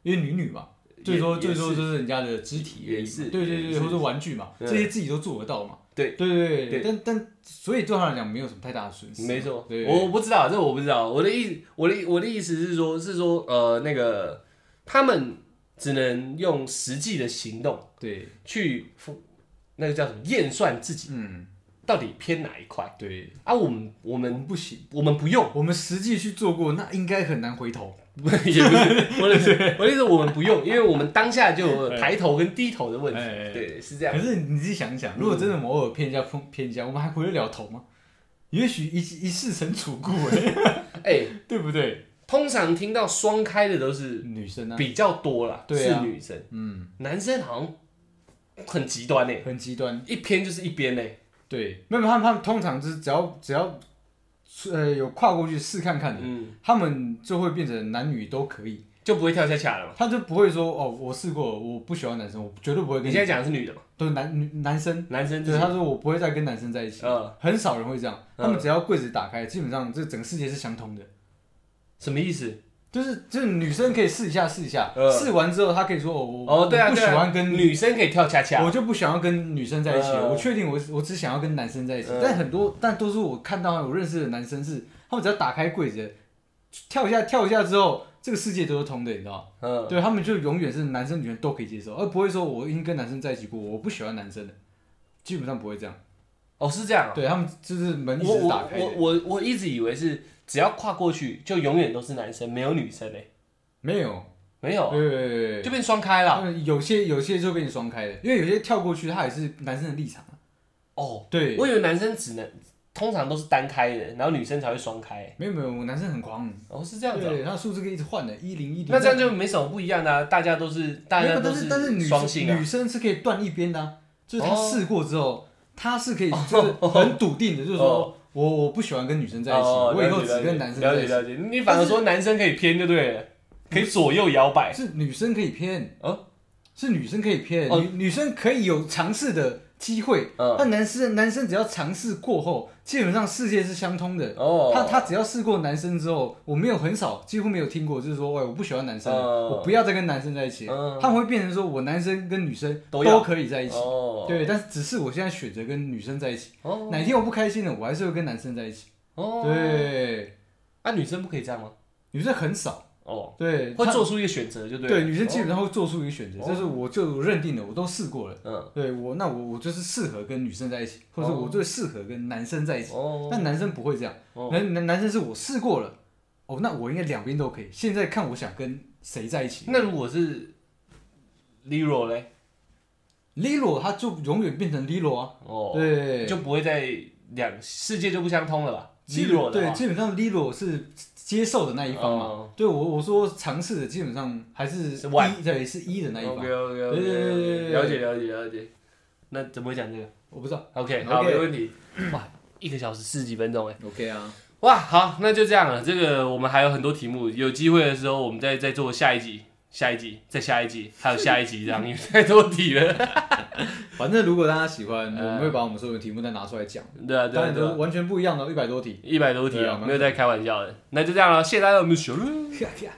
因为女女嘛，最多也最多也是就是人家的肢体而已嘛也是对对也对，是或者玩具嘛，对这些自己都做得到嘛，对，对对对对，但但所以对他来讲没有什么太大的损失，没错，哦对，我我不知道，这我不知道。我的意，我的我的意思是说，是说呃，那个他们只能用实际的行动对，去付，那个叫什么验算自己嗯，到底偏哪一块对，啊？我们我我们们不行，我们不用， 我们实际去做过，那应该很难回头，也不是我的意思我的意思，我们不用，因为我们当下就有抬头跟低头的问哎哎题。哎对，是这样嗯可。是你自己想一想，如果真的我们偶尔骗一下碰骗一下，我们还回得了头吗？也许一一世成主顾 哎，哎，对不对？通常听到双开的都是女生啊，比较多啦，对啊是女生，嗯，男生好像很极端呢，很极端，一偏就是一边呢。对，没有他们他们通常就是只要只要呃有跨过去试看看的，嗯，他们就会变成男女都可以，就不会跳恰恰了嘛。他就不会说哦我试过我不喜欢男生，我绝对不会跟你现在讲的是女的嘛？都是男女男生，男生就对啊是他说我不会再跟男生在一起，嗯很少人会这样，嗯他们只要柜子打开，基本上这整个世界是相通的。什么意思？就是就是女生可以试一下试一下，嗯试、完之后她可以说哦我哦，对啊，我不喜对啊欢跟女生可以跳恰恰我。就不想要跟女生在一起，嗯我确定我我只想要跟男生在一起。嗯但很多但多数我看到我认识的男生是，他们只要打开柜子跳一下跳一下之后，这个世界都是通的，你知道吗？嗯，对他们就永远是男生女生都可以接受，而不会说我已经跟男生在一起过，我不喜欢男生的，基本上不会这样。哦，是这样啊。对他们就是门一我直是我打开我的，我我一直以为是只要跨过去就永远都是男生，没有女生嘞，没有，没有啊，对对对对就变双开了。嗯有些有些就被你双开的，因为有些跳过去，他也是男生的立场啊。哦，对，我以为男生只能通常都是单开的，然后女生才会双开。欸没有没有，我男生很狂，哦，是这样子啊。对，他数字可以一直换的，一零一零。那这样就没什么不一样的啊，大家都是大没有家都但是但是女双性生啊女。生是可以断一边的啊、就是她哦试过之后，她是可以就是很笃定的，就是说我我不喜欢跟女生在一起，哦我以后了只解跟男生了在解一起。了解，你反而说男生可以偏就对了，可以左右摇摆。是女生可以偏，哦是女生可以偏，哦女女生可以有尝试的机会，嗯但男生男生只要尝试过后，基本上世界是相通的。哦，他他只要试过男生之后，我没有很少，几乎没有听过，就是说，哎，我不喜欢男生，嗯我不要再跟男生在一起。嗯他们会变成说我男生跟女生都要可以在一起，哦，对，但是只是我现在选择跟女生在一起，哦哪天我不开心了，我还是会跟男生在一起。哦，，对，那女生不可以这样吗？女生很少，哦，对，会她做出一个选择就对了。对女生基本上会做出一个选择，哦就是我就认定了，我都试过了，哦对我那我我就是适合跟女生在一起，或者哦我最适合跟男生在一嗯起。哦，但男生不会这样，哦男男男生是我试过了，哦，那我应该两边都可以。现在看我想跟谁在一起。那如果是 Lero 嘞， Lilo 他就永远变成 Lilo 啊，哦，对，就不会在两世界就不相通了吧 Lilo- ？Lero 的对，话基本上 Lilo 是接受的那一方嘛。哦对我我说尝试的基本上还是是 one 一对是一的那一方， ，OK OK 对对对对 OK，对了解了解了解。那怎么会讲这个我不知道。 ？OK， OK 好，没问题。哇，一个小时四十几分钟哎。 OK 啊，哇，好，那就这样了。这个我们还有很多题目，有机会的时候我们再再做下一集、下一集、再下一集，还有下一 集，这样因为太多题了。反正如果大家喜欢，呃我们会把我们所有的题目再拿出来讲。对啊，对当啊，然对都啊，完全不一样的，一百多题。 一百多题对啊啊蛮，好没有在开玩笑的。那就这样了，谢谢大家，我们是小鹿。啪啪